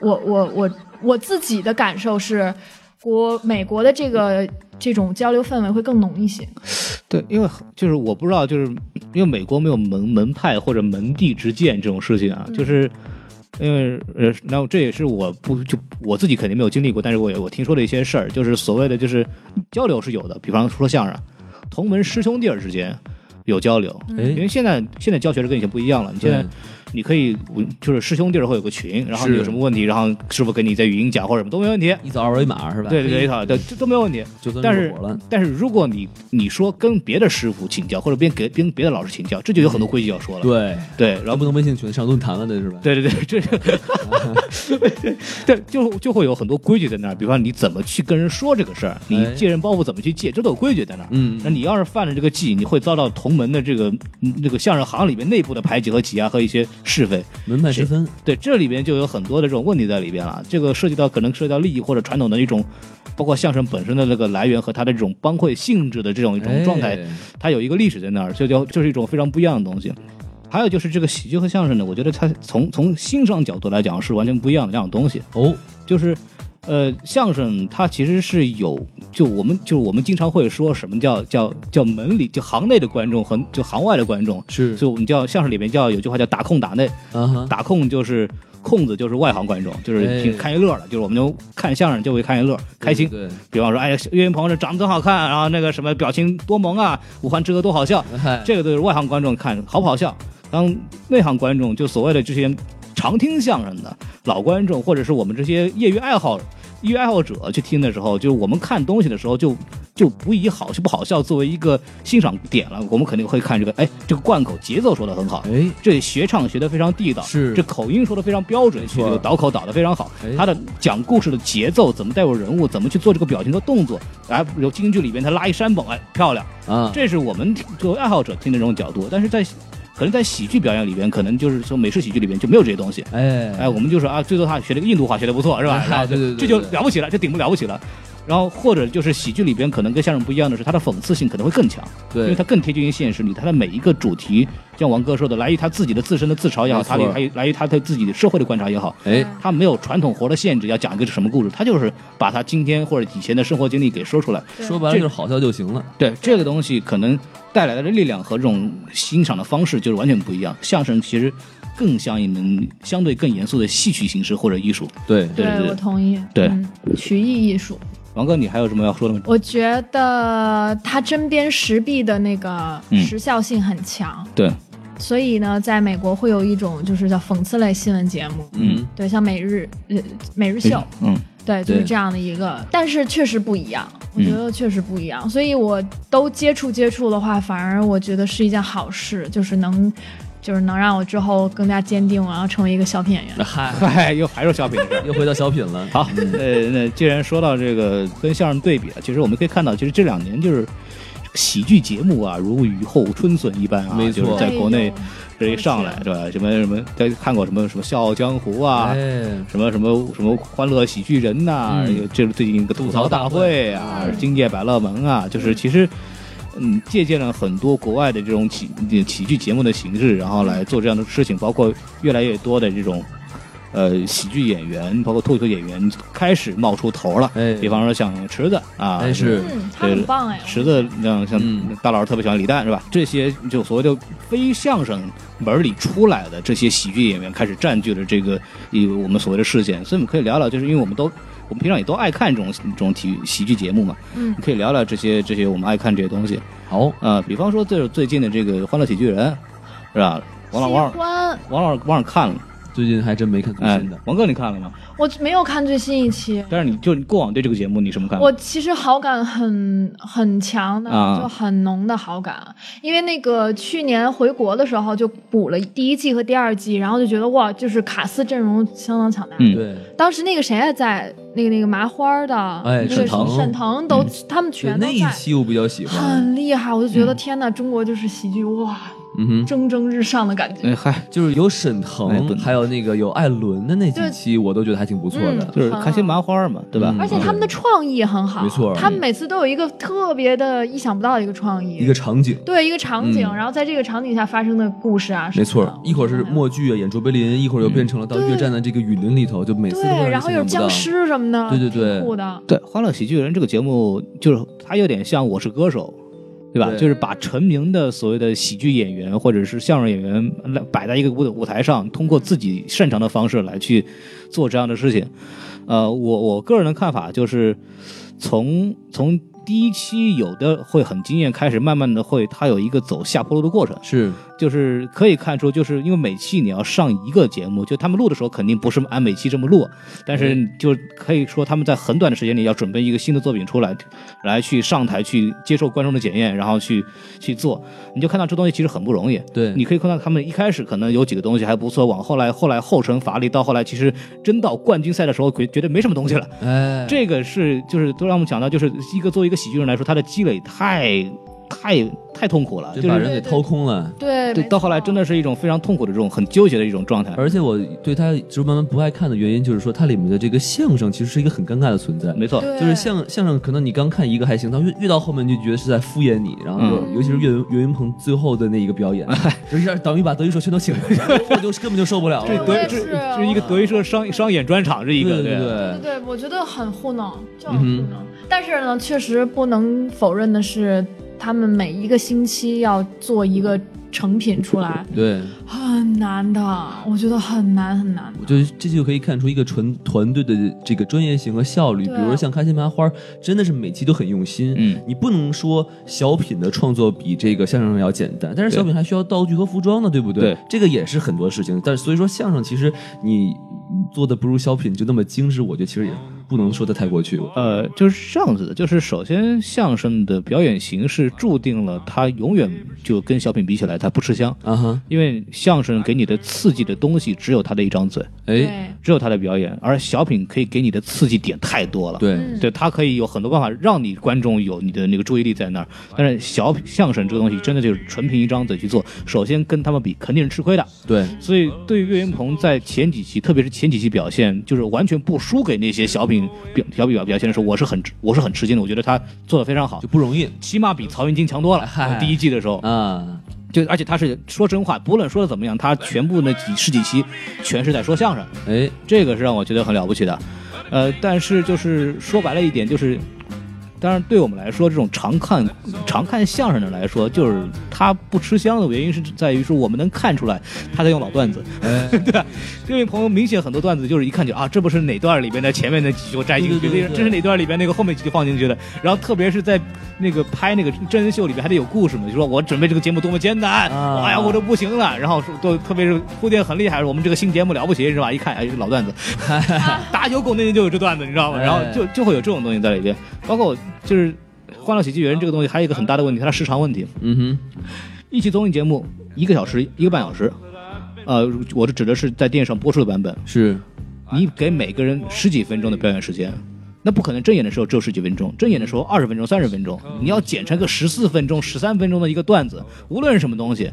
Speaker 1: 我，我我我自己的感受是，国美国的这个这种交流氛围会更浓一些。
Speaker 2: 对，因为就是我不知道，就是因为美国没有门门派或者门第之见这种事情啊，就是因为呃，然后这也是我不就我自己肯定没有经历过，但是我也我听说的一些事儿，就是所谓的就是交流是有的，比方说相声，同门师兄弟儿之间有交流，因
Speaker 3: 哎，
Speaker 2: 为现在现在教学是跟以前不一样了，你现在
Speaker 3: 对
Speaker 2: 你可以就是师兄弟儿会有个群，然后
Speaker 3: 是
Speaker 2: 你有什么问题，然后师傅给你在语音讲或者什么都没问题，
Speaker 3: 一扫二维码是吧？
Speaker 2: 对对对，一套对这都没问题。
Speaker 3: 就算
Speaker 2: 但
Speaker 3: 入
Speaker 2: 是
Speaker 3: 伙了，
Speaker 2: 但是如果你你说跟别的师傅请教，或者跟别跟别的老师请教，这就有很多规矩要说了。
Speaker 3: 对，
Speaker 2: 对，然
Speaker 3: 然后
Speaker 2: 后
Speaker 3: 不能微信群上论坛了，那是吧？
Speaker 2: 对对对，这个对就就会有很多规矩在那儿。比方你怎么去跟人说这个事儿，你
Speaker 3: 哎
Speaker 2: 借人包袱怎么去借，这都有规矩在那儿。
Speaker 3: 嗯
Speaker 2: 那你要是犯了这个忌，你会遭到同门的这个嗯这个相声行里面内部的排挤和挤压和一些是非。
Speaker 3: 门派之分，
Speaker 2: 对，这里边就有很多的这种问题在里边了。这个涉及到可能涉及到利益或者传统的一种，包括相声本身的那个来源和它的这种帮会性质的这种一种状态，
Speaker 3: 哎
Speaker 2: 它有一个历史在那儿，所以就就是一种非常不一样的东西。还有就是这个喜剧和相声呢，我觉得它从从欣赏角度来讲是完全不一样的两种东西。
Speaker 3: 哦，
Speaker 2: 就是，呃，相声它其实是有，就我们就是我们经常会说什么叫叫叫门里就行内的观众和就行外的观众，
Speaker 3: 是
Speaker 2: 所以我们叫相声里面叫有句话叫打控打内，
Speaker 3: 啊哈，
Speaker 2: 打控就是空子就是外行观众，就是
Speaker 3: 哎嗯
Speaker 2: 挺看一乐的，就是我们就看相声就会看一乐，开心。
Speaker 3: 对，
Speaker 2: 比方说，哎，岳云鹏这长得真好看，啊然后那个什么表情多萌啊，五环之歌多好笑，
Speaker 3: 嗨，
Speaker 2: 这个对外行观众看好不好笑，当内行观众就所谓的这些常听相声的老观众，或者是我们这些业余爱好业余爱好者去听的时候，就是我们看东西的时候就就不以好笑不好笑作为一个欣赏点了，我们肯定会看这个，哎，这个贯口节奏说的很好，
Speaker 3: 哎，
Speaker 2: 这学唱学的非常地道，
Speaker 3: 是
Speaker 2: 这口音说的非常标准，
Speaker 3: 没
Speaker 2: 这
Speaker 3: 错
Speaker 2: 个倒口倒的非常好
Speaker 3: 哎。
Speaker 2: 他的讲故事的节奏，怎么带入人物，怎么去做这个表情和动作，哎，有京剧里边他拉一山崩，哎，漂亮。
Speaker 3: 啊，
Speaker 2: 这是我们作为爱好者听的这种角度，但是在可能在喜剧表演里边，可能就是说美式喜剧里边就没有这些东西。
Speaker 3: 哎
Speaker 2: 哎，我们就说啊，最多他学了个印度话，学的不错，是吧
Speaker 3: 哎？
Speaker 2: 然后就
Speaker 3: [laughs] 对对对
Speaker 2: 这
Speaker 3: 对
Speaker 2: 就
Speaker 3: 对
Speaker 2: 了不起了，这顶不了不起了。然后或者就是喜剧里边可能跟相声不一样的是，它的讽刺性可能会更强，因为
Speaker 3: 对
Speaker 2: 它，更贴近于现实里，它的每一个主题，像王哥说的，来于他自己的自身的自嘲也好，
Speaker 3: 没错
Speaker 2: 他来来于他对自己的社会的观察也好，
Speaker 3: 哎，
Speaker 1: 嗯
Speaker 2: 他没有传统活的限制，要讲一个什么故事，他就是把他今天或者以前的生活经历给说出来。
Speaker 3: 说白了
Speaker 2: 这
Speaker 3: 就是好笑就行了。
Speaker 2: 对这个东西可能带来的力量和这种欣赏的方式就是完全不一样。相声其实更像一门相对更严肃的戏曲形式或者艺术。
Speaker 3: 对，
Speaker 2: 对对对
Speaker 1: 我同意。
Speaker 2: 对
Speaker 1: 嗯，曲艺艺术，
Speaker 2: 王哥，你还有什么要说的吗？
Speaker 1: 我觉得他针砭时弊的那个
Speaker 2: 嗯
Speaker 1: 时效性很强，
Speaker 2: 对，
Speaker 1: 所以呢，在美国会有一种就是叫讽刺类新闻节目，
Speaker 2: 嗯，
Speaker 1: 对，像每日呃每日秀，
Speaker 2: [laughs] 嗯，
Speaker 1: 对，就是
Speaker 3: 对
Speaker 1: 这样的一个，但是确实不一样，我觉得确实不一样，所以我都接触接触的话，反而我觉得是一件好事，就是能。就是能让我之后更加坚定，我要成为一个小品演员。
Speaker 3: 嗨，
Speaker 2: 嗨，哎又还是小品的事儿。
Speaker 3: 又回到小品了。嗯
Speaker 2: 好， [laughs] 呃，那既然说到这个跟相声对比啊，其实我们可以看到，其实这两年就是喜剧节目啊，如雨后春笋一般啊，
Speaker 3: 没错
Speaker 2: 就是在国内
Speaker 1: 哎
Speaker 2: 这一上来，对吧？什么什么，大家看过什么什么《笑傲江湖》啊，
Speaker 3: 哎，
Speaker 2: 什么什么什么欢乐喜剧人呐、
Speaker 3: 嗯
Speaker 2: 有这是最近一个吐槽大会啊，
Speaker 1: 嗯
Speaker 2: 今夜百乐门啊，就是其实。嗯，借鉴了很多国外的这种喜呃喜剧节目的形式，然后来做这样的事情，包括越来越多的这种，呃，喜剧演员，包括脱口秀演员开始冒出头了。
Speaker 3: 哎
Speaker 2: 比方说像池子啊，
Speaker 3: 哎是
Speaker 1: 呦嗯，他很棒哎，
Speaker 2: 池子像像
Speaker 3: 嗯
Speaker 2: 大老师特别喜欢李诞是吧？这些就所谓的非相声门儿里出来的这些喜剧演员，开始占据了这个以我们所谓的视线。所以我们可以聊聊，就是因为我们都我们平常也都爱看这种这种体育喜剧节目嘛，
Speaker 1: 嗯
Speaker 2: 可以聊聊这些这些我们爱看这些东西。
Speaker 3: 好，
Speaker 2: 呃，比方说就是最近的这个《欢乐喜剧人》，是吧？王老王
Speaker 1: 喜欢，
Speaker 2: 王老王老看了，
Speaker 3: 最近还真没看最
Speaker 2: 哎
Speaker 3: 新的，，
Speaker 2: 王哥你看了吗？
Speaker 1: 我没有看最新一期，
Speaker 2: 但是你就你过往对这个节目你什么看法？
Speaker 1: 我其实好感很很强的，
Speaker 2: 啊
Speaker 1: 就很浓的好感，因为那个去年回国的时候就补了第一季和第二季，然后就觉得哇，就是卡斯阵容相当强大。
Speaker 2: 嗯
Speaker 3: 对，
Speaker 1: 当时那个谁也在，那个那个麻花的，
Speaker 3: 哎
Speaker 1: 那个
Speaker 3: 沈腾
Speaker 1: 沈腾都、
Speaker 2: 嗯
Speaker 1: 他们全都
Speaker 3: 那一
Speaker 1: 在。
Speaker 3: 期我比较喜欢，
Speaker 1: 很厉害，我就觉得
Speaker 2: 嗯
Speaker 1: 天呐，中国就是喜剧哇，
Speaker 3: 嗯哼。
Speaker 1: 蒸蒸日上的感觉。
Speaker 3: 嗯
Speaker 2: 哎嗨，
Speaker 3: 就是有沈
Speaker 2: 哎不
Speaker 3: 腾，还有那个有艾伦的那几
Speaker 1: 对
Speaker 3: 期，我都觉得还挺不错的
Speaker 1: 嗯。
Speaker 2: 就是开心麻花嘛，对吧
Speaker 3: 嗯？
Speaker 1: 而且他们的创意很好，
Speaker 3: 没错
Speaker 1: 他们每次都有一个特别的意想不到的一个创意，
Speaker 3: 一个场景，
Speaker 1: 对一个场景，
Speaker 3: 嗯
Speaker 1: 然后在这个场景下发生的故事啊，
Speaker 3: 没
Speaker 1: 什么
Speaker 3: 错
Speaker 1: 的，
Speaker 3: 一会儿是默剧啊，演卓别林，一
Speaker 2: 嗯
Speaker 3: 会儿又变成了到
Speaker 1: 对
Speaker 3: 越战的这个雨林里头，就每次都会让
Speaker 1: 对，
Speaker 3: 人
Speaker 1: 然后有
Speaker 3: 想象不到，
Speaker 1: 僵尸什么的，
Speaker 3: 对对对
Speaker 1: 挺酷的，
Speaker 2: 对，《欢乐喜剧人》这个节目，就是它有点像《我是歌手》，对吧？
Speaker 3: 对
Speaker 2: 就是把成名的所谓的喜剧演员或者是相声演员来摆在一个舞舞台上，通过自己擅长的方式来去做这样的事情。呃，我我个人的看法就是，从从第一期有的会很惊艳开始，慢慢的会它有一个走下坡路的过程。
Speaker 3: 是
Speaker 2: 就是可以看出，就是因为每期你要上一个节目，就他们录的时候肯定不是按每期这么录，但是就可以说他们在很短的时间里要准备一个新的作品出来，来去上台去接受观众的检验，然后去去做，你就看到这东西其实很不容易。
Speaker 3: 对
Speaker 2: 你可以看到他们一开始可能有几个东西还不错，往后来后来后程乏力，到后来其实真到冠军赛的时候，觉觉得没什么东西了。
Speaker 3: 哎，
Speaker 2: 这个是就是都让我们想到，就是一个作为一个喜剧人来说，他的积累太太太痛苦了，就
Speaker 3: 这把
Speaker 2: 是
Speaker 3: 人给掏空了。
Speaker 1: 对
Speaker 2: 对，到后来真的
Speaker 1: 是
Speaker 2: 是一种非常痛苦的这种很纠结的一种状态。
Speaker 3: 而且我对他就慢慢不爱看的原因，就是说它里面的这个相声其实是一个很尴尬的存在。
Speaker 2: 没错，
Speaker 3: 就是相相声，可能你刚看一个还行，到越越到后面就觉得是在敷衍你，然后就、
Speaker 1: 嗯
Speaker 3: 尤其是岳云岳云鹏最后的那一个表演，
Speaker 2: 哎
Speaker 3: 就是让等于把德云社全都请来，我就根本就受不了
Speaker 2: 这
Speaker 1: 对
Speaker 3: 了。
Speaker 2: 德
Speaker 1: 我也
Speaker 2: 这
Speaker 1: 是哦
Speaker 2: 这一个德云社商商演专场这一个
Speaker 3: 对对
Speaker 2: 对啊
Speaker 1: 对
Speaker 3: 对，
Speaker 1: 对，我觉得很糊弄，就很糊
Speaker 3: 嗯哼
Speaker 1: 弄。但是呢，确实不能否认的是，他们每一个星期要做一个成品出来，
Speaker 3: 对，
Speaker 1: 很难的，我觉得很难很难。
Speaker 3: 我觉得这就可以看出一个纯团队的这个专业性和效率。比
Speaker 1: 对
Speaker 3: 如说像开心麻花，真的是每期都很用心。
Speaker 2: 嗯，
Speaker 3: 你不能说小品的创作比这个相声要简单，但是
Speaker 2: 对
Speaker 3: 小品还需要道具和服装呢，对不对？
Speaker 2: 对
Speaker 3: 这个也是很多事情。但是所以说相声其实你做的不如小品就那么精致，我觉得其实也不能说的太过去。
Speaker 2: 呃，就是这样子的，就是首先相声的表演形式注定了它永远就跟小品比起来，它不吃香，
Speaker 3: 啊哈，
Speaker 2: 因为相声给你的刺激的东西只有他的一张嘴，
Speaker 3: 哎，
Speaker 1: 对，
Speaker 2: 只有他的表演，而小品可以给你的刺激点太多了。
Speaker 3: 对
Speaker 1: 嗯
Speaker 2: 对，它可以有很多办法让你观众有你的那个注意力在那儿。但是小品相声这个东西，真的就是纯凭一张嘴去做，首先跟他们比肯定是吃亏的。
Speaker 3: 对，
Speaker 2: 所以对于岳云鹏在前几期，特别是前几期表现，就是完全不输给那些小品表小品表表现的时候，我是很我是很吃惊的。我觉得他做的非常好
Speaker 3: 就，不容易
Speaker 2: 起码比曹云金强多了。
Speaker 3: 嗨
Speaker 2: 第一季的时候，
Speaker 3: 啊。
Speaker 2: 就而且他是说真话，不论说的怎么样，他全部那几十几期全是在说相声。
Speaker 3: 哎，
Speaker 2: 这个是让我觉得很了不起的。呃，但是就是说白了一点，就是，当然对我们来说，这种常看常看相声的来说，就是他不吃香的原因是在于说我们能看出来他在用老段子，
Speaker 3: 哎
Speaker 2: [laughs] 对吧？这位朋友明显很多段子就是一看就啊，这不是哪段里边的前面那几句我摘进去，
Speaker 3: 对对对对
Speaker 2: 这是哪段里边那个后面几句放进去的。然后特别是在那个拍那个真人秀里边还得有故事嘛，就说我准备这个节目多么艰难，
Speaker 3: 啊
Speaker 2: 哎呀我都不行了。然后说都特别是铺垫很厉害，我们这个新节目了不起是吧？一看哎老段子， [laughs] 打有狗那年就有这段子，你知道吗？
Speaker 3: 哎
Speaker 2: 然后就就会有这种东西在里边，包括就是。欢乐喜剧人这个东西还有一个很大的问题，它的时长问题。
Speaker 3: 嗯
Speaker 2: 一期综艺节目一个小时、一个半小时，呃，我这指的是在电视上播出的版本。
Speaker 3: 哼，是，
Speaker 2: 你给每个人十几分钟的表演时间，那不可能正演的时候只有十几分钟，正演的时候二十分钟、三十分钟，你要剪成个十四分钟、十三分钟的一个段子，无论是什么东西，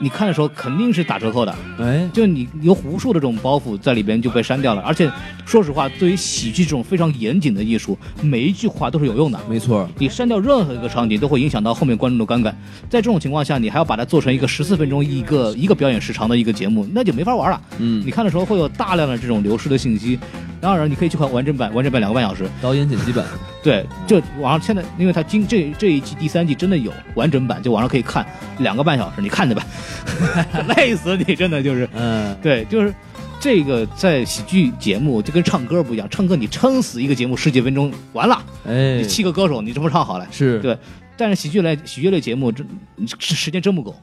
Speaker 2: 你看的时候肯定是打折扣的。
Speaker 3: 哎，
Speaker 2: 就你有无数的这种包袱在里边就被删掉了，而且说实话，对于喜剧这种非常严谨的艺术，每一句话都是有用的。
Speaker 3: 没错，
Speaker 2: 你删掉任何一个场景，都会影响到后面观众的观感。在这种情况下，你还要把它做成一个十四分钟一个一个表演时长的一个节目，那就没法玩了。
Speaker 3: 嗯
Speaker 2: 你，看的时候会有大量的这种流失的信息。当然，你可以去看完整版，完整版两个半小时。
Speaker 3: 导演剪辑版，
Speaker 2: 对，就网上现在，因为它今这这一季第三季真的有完整版，就网上可以看两个半小时，你看去吧，累死你，真的就是。
Speaker 3: 嗯，
Speaker 2: 对，就是这个在喜剧节目就跟唱歌不一样，唱歌你撑死一个节目十几分钟，完了，
Speaker 3: 哎
Speaker 2: 你，七个歌手你这么唱好了。
Speaker 3: 是，
Speaker 2: 对但是喜剧类喜剧类节目真时时间真不够，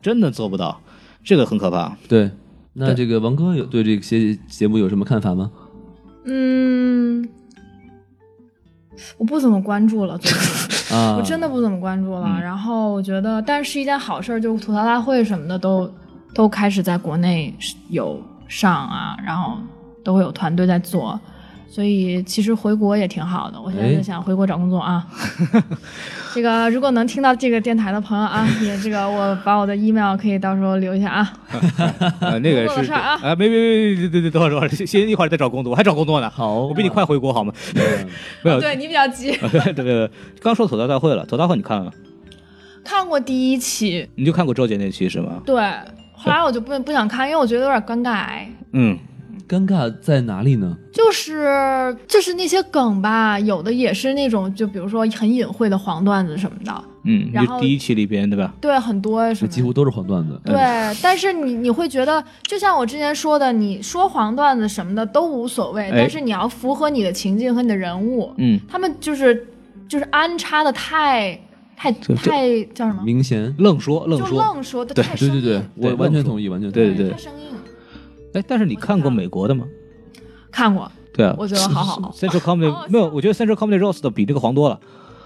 Speaker 2: 真的做不到，这个很可怕。
Speaker 3: 对，那
Speaker 2: 对
Speaker 3: 这个王哥有对这些节目有什么看法吗？
Speaker 1: 嗯，我不怎么关注了，最近
Speaker 3: 啊，
Speaker 1: 我真的不怎么关注了。
Speaker 2: 嗯
Speaker 1: 然后我觉得，但是一件好事儿，就是吐槽大会什么的都都开始在国内有上啊，然后都会有团队在做。所以其实回国也挺好的，我现在
Speaker 3: 哎
Speaker 1: 就想回国找工作啊。 [laughs] 这个如果能听到这个电台的朋友啊，也这个我把我的 email 可以到时候留一下啊。
Speaker 2: [laughs] 啊，那个
Speaker 1: 工作的
Speaker 2: 是
Speaker 1: 事儿啊
Speaker 2: 啊，没没没没，对对，等会儿等会儿，先先一会儿再找工作，我还找工作呢。
Speaker 3: 好，
Speaker 2: 我比你快回国好吗？
Speaker 1: [laughs]
Speaker 3: 嗯，
Speaker 2: 没有， [laughs]
Speaker 1: 对你比较急，
Speaker 2: 对对对，刚说吐槽大会了，吐槽大会你看了吗？
Speaker 1: 看过第一期，
Speaker 2: 你就看过周杰那期是吗？
Speaker 1: 对，后来我就不不想看，因为我觉得有点尴尬癌。
Speaker 2: 嗯，
Speaker 3: 尴尬在哪里呢？
Speaker 1: 就是就是那些梗吧，有的也是那种，就比如说很隐晦的黄段子什么的，
Speaker 2: 嗯，
Speaker 1: 然
Speaker 2: 就
Speaker 1: 后
Speaker 2: 第一期里边对吧？
Speaker 1: 对，很多什
Speaker 3: 这
Speaker 1: 么
Speaker 3: 几乎都是黄段子。
Speaker 1: 对，但是你你会觉得，就像我之前说的，你说黄段子什么的都无所谓，
Speaker 2: 哎
Speaker 1: 但是你要符合你的情境和你的人物，
Speaker 2: 嗯，
Speaker 1: 他们就是就是安插的太太
Speaker 2: 对对
Speaker 1: 太叫什
Speaker 2: 嗯
Speaker 1: 么，
Speaker 3: 明显，
Speaker 2: 愣说愣
Speaker 1: 就
Speaker 2: 说，
Speaker 1: 愣说的
Speaker 2: 对
Speaker 1: 太
Speaker 3: 对
Speaker 1: 生
Speaker 3: 对
Speaker 1: 硬，
Speaker 3: 对，我
Speaker 2: 对
Speaker 3: 完全
Speaker 2: 愣说
Speaker 3: 同意，完全同
Speaker 2: 对
Speaker 3: 意。
Speaker 2: 对
Speaker 1: 太生硬。
Speaker 2: 哎，但是你看过美国的吗？
Speaker 1: 看过，
Speaker 2: 对啊
Speaker 1: 我觉哦得好好好。
Speaker 2: ，Central
Speaker 1: 好好
Speaker 2: Comedy 没有，我觉得 Central Comedy Roast 的比这个黄多了。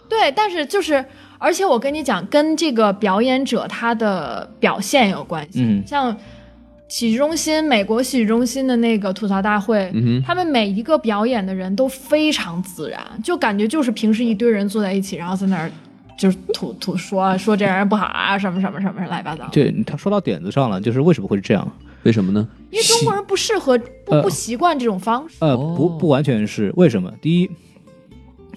Speaker 1: 对，但是就是，而且我跟你讲，跟这个表演者他的表现有关系。
Speaker 2: 嗯
Speaker 1: 像喜剧中心，美国喜剧中心的那个吐槽大会，
Speaker 3: 嗯
Speaker 1: 他们每一个表演的人都非常自然，就感觉就是平时一堆人坐在一起，然后在那儿就是吐吐说说这人不好啊，什么什么什么乱七八糟。
Speaker 2: 对，他说到点子上了，就是为什么会是这样？
Speaker 3: 哼，为什么呢？
Speaker 1: 因为中国人不适合不
Speaker 2: 呃
Speaker 1: 不习惯这种方式。
Speaker 2: 呃，
Speaker 3: 哦
Speaker 2: 不不完全是为什么？第一，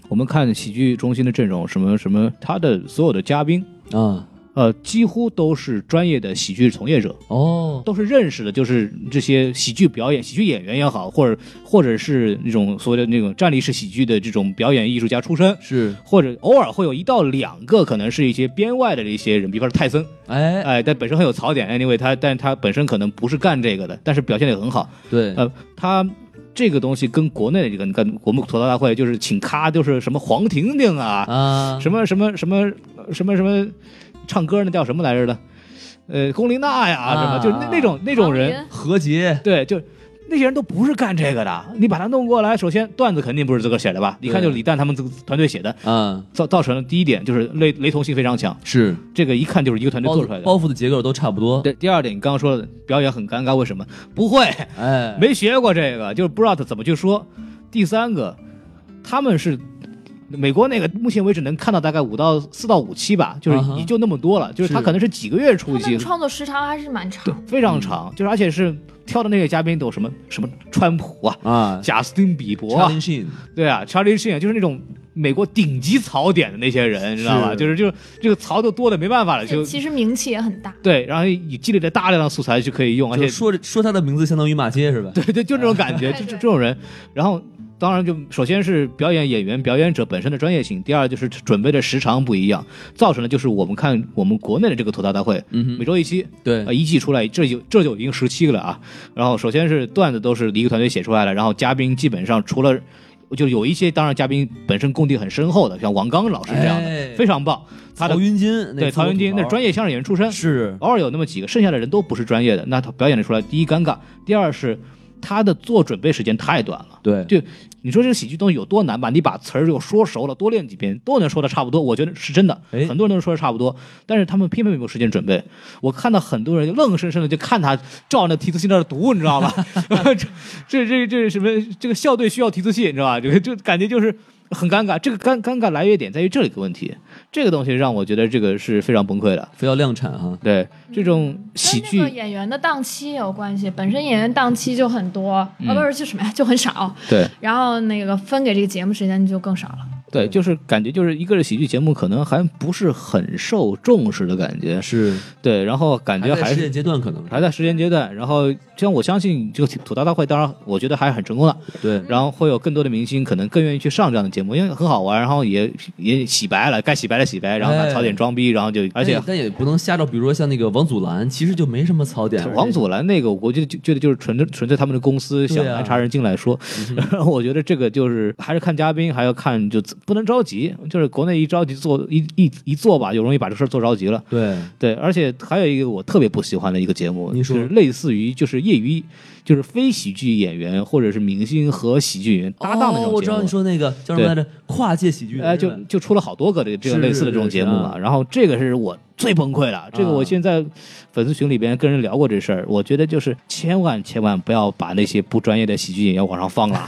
Speaker 2: 我们看喜剧中心的阵容，什么什么，他的所有的嘉宾
Speaker 3: 啊，
Speaker 2: 呃，几乎都是专业的喜剧从业者，
Speaker 3: 哦，
Speaker 2: 都是认识的，就是这些喜剧表演、喜剧演员也好，或者或者是那种所谓的那种站立式喜剧的这种表演艺术家出身，
Speaker 3: 是，
Speaker 2: 或者偶尔会有一到两个可能是一些编外的一些人，比方说泰森，
Speaker 3: 哎，
Speaker 2: 哎，但本身很有槽点，anyway，他但他本身可能不是干这个的，但是表现的也很好，
Speaker 3: 对，
Speaker 2: 呃，他。这个东西跟国内的这个，你看我们吐槽大会就是请咖，就是什么黄婷婷啊，
Speaker 3: 啊，
Speaker 2: 什么什么什么什么什么，唱歌那叫什么来着的？呃，龚琳娜呀，
Speaker 3: 啊
Speaker 2: 什么，就是那那种那种人，
Speaker 3: 何洁，
Speaker 2: 对，就那些人都不是干这个的。你把他弄过来，首先段子肯定不是自个儿写的吧？一看就是李诞他们自团队写的，
Speaker 3: 啊，
Speaker 2: 造造成了第一点就是雷雷同性非常强，
Speaker 3: 是
Speaker 2: 这个一看嗯就是一个团队
Speaker 3: 包
Speaker 2: 做出来
Speaker 3: 袱
Speaker 2: 的。
Speaker 3: 包袱的结构都差不多，
Speaker 2: 对，第二点你刚刚说的表演很尴尬，为什么？不会，
Speaker 3: 哎，
Speaker 2: 没学过这个，就是不知道怎么去说。第三个，他们是美国那个，目前为止能看到大概五到四到五期吧，就是
Speaker 3: 啊哈
Speaker 2: 也就那么多了。就是他
Speaker 3: 是
Speaker 2: 可能是几个月出
Speaker 1: 他
Speaker 2: 一期
Speaker 1: 们，创作时长还是蛮
Speaker 2: 对
Speaker 1: 长，，
Speaker 2: 非常
Speaker 3: 嗯
Speaker 2: 长，就是而且是挑的那些嘉宾都有什么什么川普啊、
Speaker 3: 啊
Speaker 2: 贾斯汀比伯啊，
Speaker 3: ，Charlie Sheen，
Speaker 2: 对啊，Charlie Sheen 啊就是那种。美国顶级槽点的那些人，你知道吧？
Speaker 3: 是
Speaker 2: 就是就是这个槽都多的没办法了，
Speaker 1: 而
Speaker 2: 就
Speaker 1: 且其实名气也很大。
Speaker 2: 对，然后以积累的大量的素材就可以用，而
Speaker 3: 就
Speaker 2: 且
Speaker 3: 说着说他的名字相当于骂街是吧？
Speaker 2: [laughs] 对对，就这种感
Speaker 1: [laughs]
Speaker 2: 觉，
Speaker 1: 对
Speaker 2: 就就
Speaker 1: 对
Speaker 2: 这种人。然后，当然就首先是表演演员、表演者本身的专业性，第二就是准备的时长不一样，造成的就是我们看我们国内的这个吐槽大会，
Speaker 3: 嗯
Speaker 2: 每
Speaker 3: 哼，
Speaker 2: 周一期，
Speaker 3: 对
Speaker 2: 呃，，一季出来，这就这就已经十七个了啊。然后首先是段子都是一个团队写出来了，然后嘉宾基本上除了就有一些，当然嘉宾本身功底很深厚的，像王刚老师这样的，
Speaker 3: 哎
Speaker 2: 非常棒。他的
Speaker 3: 曹云金，
Speaker 2: 对曹云金那是专
Speaker 3: 业
Speaker 2: 业相声演员出身，
Speaker 3: 是
Speaker 2: 偶尔有那么几个，剩下的人都不是专业的，那他表演的出来，第一尴尬，第二是他的做准备时间太短了。
Speaker 3: 对
Speaker 2: 就你说这个喜剧东西有多难吧？你把词儿又说熟了，多练几遍都能说的差不多，我觉得是真的。
Speaker 3: 哎
Speaker 2: 很多人都说的差不多，但是他们偏偏没有时间准备。我看到很多人就愣生生的就看他照那提词器在那儿读，你知道吧？ [laughs] 这这这这是什么？这个校队需要提词器，你知道吧？这个就感觉就是很尴尬。这个尴尴尬来源点在于这里个问题，这个东西让我觉得这个是非常崩溃的。
Speaker 3: 非要量产啊哈，
Speaker 2: 对这种喜
Speaker 1: 跟
Speaker 2: 剧
Speaker 1: 嗯那个，演员的档期也有关系，本身演员档期就很多，啊、
Speaker 2: 嗯
Speaker 1: 不是就什么呀，就很少。
Speaker 2: 对
Speaker 1: 然后那个分给这个节目时间就更少了。
Speaker 2: 对，就是感觉就是一个是喜剧节目可能还不是很受重视的感觉，
Speaker 3: 是
Speaker 2: 对，然后感觉
Speaker 3: 还在
Speaker 2: 还
Speaker 3: 实
Speaker 2: 是
Speaker 3: 验阶段可能
Speaker 2: 还在实验阶段，然后像我相信这个吐槽大会，当然我觉得还是很成功的，
Speaker 3: 对
Speaker 2: 然后会有更多的明星可能更愿意去上这样的节目，因为很好玩，然后也也洗白了，该洗白的洗白，然后
Speaker 3: 哎
Speaker 2: 还槽点装逼，然后就而且
Speaker 3: 但也。但也不能瞎照，比如说像那个王祖蓝，其实就没什么槽点。
Speaker 2: 王祖蓝那个，我觉得就觉得就是纯粹纯粹他们的公司想
Speaker 3: 对啊嗯
Speaker 2: 安插人进来说，然 [laughs] 后我觉得这个就是还是看嘉宾，还要看就不能着急，就是国内一着急做一一一做吧，就容易把这事儿做着急了。
Speaker 3: 对
Speaker 2: 对，而且还有一个我特别不喜欢的一个节目，
Speaker 3: 你说
Speaker 2: 就是类似于就是业余，就是非喜剧演员或者是明星和喜剧演员搭档的那种节
Speaker 3: 哦
Speaker 2: 目。
Speaker 3: 我知道你说那个叫什么来着，跨界喜剧的
Speaker 2: 哎，
Speaker 3: 是
Speaker 2: 就
Speaker 3: 吧
Speaker 2: 就出了好多个这个这个
Speaker 3: 是
Speaker 2: 类似的这种
Speaker 3: 是
Speaker 2: 节目
Speaker 3: 是
Speaker 2: 嘛。然后这个是我最崩溃的，这个我
Speaker 3: 啊
Speaker 2: 现在粉丝群里边跟人聊过这事儿，我觉得就是千万千万不要把那些不专业的喜剧演员往上放
Speaker 3: [laughs]
Speaker 2: 了，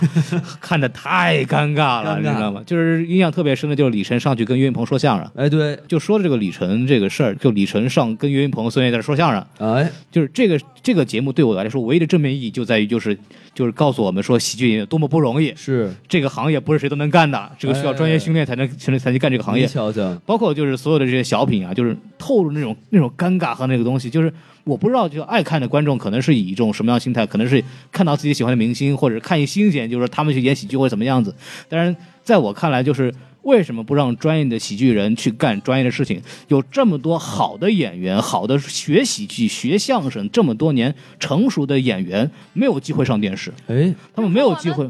Speaker 2: 看着太尴尬了，
Speaker 3: 尴
Speaker 2: 你
Speaker 3: 尬
Speaker 2: 知道吗？就是印象特别深的就是李晨上去跟岳云鹏说相声。
Speaker 3: 哎对
Speaker 2: 就说这个李晨这个事儿，就李晨上跟岳云鹏、孙越在这说相声，
Speaker 3: 哎
Speaker 2: 就是这个这个节目对我来说唯一的正面意义就在于就是就是告诉我们说喜剧演员有多么不容易，
Speaker 3: 是
Speaker 2: 这个行业不是谁都能干的，这个需要专业训练才能才能才能干这个行
Speaker 3: 你
Speaker 2: 业。
Speaker 3: 瞧瞧，
Speaker 2: 包括就是所有的这些小品啊，就是透露那种那种尴尬和那个东西，就是我不知道，就爱看的观众可能是以一种什么样的心态，可能是看到自己喜欢的明星，或者看一新鲜，就是说他们去演喜剧或者怎么样子。但是在我看来，就是为什么不让专业的喜剧人去干专业的事情？有这么多好的演员，好的学喜剧、学相声这么多年成熟的演员，没有机会上电视，
Speaker 3: 哎，
Speaker 2: 他们没有机会，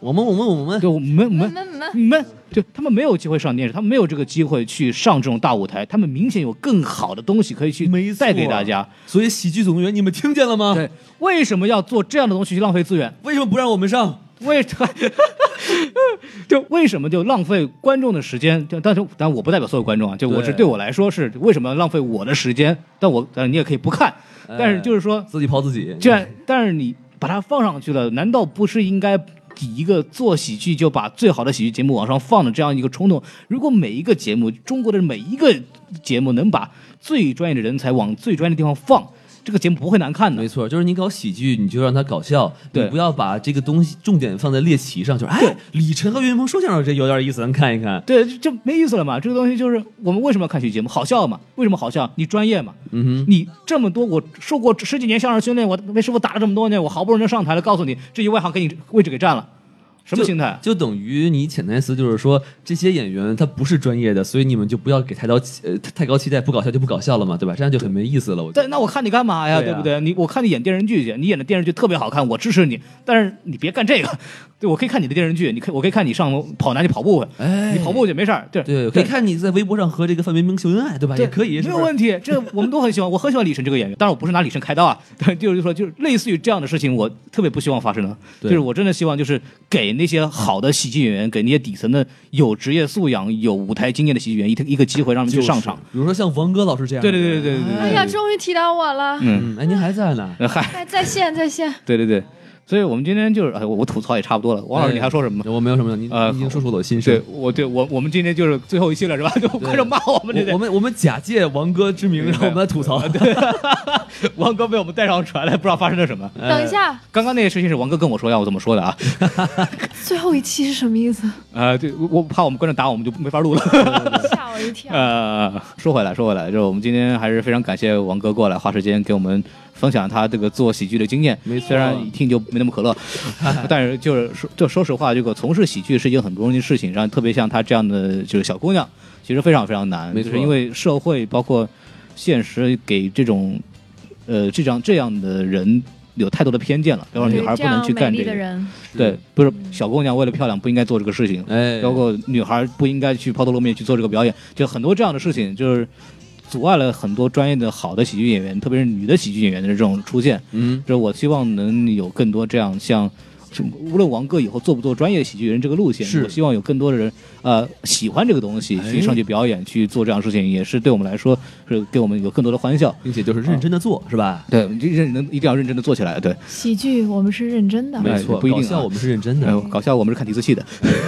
Speaker 3: 我们我们我们
Speaker 2: 对，我们我们
Speaker 1: 们们
Speaker 2: 你们就他们没有机会上电视，他们没有这个机会去上这种大舞台，他们明显有更好的东西可以去
Speaker 3: 没错啊
Speaker 2: 带给大
Speaker 3: [laughs]
Speaker 2: 家。
Speaker 3: 所以《喜剧总动员》，你们听见了吗？
Speaker 2: 对，为什么要做这样的东西去浪费资源？ [laughs]
Speaker 3: 为什么不让我们上？
Speaker 2: 为什么就为什么就浪费观众的时间？就但是但我不代表所有观众啊，就我
Speaker 3: 对
Speaker 2: 是对我来说是为什么要浪费我的时间？但我但你也可以不看，
Speaker 3: 哎
Speaker 2: 但是就是说，
Speaker 3: 自己刨自己，
Speaker 2: 这样但是你把它放上去了，难道不是应该以一个做喜剧就把最好的喜剧节目往上放的这样一个冲动？如果每一个节目，中国的每一个节目能把最专业的人才往最专业的地方放，这个节目不会难看的
Speaker 3: 没。错，就是你搞喜剧，你就让他搞笑，
Speaker 2: 对
Speaker 3: 你不要把这个东西重点放在猎奇上，就是哎，李晨和岳云鹏说相声这有点意思，咱看一看。
Speaker 2: 对，就就没意思了嘛。这个东西就是我们为什么要看喜剧节目？好笑嘛？为什么好笑？你专业嘛？
Speaker 3: 嗯
Speaker 2: 你这么多，我受过十几年相声训练，我被师傅打了这么多年，我好不容易能上台了，告诉你这一外行给你位置给占了，什么
Speaker 3: 就
Speaker 2: 心态？
Speaker 3: 就等于你潜台词就是说，这些演员他不是专业的，所以你们就不要给太高期呃太高期待，不搞笑就不搞笑了嘛，对吧？这样就很没意思了。我觉得
Speaker 2: 但那我看你干嘛呀？
Speaker 3: 对
Speaker 2: 对
Speaker 3: 呀
Speaker 2: 不对？你我看你演电视剧去，你演的电视剧特别好看，我支持你。但是你别干这个， [laughs] 对我可以看你的电视剧，你可以我可以看你上跑男去跑步去，
Speaker 3: 哎，
Speaker 2: 你跑步去没事儿，对
Speaker 3: 对，可以看你在微博上和这个范冰冰秀恩爱，对吧？
Speaker 2: 对
Speaker 3: 也可以，
Speaker 2: 没
Speaker 3: 是
Speaker 2: 有
Speaker 3: 不是
Speaker 2: 问题。这我们都很喜欢，我很喜欢李晨这个演员，当然我不是拿李晨开刀啊，但就是说，就是类似于这样的事情，我特别不希望发生的。就
Speaker 3: 对
Speaker 2: 是我真的希望，就是给那些好的喜剧演员，给那些底层的有职业素养、有舞台经验的喜剧演员一个一个机会，让他们去上场。
Speaker 3: 比如说像王哥老师这样的
Speaker 2: 对对
Speaker 3: 人，
Speaker 2: 对对对对
Speaker 1: 哎
Speaker 2: 对 [laughs]
Speaker 1: 呀，终于提到我了，
Speaker 3: 嗯，哎，您还在呢，
Speaker 2: 呃，嗨，
Speaker 1: 哎，在线在线，
Speaker 2: 对对对，所以我们今天就是，哎，我我吐槽也差不多 [laughs] 了。王老师，
Speaker 3: 哎
Speaker 2: 你还说什么吗？
Speaker 3: 我没有什么，您
Speaker 2: 呃
Speaker 3: 您已经说出了我的心
Speaker 2: 对
Speaker 3: 声。
Speaker 2: 我对我我们今天就是最后一期了
Speaker 3: [laughs]
Speaker 2: 是吧？就快点骂我们这
Speaker 3: 我我
Speaker 2: 得
Speaker 3: 们我们假借王哥之名，
Speaker 2: [laughs] 对
Speaker 3: 然后我们来吐槽。对，
Speaker 2: 王哥被我们带上船来，不知道发生了什么。
Speaker 1: 等一下，
Speaker 2: 刚刚那个事情是王哥跟我说要我怎么说的
Speaker 3: [laughs]
Speaker 2: 啊？
Speaker 1: 最后一期是什么意思？
Speaker 2: 呃，对我我怕我们观众打我们就没法录了。
Speaker 1: 吓我一 [laughs] 跳。
Speaker 2: 呃，说回来，说回来，就是我们今天还是非常感谢王哥过来花时间给我们分享他这个做喜剧的经验。
Speaker 3: 没错
Speaker 2: 虽然一听就没那么可
Speaker 3: [laughs]
Speaker 2: 乐， [laughs] 但是就是说，就说实话，这个从事喜剧是一件很不容易的事情，然后特别像她这样的就是小姑娘，其实非常非常难，
Speaker 3: 没
Speaker 2: 就
Speaker 3: 错
Speaker 2: 是因为社会包括现实给这种呃这样这样的人有太多的偏见了，比方说
Speaker 1: 对
Speaker 2: 女孩
Speaker 1: 这
Speaker 2: 不能
Speaker 1: 样
Speaker 2: 去
Speaker 1: 美
Speaker 2: 干
Speaker 1: 丽
Speaker 2: 这
Speaker 1: 的
Speaker 2: 个，
Speaker 1: 人，
Speaker 2: 对，不是小姑娘为了漂亮不应该做这个事情，
Speaker 3: 哎，
Speaker 2: 包括女孩不应该去抛头露面去做这个表演，就很多这样的事情，就是阻碍了很多专业的好的喜剧演员，特别是女的喜剧演员的这种出现。
Speaker 3: 嗯，
Speaker 2: 就是我希望能有更多这样像，就无论王哥以后做不做专业喜剧人这个路线，
Speaker 3: 是
Speaker 2: 我希望有更多的人呃喜欢这个东西，去
Speaker 3: 哎
Speaker 2: 上去表演，去做这样的事情，也是对我们来说是给我们有更多的欢笑。
Speaker 3: 并且就是认真的做，是吧？
Speaker 2: 对，你认能一定要认真的做起来。对，
Speaker 1: 喜剧我们是认真的。
Speaker 3: 没错，
Speaker 2: 不一定啊
Speaker 3: 搞笑我们是认真
Speaker 2: 哎
Speaker 3: 的
Speaker 2: 呦，。搞笑，我们是看提词器的。 [laughs]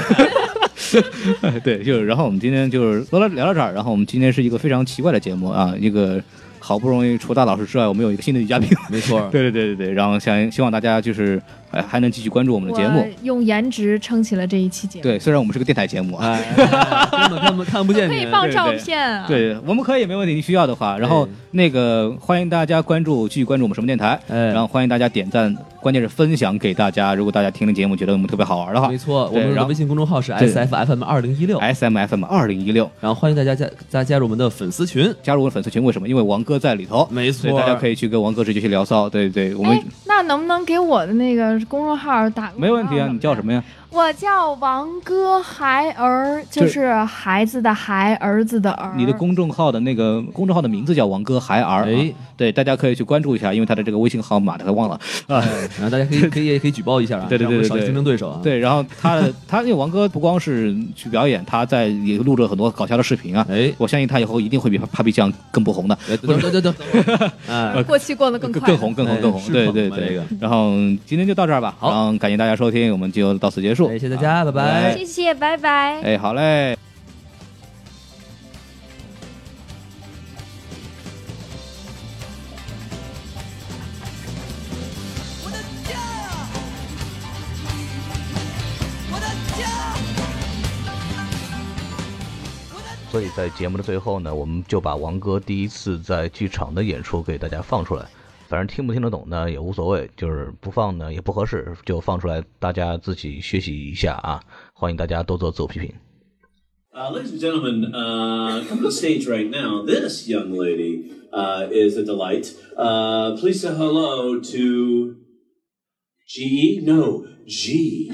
Speaker 2: 哎对，就是，然后我们今天就是聊到聊到这儿，然后我们今天是一个非常奇怪的节目啊，一个好不容易除大老师之外，我们有一个新的女嘉宾。
Speaker 3: 没错，
Speaker 2: [laughs] 对对对对对，然后想希望大家就是还还能继续关注我们的节目
Speaker 1: 我。用颜值撑起了这一期节目，
Speaker 2: 对，虽然我们是个电台节目啊，
Speaker 3: 哎，哎哎根本
Speaker 1: [laughs]
Speaker 3: 看不看不见
Speaker 1: 可
Speaker 3: 你
Speaker 1: 以。放
Speaker 2: 对
Speaker 1: 照
Speaker 2: 对
Speaker 1: 片啊。
Speaker 2: 对，我们可以没问题，你需要的话。然后
Speaker 3: 对
Speaker 2: 那个欢迎大家关注，继续关注我们什么电台，
Speaker 3: 哎
Speaker 2: 然后欢迎大家点赞，关键是分享给大家。如果大家听了节目觉得我们特别好玩的话
Speaker 3: 没错，我
Speaker 2: 对
Speaker 3: 们
Speaker 2: 然
Speaker 3: 的
Speaker 2: 后
Speaker 3: 微信公众号是
Speaker 2: 对哎
Speaker 3: S F F M 二零一六，
Speaker 2: ，S M F M 二零一六。
Speaker 3: 然后欢迎大家加大家加入我们的粉丝群。
Speaker 2: 加入我的粉丝群，为什么？因为王哥在里头，
Speaker 3: 没错
Speaker 2: 所以大家可以去跟王哥直接去聊骚。对对，我们
Speaker 1: 哎，那能不能给我的那个公众号打个
Speaker 2: 没问题啊。你叫什
Speaker 1: 么
Speaker 2: 么呀？
Speaker 1: 呀？我叫王哥孩儿，就
Speaker 2: 这
Speaker 1: 是孩子的孩，儿子的儿。
Speaker 2: 你的公众号的那个公众号的名字叫王哥孩儿、啊，
Speaker 3: 哎
Speaker 2: 对，大家可以去关注一下，因为他的这个微信号码他忘了啊。
Speaker 3: 然后大家可以可以也可以举报一下啊，
Speaker 2: 对对对
Speaker 3: 这样会少一
Speaker 2: 对对
Speaker 3: 竞争对手啊。
Speaker 2: [laughs] 对，然后他的他因为王哥不光是去表演，他在也录了很多搞笑的视频啊。
Speaker 3: 哎，
Speaker 2: 我相信他以后一定会比 Papi 酱更不红的，
Speaker 3: 哎等等等等，
Speaker 2: [laughs]
Speaker 3: 哎，
Speaker 1: 过期过得更
Speaker 2: 更
Speaker 1: 快，
Speaker 2: 更红更红
Speaker 3: 哎
Speaker 2: 更红。
Speaker 3: 是
Speaker 2: 对
Speaker 3: 捧
Speaker 2: 对
Speaker 3: 嘛
Speaker 2: 对
Speaker 3: 这个，
Speaker 2: 然后今天就到这儿吧，
Speaker 3: 好
Speaker 2: 然后感谢大家收听，我们就到此结束。
Speaker 3: 哎谢谢大家，拜拜。
Speaker 1: 谢谢，拜拜。
Speaker 2: 哎，好嘞。
Speaker 4: 我的家，我的家。
Speaker 5: 所以在节目的最后呢，我们就把王哥第一次在剧场的演出给大家放出来。反正听不听得懂呢也无所谓，就是不放呢也不合适，就放出来大家自己学习一下啊！欢迎大家多做自我批评。
Speaker 6: Uh, ladies and gentlemen, uh, coming to the stage right now, this young lady uh, is a delight. Uh, please say hello to G. E? No, G.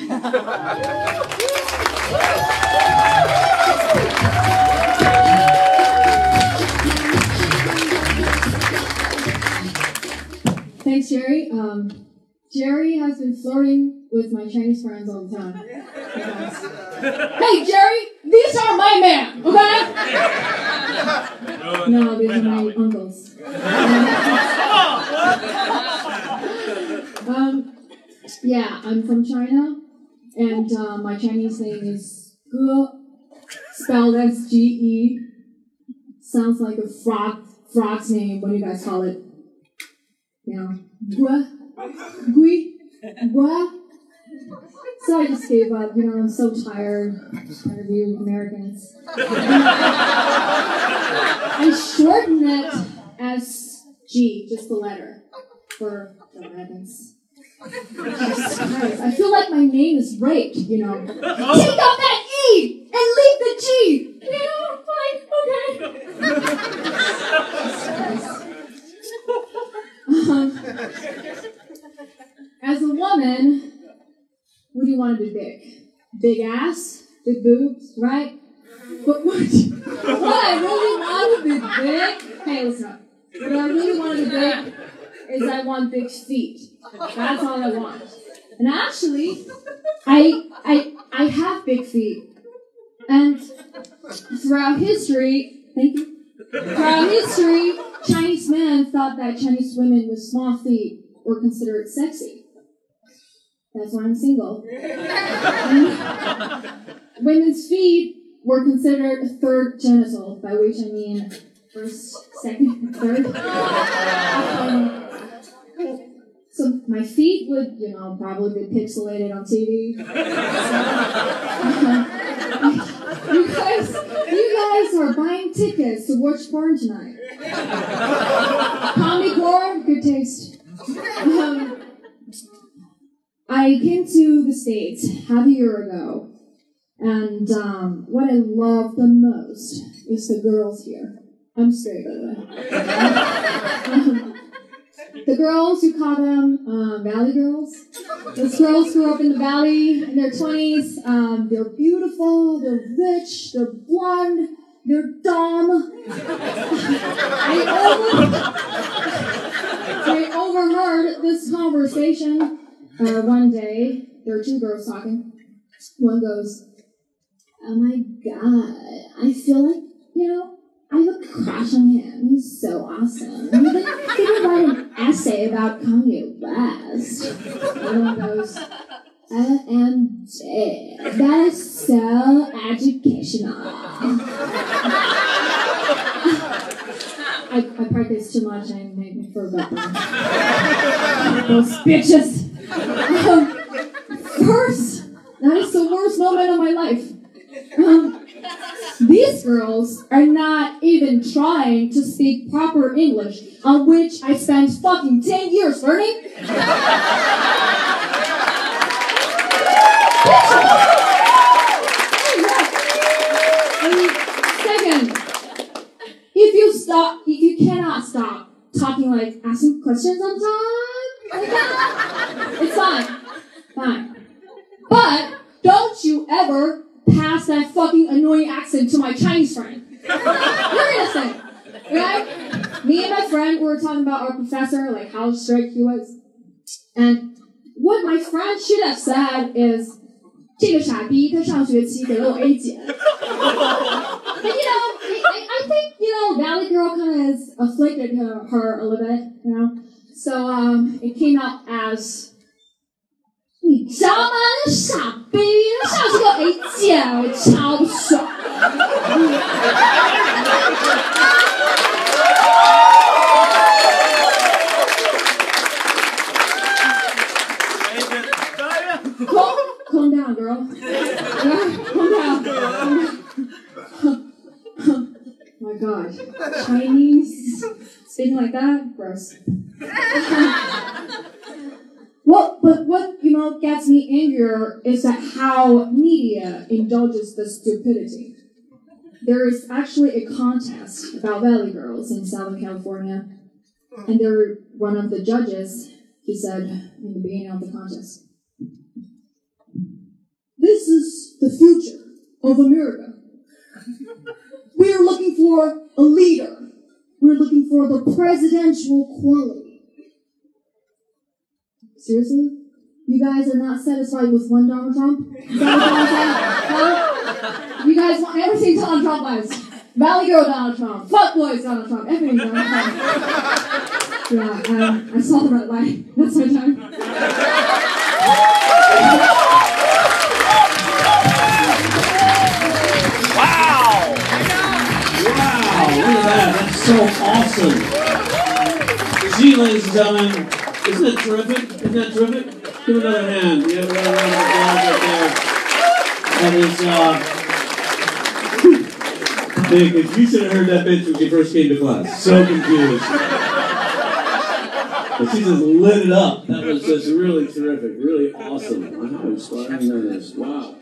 Speaker 7: Thanks, Jerry. Um, Jerry has been flirting with my Chinese friends all the time. hey, Jerry, these are my men, okay? No, these are my uncles. um, yeah, I'm from China, and uh, my Chinese name is Gu, spelled as G E. Sounds like a frog frog's name. What do you guys call it? Now, gua, gui, gua. So I just gave up. You know, I'm so tired. Tired of you Americans. I shortened it as G, just the letter for the Americans. Jesus Christ, I feel like my name is raped, you know. Take out that E and leave the G. You know, like okay. Um, as a woman, what do you want to be big? Big ass, big boobs, right? But what, [laughs] what I really want to be big, hey, listen up. What I really want to be big is I want big feet. That's all I want. And actually, I I I have big feet. And throughout history, thank you. Throughout history, Chinese men thought that Chinese women with small feet were considered sexy. That's why I'm single. Um, Women's feet were considered third genital, by which I mean first, second, third. Um, so my feet would, you know, probably be pixelated on TV. So, [laughs] you guys, you guys are buying tickets to watch porn tonight. Comedy core, good taste. Um, I came to the States half a year ago, and um, what I love the most is the girls here. I'm straight, by the way. [laughs] The girls, you call them um, Valley Girls. Those girls grew up in the Valley in their 20s. Um, they're beautiful, they're rich, they're blonde, they're dumb. [laughs] I, over- [laughs] I overheard this conversation uh, one day. There are two girls talking. One goes, Oh my god, I feel like, you know, I have a crush on him. He's so awesome. [laughs] I'm like, gonna write an essay about Kanye West. And one goes, LMJ. That is so educational. [laughs] I, I practice too much. I make me forget them. [laughs] Those bitches. Um, first, that is the worst moment of my life. Um, these girls are not even trying to speak proper English, on which I spent fucking 10 years learning. Second, if you stop, if you cannot stop talking like asking questions on time, like that, it's fine. Fine. But don't you ever pass that fucking annoying accent to my Chinese friend. You're innocent, right? Me and my friend were talking about our professor, like how strict he was, and what my friend should have said is, "这个傻逼，他上学期给了我A姐." But you know, I, I, I think you know Valley Girl kind of afflicted her, her a little bit, you know. So um, it came out as 你知道吗？那傻逼，那上次给我 A 减，我超不爽。Calm, calm down, girl. Yeah, calm down. Calm down. My God, Chinese speaking like that, gross. What, but what you know gets me angrier is that how media indulges the stupidity. There is actually a contest about Valley Girls in Southern California, and there one of the judges he said in the beginning of the contest, "This is the future of America. We are looking for a leader. We're looking for the presidential quality." Seriously? You guys are not satisfied with one Donald Trump? Is that what Donald Trump- Huh? You guys want everything Donald Trump was. Valley Girl Donald Trump. Fuck boys Donald Trump. Everything Donald Trump. Yeah, um, I saw the red light. That's my time.
Speaker 6: Wow, look at that. That's so awesome. You see, ladies and gentlemen. Isn't it terrific? Isn't that terrific? Give another hand. We have another round of applause right there. That is, uh, [laughs] Nick, if you should have heard that bitch when she first came to class. So confused. But she just lit it up. That was just really terrific, really awesome. Wow, inspiring on this. Wow.